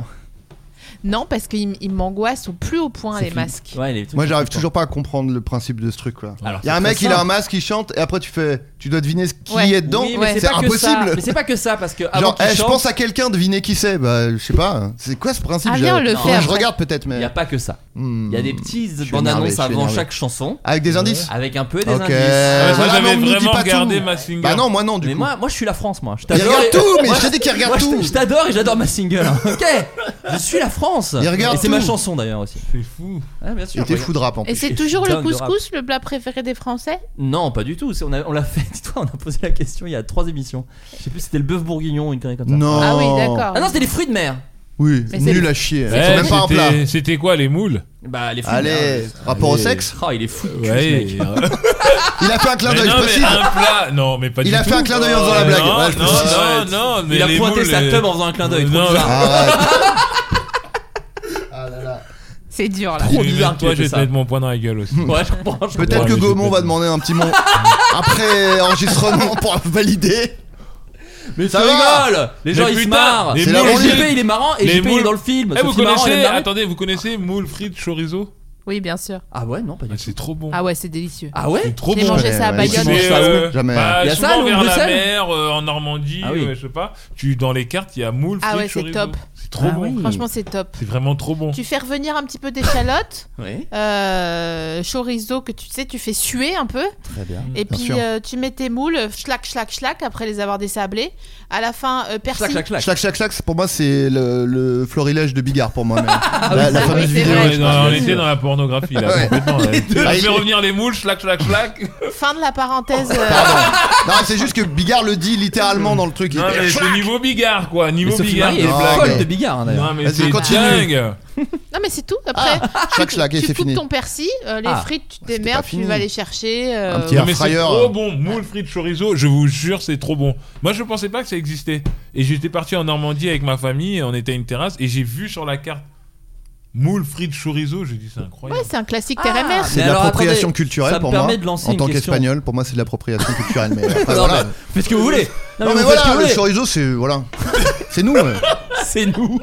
Non, parce qu'ils m- ils m'angoissent au plus haut point C'est les fini. masques. Ouais, les trucs Moi, j'arrive comme ça. toujours pas à comprendre le principe de ce truc là. Alors, Il y a un c'est mec, très il a un simple. masque, il chante, et après tu fais, tu dois deviner ce qui Ouais. est dedans. Oui, mais c'est pas que ça. impossible. Mais c'est pas que ça, parce que avant Genre, qu'il eh, je chante, pense à quelqu'un, deviner qui c'est. Bah, je sais pas. C'est quoi ce principe Ah, viens, je... le Non, faire, Je après. regarde peut-être, il mais. n'y a pas que ça. Il y a des petites suis bandes énervé, annonces Hmm. je suis avant énervé. chaque chanson, Avec des indices avec un peu des Ok. indices. Ah, ça, Euh, Voilà, mais j'avais on nous dit vraiment pas regardé tout. ma single. Bah, non, moi non, du Mais coup. moi, moi, je suis la France, moi. Je il t'adore regarde et- tout, mais Moi, je t'ai dit qu'il regarde moi, je- tout. Je t'adore et j'adore <laughs> ma single. Ok, je suis la France. Il regarde et c'est ma tout. chanson d'ailleurs aussi. C'est fou. Ah, bien sûr. Il était regarde. fou de rap en Et plus. c'est toujours dingue le de rap. couscous, le plat préféré des Français Non, pas du tout. C'est- On a- on l'a fait. <laughs> Dis-toi, on a posé la question il y a trois émissions. Je sais plus, c'était le bœuf bourguignon, une connerie comme ça. Non. Ah oui, d'accord. Ah non, c'était les fruits de mer. Oui, Mais c'est- nul à chier. Eh, C'est même pas un plat. c'était- C'était quoi les moules Bah les fruits de Allez, mer. rapport au Allez. sexe. Oh, il est fou. de cul, ce Ouais. euh, mec. Il a fait un clin Mais d'œil non, mais possible. un plat. Non, mais pas du Il tout. Oh, a fait un clin d'œil en faisant la blague. Non, Ouais, je non, précise. non, non, mais Il a les pointé moules, sa euh, teub en faisant un clin d'œil. trop Non, <laughs> bizarre. Arrête. Ah là là. C'est dur là. Trop Et bizarre même qu'il Toi, ait je fait vais te ça. mettre mon poing dans la gueule aussi. Ouais, je comprends. je Peut-être Ouais, que mais je Gaumont peux va te- demander un petit <laughs> mot après enregistrement pour valider. comprends. Mais ça tu va. rigoles Les gens Mais ils se putain, marrent. les Et C'est la moules- JP il est marrant et les JP il est moules- dans le film. Eh, vous Sophie Marant, elle est connaissez marrante. Attendez, vous connaissez moules frites chorizo Oui, bien sûr. Ah ouais, non, pas Mais du tout. C'est trop bon. Ah ouais, c'est délicieux. Ah ouais C'est trop J'ai bon. mangé ça à Ouais, Et ouais, c'est, Bayonne, Bagnole. je sais pas euh, où. Jamais. bah, Il y a ça, souvent ou vers la Bruxelles mer, euh, en Normandie, Ah oui. euh, je sais pas. Tu dans les cartes, il y a moules Ah frites ouais, c'est chorizo. top. C'est trop Ah bon. oui. Franchement, c'est top. C'est vraiment trop bon. Tu fais revenir un petit peu d'échalote, Oui, euh, chorizo que tu sais, tu fais suer un peu. très bien. Et Mm, Bien puis sûr. euh, tu mets tes moules, euh, schlac, schlac, schlac, après les avoir dessablés. À la fin, euh, persil. Clac, clac, clac. Chac, chac, chac, c'est- pour moi, c'est le, le florilège de Bigard pour moi. même. la, Ah oui, la ça, fameuse oui, c'est vidéo. vrai. Ouais, non, on était dans la pornographie là. Ouais. complètement, <laughs> là. Les deux. Elle Ah, il- fait revenir les moules, schlac, schlac, schlac. Fin de la parenthèse. Oh, euh, Non, c'est juste que Bigard le dit littéralement dans le truc. Il Non fait mais Chac c'est niveau Bigard quoi, Mais niveau Sophie Bigard Marie les est blagues. folle Ouais. de Bigard hein, d'ailleurs. Non mais Vas-y, c'est continue. dingue. Non, mais c'est tout. Après, Chac, chac, Ah, et tu c'est coupes fini. ton persil, euh, les Ah, frites, tu te c'était démerdes, pas tu fini. vas les chercher. euh, Un petit Non air mais c'est fryer. trop bon, moule frites chorizo, je vous jure c'est trop bon. Moi je pensais pas que ça existait. Et j'étais parti en Normandie avec ma famille, on était à une terrasse et j'ai vu sur la carte moule frites chorizo, j'ai dit c'est incroyable. ouais, c'est un classique Ah. terre et mer. C'est Mais de alors, l'appropriation attendez, culturelle ça me pour moi. permet de lancer en une tant question. qu'espagnol, pour moi, c'est de l'appropriation culturelle. <laughs> Mais après, Non, voilà. mais Faites ce que vous voulez. Non, mais vous faites ce que voilà, vous le voulez. chorizo, c'est voilà, c'est nous. euh. <laughs> c'est nous.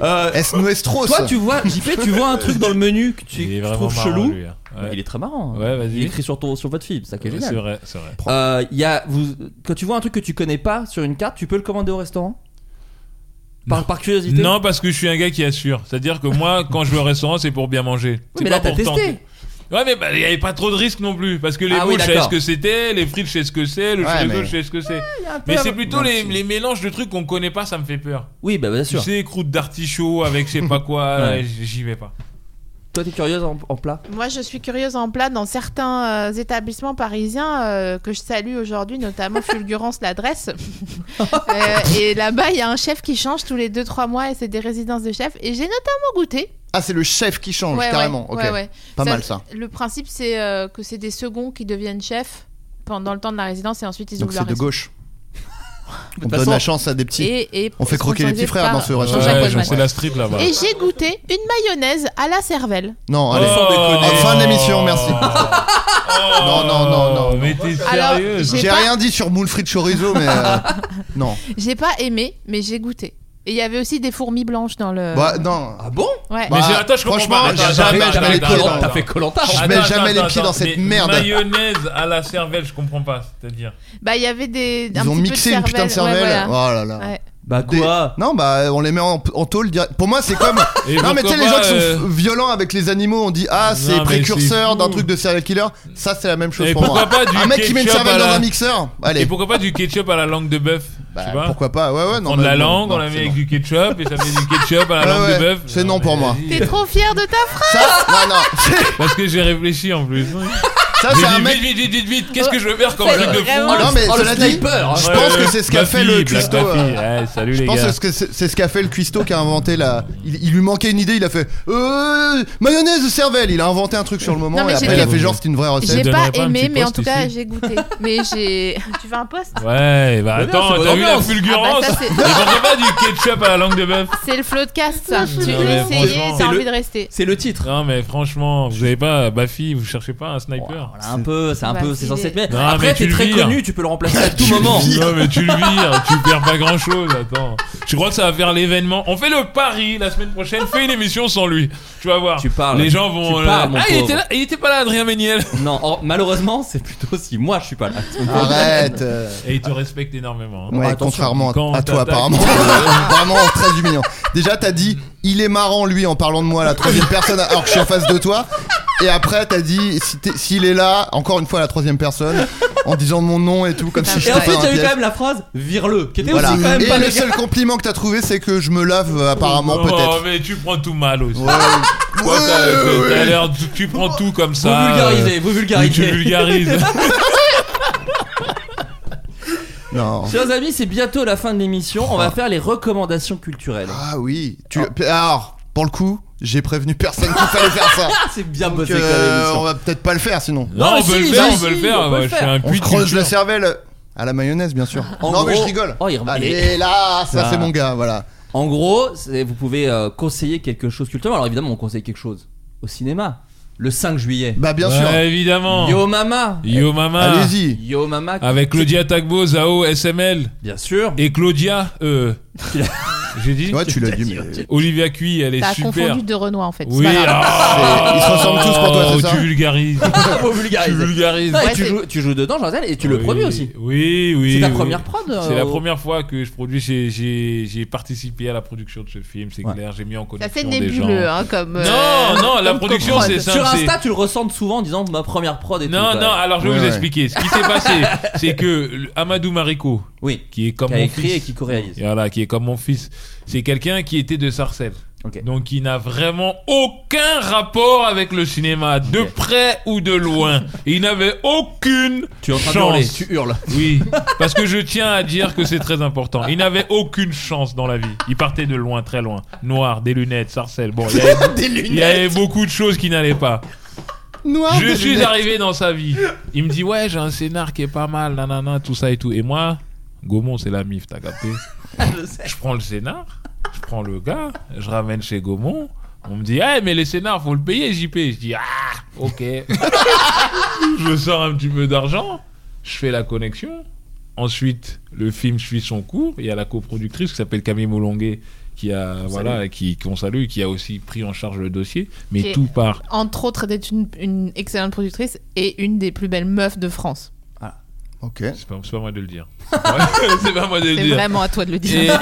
Euh, Es nuestros. toi, tu vois, JP, tu vois un truc dans le menu que tu, Il est tu vraiment trouves marrant, chelou. lui, hein. Bah, Ouais. Il est très marrant. Ouais, vas-y. Il est écrit sur, ton, sur votre film, ça qui est Ouais, génial. C'est vrai, c'est vrai. Euh, il y a, vous, quand tu vois un truc que tu connais pas sur une carte, tu peux le commander au restaurant par, Non. par curiosité Non parce que je suis un gars qui assure. C'est-à-dire que moi quand je vais au restaurant c'est pour bien manger. Oui, C'est mais pas là, t'as pour testé. tenter. Ouais, mais bah, il n'y avait pas trop de risques non plus. Parce que les Ah oui, moules, je savais d'accord. ce que c'était, les frites, je sais ce que c'est, le Ouais, chorizo, mais- je sais ce que c'est. un peu mais un- c'est plutôt Non, les, c'est- les mélanges de trucs qu'on connaît pas, ça me fait peur. Oui, bah bien sûr. Tu sais, croûte d'artichaut avec je sais <laughs> pas quoi, Ouais. euh, j'y vais pas. Toi, t'es curieuse en, en plat. Moi, je suis curieuse en plat dans certains euh, établissements parisiens euh, que je salue aujourd'hui, notamment <laughs> Fulgurance l'adresse. Euh, et là-bas, il y a un chef qui change tous les 2-3 mois et c'est des résidences de chefs. Et j'ai notamment goûté. Ah, c'est le chef qui change Ouais, carrément. ouais, ok, ouais, ouais. pas mal ça. Le principe, c'est euh, que c'est des seconds qui deviennent chefs pendant le temps de la résidence et ensuite ils Donc ouvrent leur c'est de restaurant. gauche. On toute donne façon- la chance à des petits. Et, et On fait croquer les sponsorisé petits frères par dans ce Ouais, restaurant. Jean-Jacques ouais, Goldman. c'est la strip là-bas. Et j'ai goûté une mayonnaise à la cervelle. Non, Oh, allez. déconner. En fin d'émission, <laughs> merci. Oh, Non, non, non, non, Mais t'es Alors, sérieuse j'ai- J'ai pas- rien dit sur moule frites chorizo, mais <laughs> euh, non. J'ai pas aimé, mais j'ai goûté. Et il y avait aussi des fourmis blanches dans le. Bah, non. Ah bon Ouais. Mais Bah, j'ai- attends, je comprends franchement, pas. Attends, jamais attends, je mets les attends, pieds attends, dans- T'as attends. fait Colanta. Je Attends, mets attends, jamais les attends, pieds dans cette mais merde. Mayonnaise à la cervelle, je comprends pas, c'est-à-dire. Bah, il y avait des. un Ils ont petit peu mixé une putain de Ouais, cervelle. voilà. Oh là là. Ouais. Bah Des- quoi Non, bah on les met en, en tôle direct. Pour moi, c'est comme. <laughs> Et non, mais tu sais, les gens qui sont euh, f- violents avec les animaux, on dit Ah, c'est mais précurseur c'est d'un fou. truc de serial killer. Ça, c'est la même chose Et pour moi. pourquoi pas du un mec qui met une ketchup à cervelle la- dans un mixeur Et Allez. pourquoi pas du ketchup à la langue de bœuf Bah, Tu vois pourquoi pas Ouais, ouais, non. Prendre mais la bon, langue, non, on la c'est met avec non. du ketchup et ça fait du ketchup à la Ouais, langue ouais, de bœuf. c'est non pour mais moi. vas-y. T'es trop fier de ta phrase Ça, non, non. <laughs> Parce que j'ai réfléchi en plus. Ça, J'ai Ah, c'est un dit, mec. vite, vite, vite, vite, vite, qu'est-ce que je veux faire comme truc de fou Non, mais Oh, le cela dit, sniper, hein. je Ouais, pense ouais. que c'est ce qu'a Ma fait fille, le Black cuistot. Ma euh, fille. Ouais, salut Je les pense gars. que c'est c'est- c'est ce qu'a fait le cuistot qui a inventé la. Il, il lui manquait une idée, il a fait euh, mayonnaise de cervelle. Il a inventé un truc sur le moment Non, mais et après j'ai- il a fait genre c'est une vraie J'ai recette. donnerais pas pas un aimé, petit mais en poste tout cas, ici j'ai goûté. Mais j'ai. <laughs> Tu veux un poste Ouais, bah Mais bien, c'est attends, bonne t'as vu la ambiance. Ah fulgurance bah, ça, c'est- <laughs> Mais pourquoi pas du ketchup à la langue de bœuf C'est le flot de cast, ça. tu Non, veux essayer, mais franchement. C'est t'as le- envie de rester. C'est le titre. Non, mais franchement, vous avez pas, Bafi, vous cherchez pas un sniper Oh, Voilà, un peu, c'est un Bah, peu, si, c'est censé mais- être bien. Non, Après, mais tu t'es le hein. très vires. connu, tu peux le remplacer à <laughs> tout Tu le moment. vires. Non, mais tu le vires, tu perds pas grand chose, attends. Tu crois que ça va faire l'événement On fait le pari la semaine prochaine, fais une émission sans lui. Tu vas voir. Tu parles. Les gens vont. Tu euh, parles, mon ah, il pauvre. était, là, il était pas là, Adrien Méniel. Non, or- malheureusement, c'est plutôt si moi je suis pas là. Arrête. euh, Et il te respecte énormément. hein. Ouais, attention, contrairement quand à, à toi on t'attaque. apparemment. <laughs> Vraiment très humiliant. Déjà t'as dit il est marrant lui en parlant de moi à la troisième personne alors que je suis en face de toi. Et après t'as dit si t'es- s'il est là encore une fois à la troisième personne en disant mon nom et tout comme si Et je en t'étais fait, un il y a eu piège. quand même la phrase vire-le, qui était Voilà. aussi quand même Et pas le le seul compliment que t'as trouvé c'est que je me lave euh, apparemment Oh, peut-être. mais tu prends tout mal aussi. <laughs> Ouais. Toi, t'as- Ouais, t'as- ouais, t'as ouais. l'air- tu- tu prends tout comme Vous ça. vulgarisez, vous euh, oui, Bah, tu vulgarisez. vulgarises. Non. <laughs> Chers amis, c'est bientôt la fin de l'émission. On va faire les recommandations culturelles. Ah oui. Tu... Alors, pour le coup, j'ai prévenu personne qu'il fallait faire ça. Ah, c'est bien Donc, bossé euh, quand même, on l'émission. va peut-être pas le faire sinon. Non, Non, on si, peut le si, faire, si, on peut le si, faire. on peut ouais, le Je suis faire. un On puits se de creuse la culture. cervelle à la mayonnaise, bien sûr. En non, mais je gros- rigole. Oh, il remet- Allez, là, ça Là. c'est mon gars, voilà. En gros, c'est- vous pouvez euh, conseiller quelque chose culturel. Alors évidemment, on conseille quelque chose au cinéma. Le 5 juillet. Bah, bien sûr. Ouais, évidemment. Yo Mama. Yo, Mama. Allez-y. Yo Mama. Avec Claudia Tagbo, Zao, SML. Bien sûr. Et Claudia, euh. J'ai dit Ouais, tu Bah, l'as dit, mais. <laughs> Olivia Cui, elle T'as est super. confondu de Renoir en fait. c'est Oui, pas grave. ah, C'est- ils se ressemblent tous pour toi, c'est oh, ça Tu vulgarises. Faut tu vulgariser. vulgarises. Ah, Non, et Ouais, tu, c'est- joues, tu joues dedans, Jean-Zel, et tu le Oui, produis aussi. Oui, oui. c'est ta oui. première prod. euh, C'est la au- première fois que je produis. J'ai- J'ai j'ai participé à la production de ce film, c'est Ouais. clair. J'ai mis en C'est connexion assez des gens. nébuleux hein, comme. Non, non, la comme production, comprendre. c'est ça. Sur c'est- Insta, tu le ressens souvent en disant ma première prod et tout. bah, Non, ouais. non, alors je vais Ouais, vous ouais. expliquer. Ce qui s'est passé, c'est que le- Amadou Mariko, Oui. qui est comme Qui a mon écrit fils, et qui co-réalise. voilà, qui est comme mon fils, c'est quelqu'un qui était de Sarcelles. Ok. Donc qui n'a vraiment aucun rapport avec le cinéma, de Ok. près ou de loin. Il n'avait aucune Tu es en train de hurler, chance. tu hurles. Oui, parce que je tiens à dire que c'est très important. Il n'avait aucune chance dans la vie. Il partait de loin, très loin. Noir, des lunettes, sarcelles. Bon, il y avait, il y avait beaucoup de choses qui n'allaient pas. Noir je des suis lunettes. arrivé dans sa vie. Il me dit ouais, j'ai un scénar qui est pas mal, nanana, tout ça et tout. Et moi, Gaumont, c'est la mif, t'as capté Je sais. Je prends le scénar, je prends le gars, je ramène chez Gaumont. On me dit ah mais les scénars faut le payer JP. Je dis ah ok. je me sors un petit peu d'argent, je fais la connexion. Ensuite, le film suit son cours. Il y a la coproductrice qui s'appelle Camille Moulonguet qui a voilà qui qu'on salue qui a aussi pris en charge le dossier. Mais Qui est- tout part Entre autres, d'être une, une excellente productrice et une des plus belles meufs de France. Ok. C'est pas, c'est pas moi de <laughs> le dire. c'est pas moi de le C'est dire. vraiment à toi de le <laughs> Et, dire.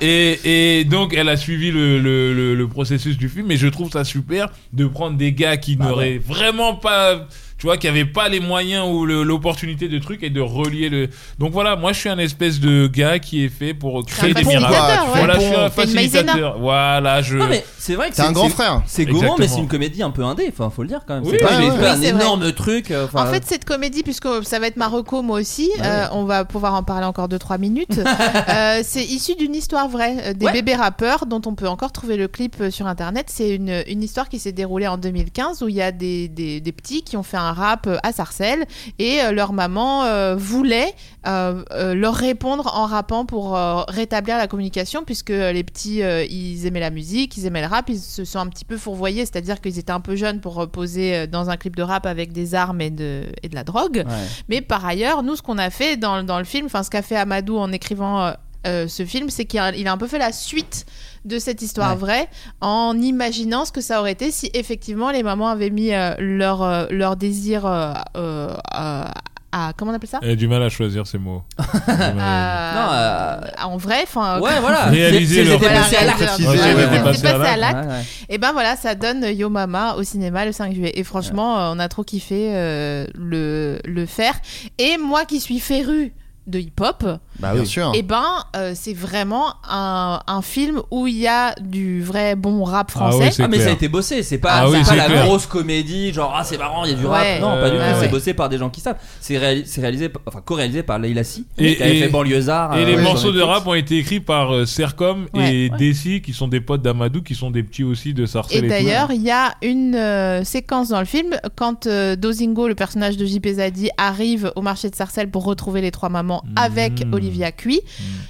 et- et- et donc, elle a suivi le, le- le- le processus du film, et je trouve ça super de prendre des gars qui n'auraient vraiment pas, tu vois, qui n'avaient pas les moyens ou le- l'opportunité de trucs et de relier le. Donc voilà, moi je suis un espèce de gars qui est fait pour créer des pont, miracles. quoi. Tu fais Voilà, le je suis un T'es une maïzena. facilitateur. Voilà, je. Non, mais c'est vrai que T'es c'est. un grand c'est- frère. C'est gourmand, mais Exactement. c'est une comédie un peu indé, enfin faut le dire quand même. Oui, c'est pas, ouais, j'ai ouais. fait un Oui, c'est vrai. énorme truc. euh, enfin, En fait, cette comédie, puisque ça va être ma reco, moi aussi, Ouais. euh, on va pouvoir en parler encore 2-3 <laughs> minutes. Euh, c'est issu d'une histoire vraie, euh, des Ouais. bébés rappeurs, dont on peut encore trouver le clip euh, sur internet. C'est une, une histoire qui s'est déroulée en 2015 où il y a des, des- des petits qui ont fait un rap euh, à Sarcelles et euh, leur maman euh, voulait euh, euh, leur répondre en rappant pour euh, rétablir la communication, puisque euh, les petits, euh, ils aimaient la musique, ils aimaient le rap, ils se sont un petit peu fourvoyés, c'est-à-dire qu'ils étaient un peu jeunes pour euh, poser euh, dans un clip de rap avec des armes et de, et de la drogue. ouais. Mais par ailleurs, nous, ce qu'on a fait dans, dans le film, enfin, ce qu'a fait Amadou en écrivant euh, euh, ce film, c'est qu'il a, il a un peu fait la suite de cette histoire Ouais. vraie en imaginant ce que ça aurait été si effectivement les mamans avaient mis euh, leur, euh, leur désir euh, euh, euh, à. Comment on appelle ça Elle a du mal à choisir ces mots. euh, À- Non, En vrai, enfin. Ouais, voilà. euh, Réaliser C'est- leur- c'était Voilà, passé à l'acte. préciser, voilà, ouais, voilà, ouais. c'est passé à l'acte. Ouais, ouais. Et ben voilà, ça donne Yo Mama au cinéma le 5 juillet. Et franchement, euh, on a trop kiffé euh, le, le faire. Et moi qui suis férue de hip-hop, Bah Bien sûr. et ben euh, c'est vraiment un, un film où il y a du vrai bon rap français. C'est Ah, mais ça a clair. été bossé, c'est pas, Ah c'est oui, pas c'est la clair. grosse comédie, genre ah c'est marrant, il y a du rap. Ouais. Non, pas du tout, Ouais, c'est ouais. bossé par des gens qui savent. C'est réalisé, c'est réalisé par- enfin co-réalisé par Leila Si, Et- qui avait et- fait Banlieusard. Et euh, les sur morceaux de Netflix. rap ont été écrits par euh, Sercom Ouais. et Desi, qui sont des potes d'Amadou, qui sont des petits aussi de Sarcelles. Et Et, tout. d'ailleurs, il y a une euh, séquence dans le film quand euh, Dozingo, le personnage de JP Zadi, arrive au marché de Sarcelles pour retrouver les trois mamans avec Mmh. Olivia Cui.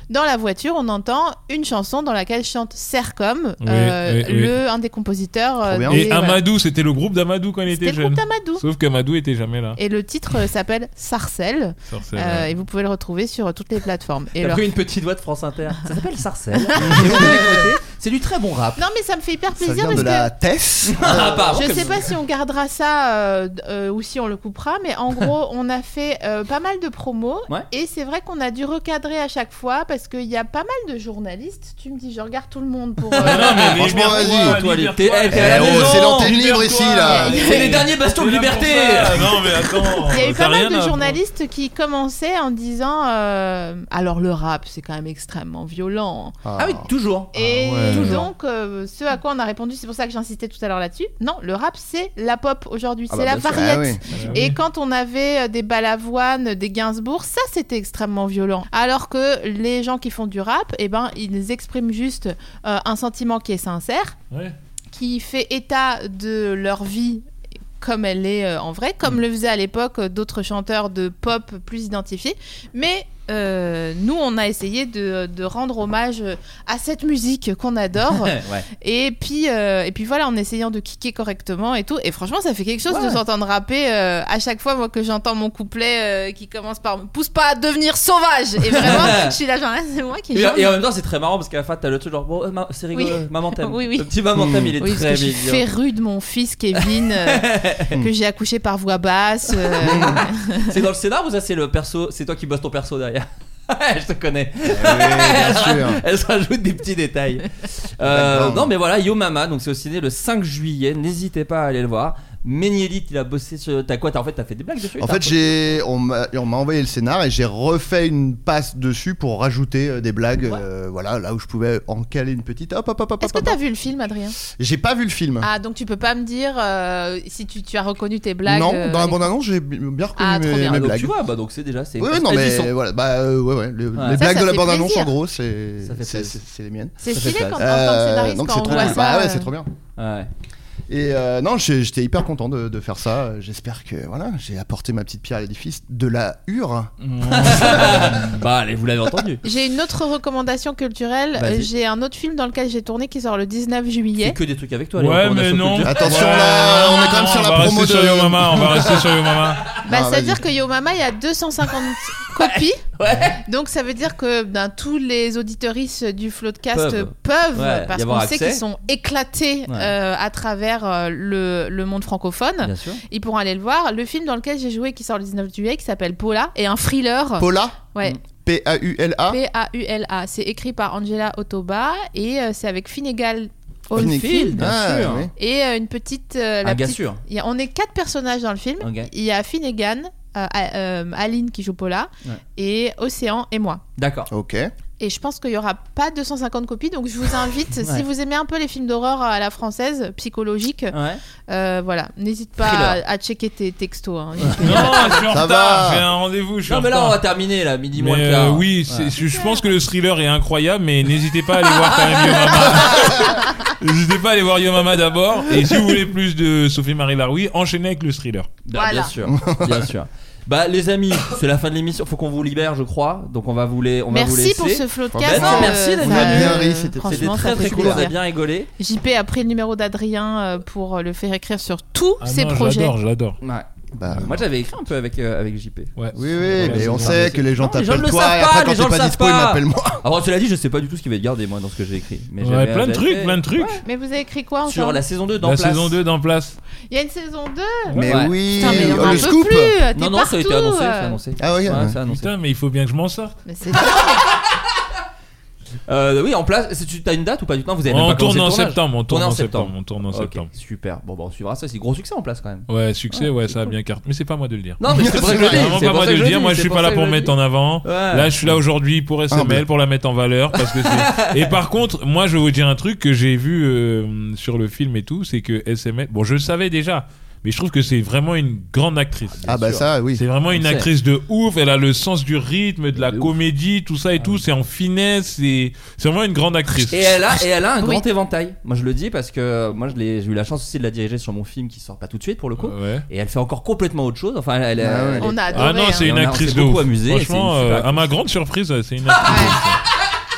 Dans la voiture, on entend une chanson dans laquelle chante Sercom, Oui, euh, oui, oui. le un des compositeurs. euh, Trop bien. des- Et voilà. Amadou, c'était le groupe d'Amadou quand il C'était était le groupe jeune. d'Amadou. Sauf qu'Amadou était jamais là. Et le titre euh, s'appelle Sarcelles Sarcelles, euh, ouais. et vous pouvez le retrouver sur euh, toutes les plateformes. Et T'as leur- pris une petite voix de France <laughs> Inter. Ça s'appelle Sarcelles. Et vous pouvez l'écouter, c'est du très bon rap. Non mais ça me fait hyper Ça plaisir vient parce de que la Tess. Ah, pardon, Je comme- sais pas si on gardera ça euh, euh, ou si on le coupera, mais <laughs> en gros, on a fait euh, pas mal de promos. Ouais. Et c'est vrai qu'on a dû recadrer à chaque fois parce qu'il y a pas mal de journalistes. Tu me dis, je regarde tout le monde <laughs> pour. euh, Mais non, mais Franchement, libère-toi, vas-y. Toi, libère-toi. t'es- eh, t'es à la Eh, oh, maison. c'est l'antenne libre Libère-toi. ici là. C'est les derniers bastons de T'es là pour liberté. ça. Non, mais attends. Il y a eu t'as pas mal rien de à- journalistes qui commençaient en disant euh, Alors le rap, c'est quand même extrêmement violent. Ah oui, toujours. Et ouais. Toujours. donc, euh, ce à quoi on a répondu, c'est pour ça que j'insistais tout à l'heure là-dessus. Non, le rap, c'est la pop aujourd'hui, Ah c'est bah, la bien sûr. variété. Ah oui. Et quand on avait euh, des Balavoine, des Gainsbourg, ça c'était extrêmement violent. Alors que les gens qui font du rap, eh ben, ils expriment juste euh, un sentiment qui est sincère, Ouais. qui fait état de leur vie comme Mm. elle est euh, en vrai, comme le faisaient à l'époque euh, d'autres chanteurs de pop plus identifiés, mais euh, nous, on a essayé de, de rendre hommage à cette musique qu'on adore. <laughs> Ouais. Et puis, euh, et puis voilà, en essayant de kicker correctement et tout. Et franchement, ça fait quelque chose de Ouais. s'entendre rapper. euh, à chaque fois, moi, que j'entends mon couplet euh, qui commence par « Pousse pas à devenir sauvage !» Et <laughs> vraiment, je suis là genre, Ah, c'est moi qui ai Et, genre- et en même temps, c'est très marrant parce qu'à la fin, t'as le truc genre, bon, euh, ma- c'est rigolo, Oui. maman <laughs> t'aime. Oui, oui. Le petit maman t'aime, il est Oui, parce très que je suis mignon. <laughs> férue de mon fils <laughs> Kevin, euh, que j'ai accouché par voix basse. euh, C'est dans le scénar ou ça, c'est le perso, c'est toi qui bosses ton perso derrière <laughs> je te connais. Eh bien <laughs> sûr. Elle se rajoute des petits <laughs> détails. Euh, non, mais voilà, Yo Mama, donc c'est au ciné le 5 juillet. N'hésitez pas à aller le voir. Ménielit, il a bossé sur. T'as quoi t'as- En fait, t'as fait des blagues dessus En t'as- fait, j'ai on m'a on m'a envoyé le scénar et j'ai refait une passe dessus pour rajouter euh, des blagues. Ouais. euh, voilà, là où je pouvais en caler une petite. Hop, hop, hop, hop, Est-ce que hop, t'as hop. vu le film, Adrien J'ai pas vu le film. Ah, donc tu peux pas me dire euh, si tu, tu as reconnu tes blagues. non, euh, dans la bande annonce, j'ai bi- bien reconnu Ah, trop mes, bien. mes Ah, donc, blagues. tu vois, bah donc c'est déjà. c'est oui, oui, elles- non, elles mais y sont. voilà, bah euh, ouais, ouais, le- Ouais. les Ça, blagues ça de la fait bande annonce, en plaisir. gros, c'est Ça fait c'est- plaisir. c'est- c'est les miennes. C'est Ça fait stylé plaisir. quand, en tant que Euh, scénariste donc quand c'est on trop voit bien. ça. Bah ouais, euh, c'est trop bien. Ouais. Et euh, non, j'ai- j'étais hyper content de, de faire ça. Euh, J'espère que voilà, j'ai apporté ma petite pierre à l'édifice de la hure. bah, allez, vous <laughs> l'avez entendu. J'ai une autre recommandation culturelle. Vas-y. Euh, J'ai un autre film dans lequel j'ai tourné qui sort le 19 C'est juillet. que des trucs avec toi. les Ouais, mais recommandations non. culturelles. Attention, là, on est quand même sur la on va promo rester de- sur Yo Mama, <laughs> on va rester sur Yo Mama. Bah, Ah, C'est-à-dire vas-y. que Yo Mama, il y a <laughs> 250 copies. Ouais. Donc ça veut dire que ben, tous les auditoristes du Floodcast Peuvent. peuvent, Ouais, y parce avoir qu'on sait accès. qu'ils sont éclatés Ouais. euh, à travers euh, le, le monde francophone. Bien sûr. Ils pourront aller le voir. Le film dans lequel j'ai joué qui sort le 19 juillet qui s'appelle Paula est un thriller. Paula, ouais. P-A-U-L-A. P-A-U-L-A. C'est écrit par Angela Otoba et euh, c'est avec Finnegal Oldfield. Finnegan. Bien sûr. Ah, oui. Et euh, une petite. euh, la Un gars petite- sûr. il y a- on est quatre personnages dans le film. Ok. Il y a Finnegan, euh, A- euh, Aline qui joue Paula, Ouais. et Océan et moi. D'accord. Ok. Et je pense qu'il n'y aura pas 250 copies, donc je vous <laughs> invite, Ouais. si vous aimez un peu les films d'horreur à la française, psychologique, Ouais. euh, voilà, n'hésite pas Thriller. à, à checker tes textos. hein. Non, je suis en Ça va. retard, j'ai un rendez-vous, je suis Non, en mais là, on retard. va terminer, là, midi moins Mais, le euh, quart. oui, c'est- je, je pense que le thriller est incroyable, mais n'hésitez pas à aller voir quand même Yo Mama. <laughs> n'hésitez pas à aller voir Yo Mama d'abord. Et si vous voulez plus de Sophie-Marie Laroui, enchaînez avec le thriller. Bien, Voilà. Ah, bien sûr, bien sûr. Bah les amis, c'est la fin de l'émission. Faut qu'on vous libère, je crois. Donc on va vous les, on va vous Merci laisser. pour ce floodcast. Bah non, merci euh, ça, d'être On venu. a bien ri, c'était- C'était franchement, très ça très fait cool. On a plaisir. bien rigolé. JP a pris le numéro d'Adrien euh, pour le faire écrire sur tous Ah ses non, projets. J'adore, j'adore. Ouais. Bah, Euh, Moi j'avais écrit un peu avec euh, avec JP. Ouais. oui, oui, mais c'est on bon. sait que les gens Non, les gens t'appellent le toi savent et pas, après les gens quand t'es le pas dispo, ils savent pas. m'appellent moi. Alors cela dit, je sais pas du tout ce qu'il va garder moi dans ce que j'ai écrit. Mais Ouais, j'avais- Ah. plein de j'avais trucs, fait- plein de trucs. Ouais. Mais vous avez écrit quoi ensemble Sur la saison 2 dans La place. saison 2 d'en place. Il y a une saison 2 Mais Ouais. oui, Putain, mais on oh, en le peut scoop. plus Ah, t'es Non non, ça a été partout, annoncé, euh. ça a annoncé. Ah ouais, Ouais, ouais. ça a annoncé. Putain, mais il faut bien que je m'en sorte. Mais c'est Euh, oui, en place. c'est- Tu as une date ou pas du tout Non, vous avez même On pas tourne commencé le en tournage. septembre, on tourne Tournez en en septembre, septembre. on tourne en Ok, septembre. super. Bon, bah, on suivra ça. C'est gros succès en place quand même. Ouais, succès, Ah, ouais, c'est ça a cool. bien carte. Mais c'est pas à moi de le dire. Non, <laughs> mais c'est pour ça que je le dis. C'est vraiment c'est pas à pour moi ça de que le le dire. dis, Moi, je c'est suis pour pas ça là que pour je le mettre dis. en avant. Ouais. Ah, Là, je suis là aujourd'hui pour SML, Humble. pour la mettre en valeur, parce que c'est- <laughs> Et par contre, moi, je vais vous dire un truc que j'ai vu euh, sur le film et tout, c'est que SML. Bon, je le savais déjà, mais je trouve que c'est vraiment une grande actrice. Ah bah sûr. ça, oui. C'est vraiment une sait. actrice de ouf, elle a le sens du rythme, de la De ouf. Ah comédie, tout ça et tout, c'est en finesse, c'est c'est vraiment une grande actrice. Et elle a, et elle a un Ah Oui. grand éventail. Moi, je le dis parce que moi, je l'ai- j'ai eu la chance aussi de la diriger sur mon film qui sort pas tout de suite pour le coup. Euh. Ouais. Et elle fait encore complètement autre chose. Enfin, elle, elle- Ah ouais. elle est- On a adoré. hein. Ah non, c'est Et une on a- on actrice s'est de beaucoup ouf. amusé, Franchement, c'est une euh, super à actrice. ma grande surprise, c'est une actrice. <laughs>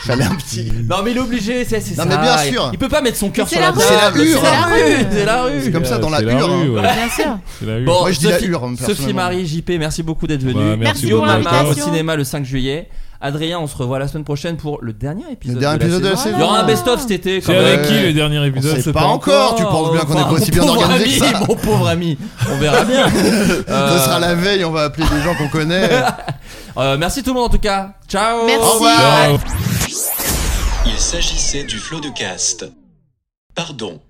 Fallait un petit. Non, mais il est obligé. C'est c'est Non, ça. mais bien sûr. Il peut pas mettre son cœur C'est sur la la rue. C'est la C'est la hure. rue. C'est la rue. C'est comme ça dans la C'est hure. hein. rue, ouais. bien sûr. C'est la rue. Bon, Moi, je dis la Sophie, hure, hein, Sophie personnellement. Marie, JP, merci beaucoup d'être venu. Bah, merci Merci pour beaucoup. l'invitation. au cinéma le 5 juillet. Adrien, on se revoit la semaine prochaine pour le dernier épisode. Le dernier épisode de la Il y aura un saison. best-of cet été. C'est quand même. avec qui le dernier épisode Ah sait c'est pas encore, tu penses bien qu'on est pas aussi bien mon pauvre organisé que ami, ça. Mon pauvre ami, on verra bien. <laughs> Euh, Ce sera la veille, on va appeler des gens qu'on connaît. <laughs> euh, merci tout le monde en tout cas. Ciao. Merci. Au revoir. Ciao. Il s'agissait du flot de cast. Pardon.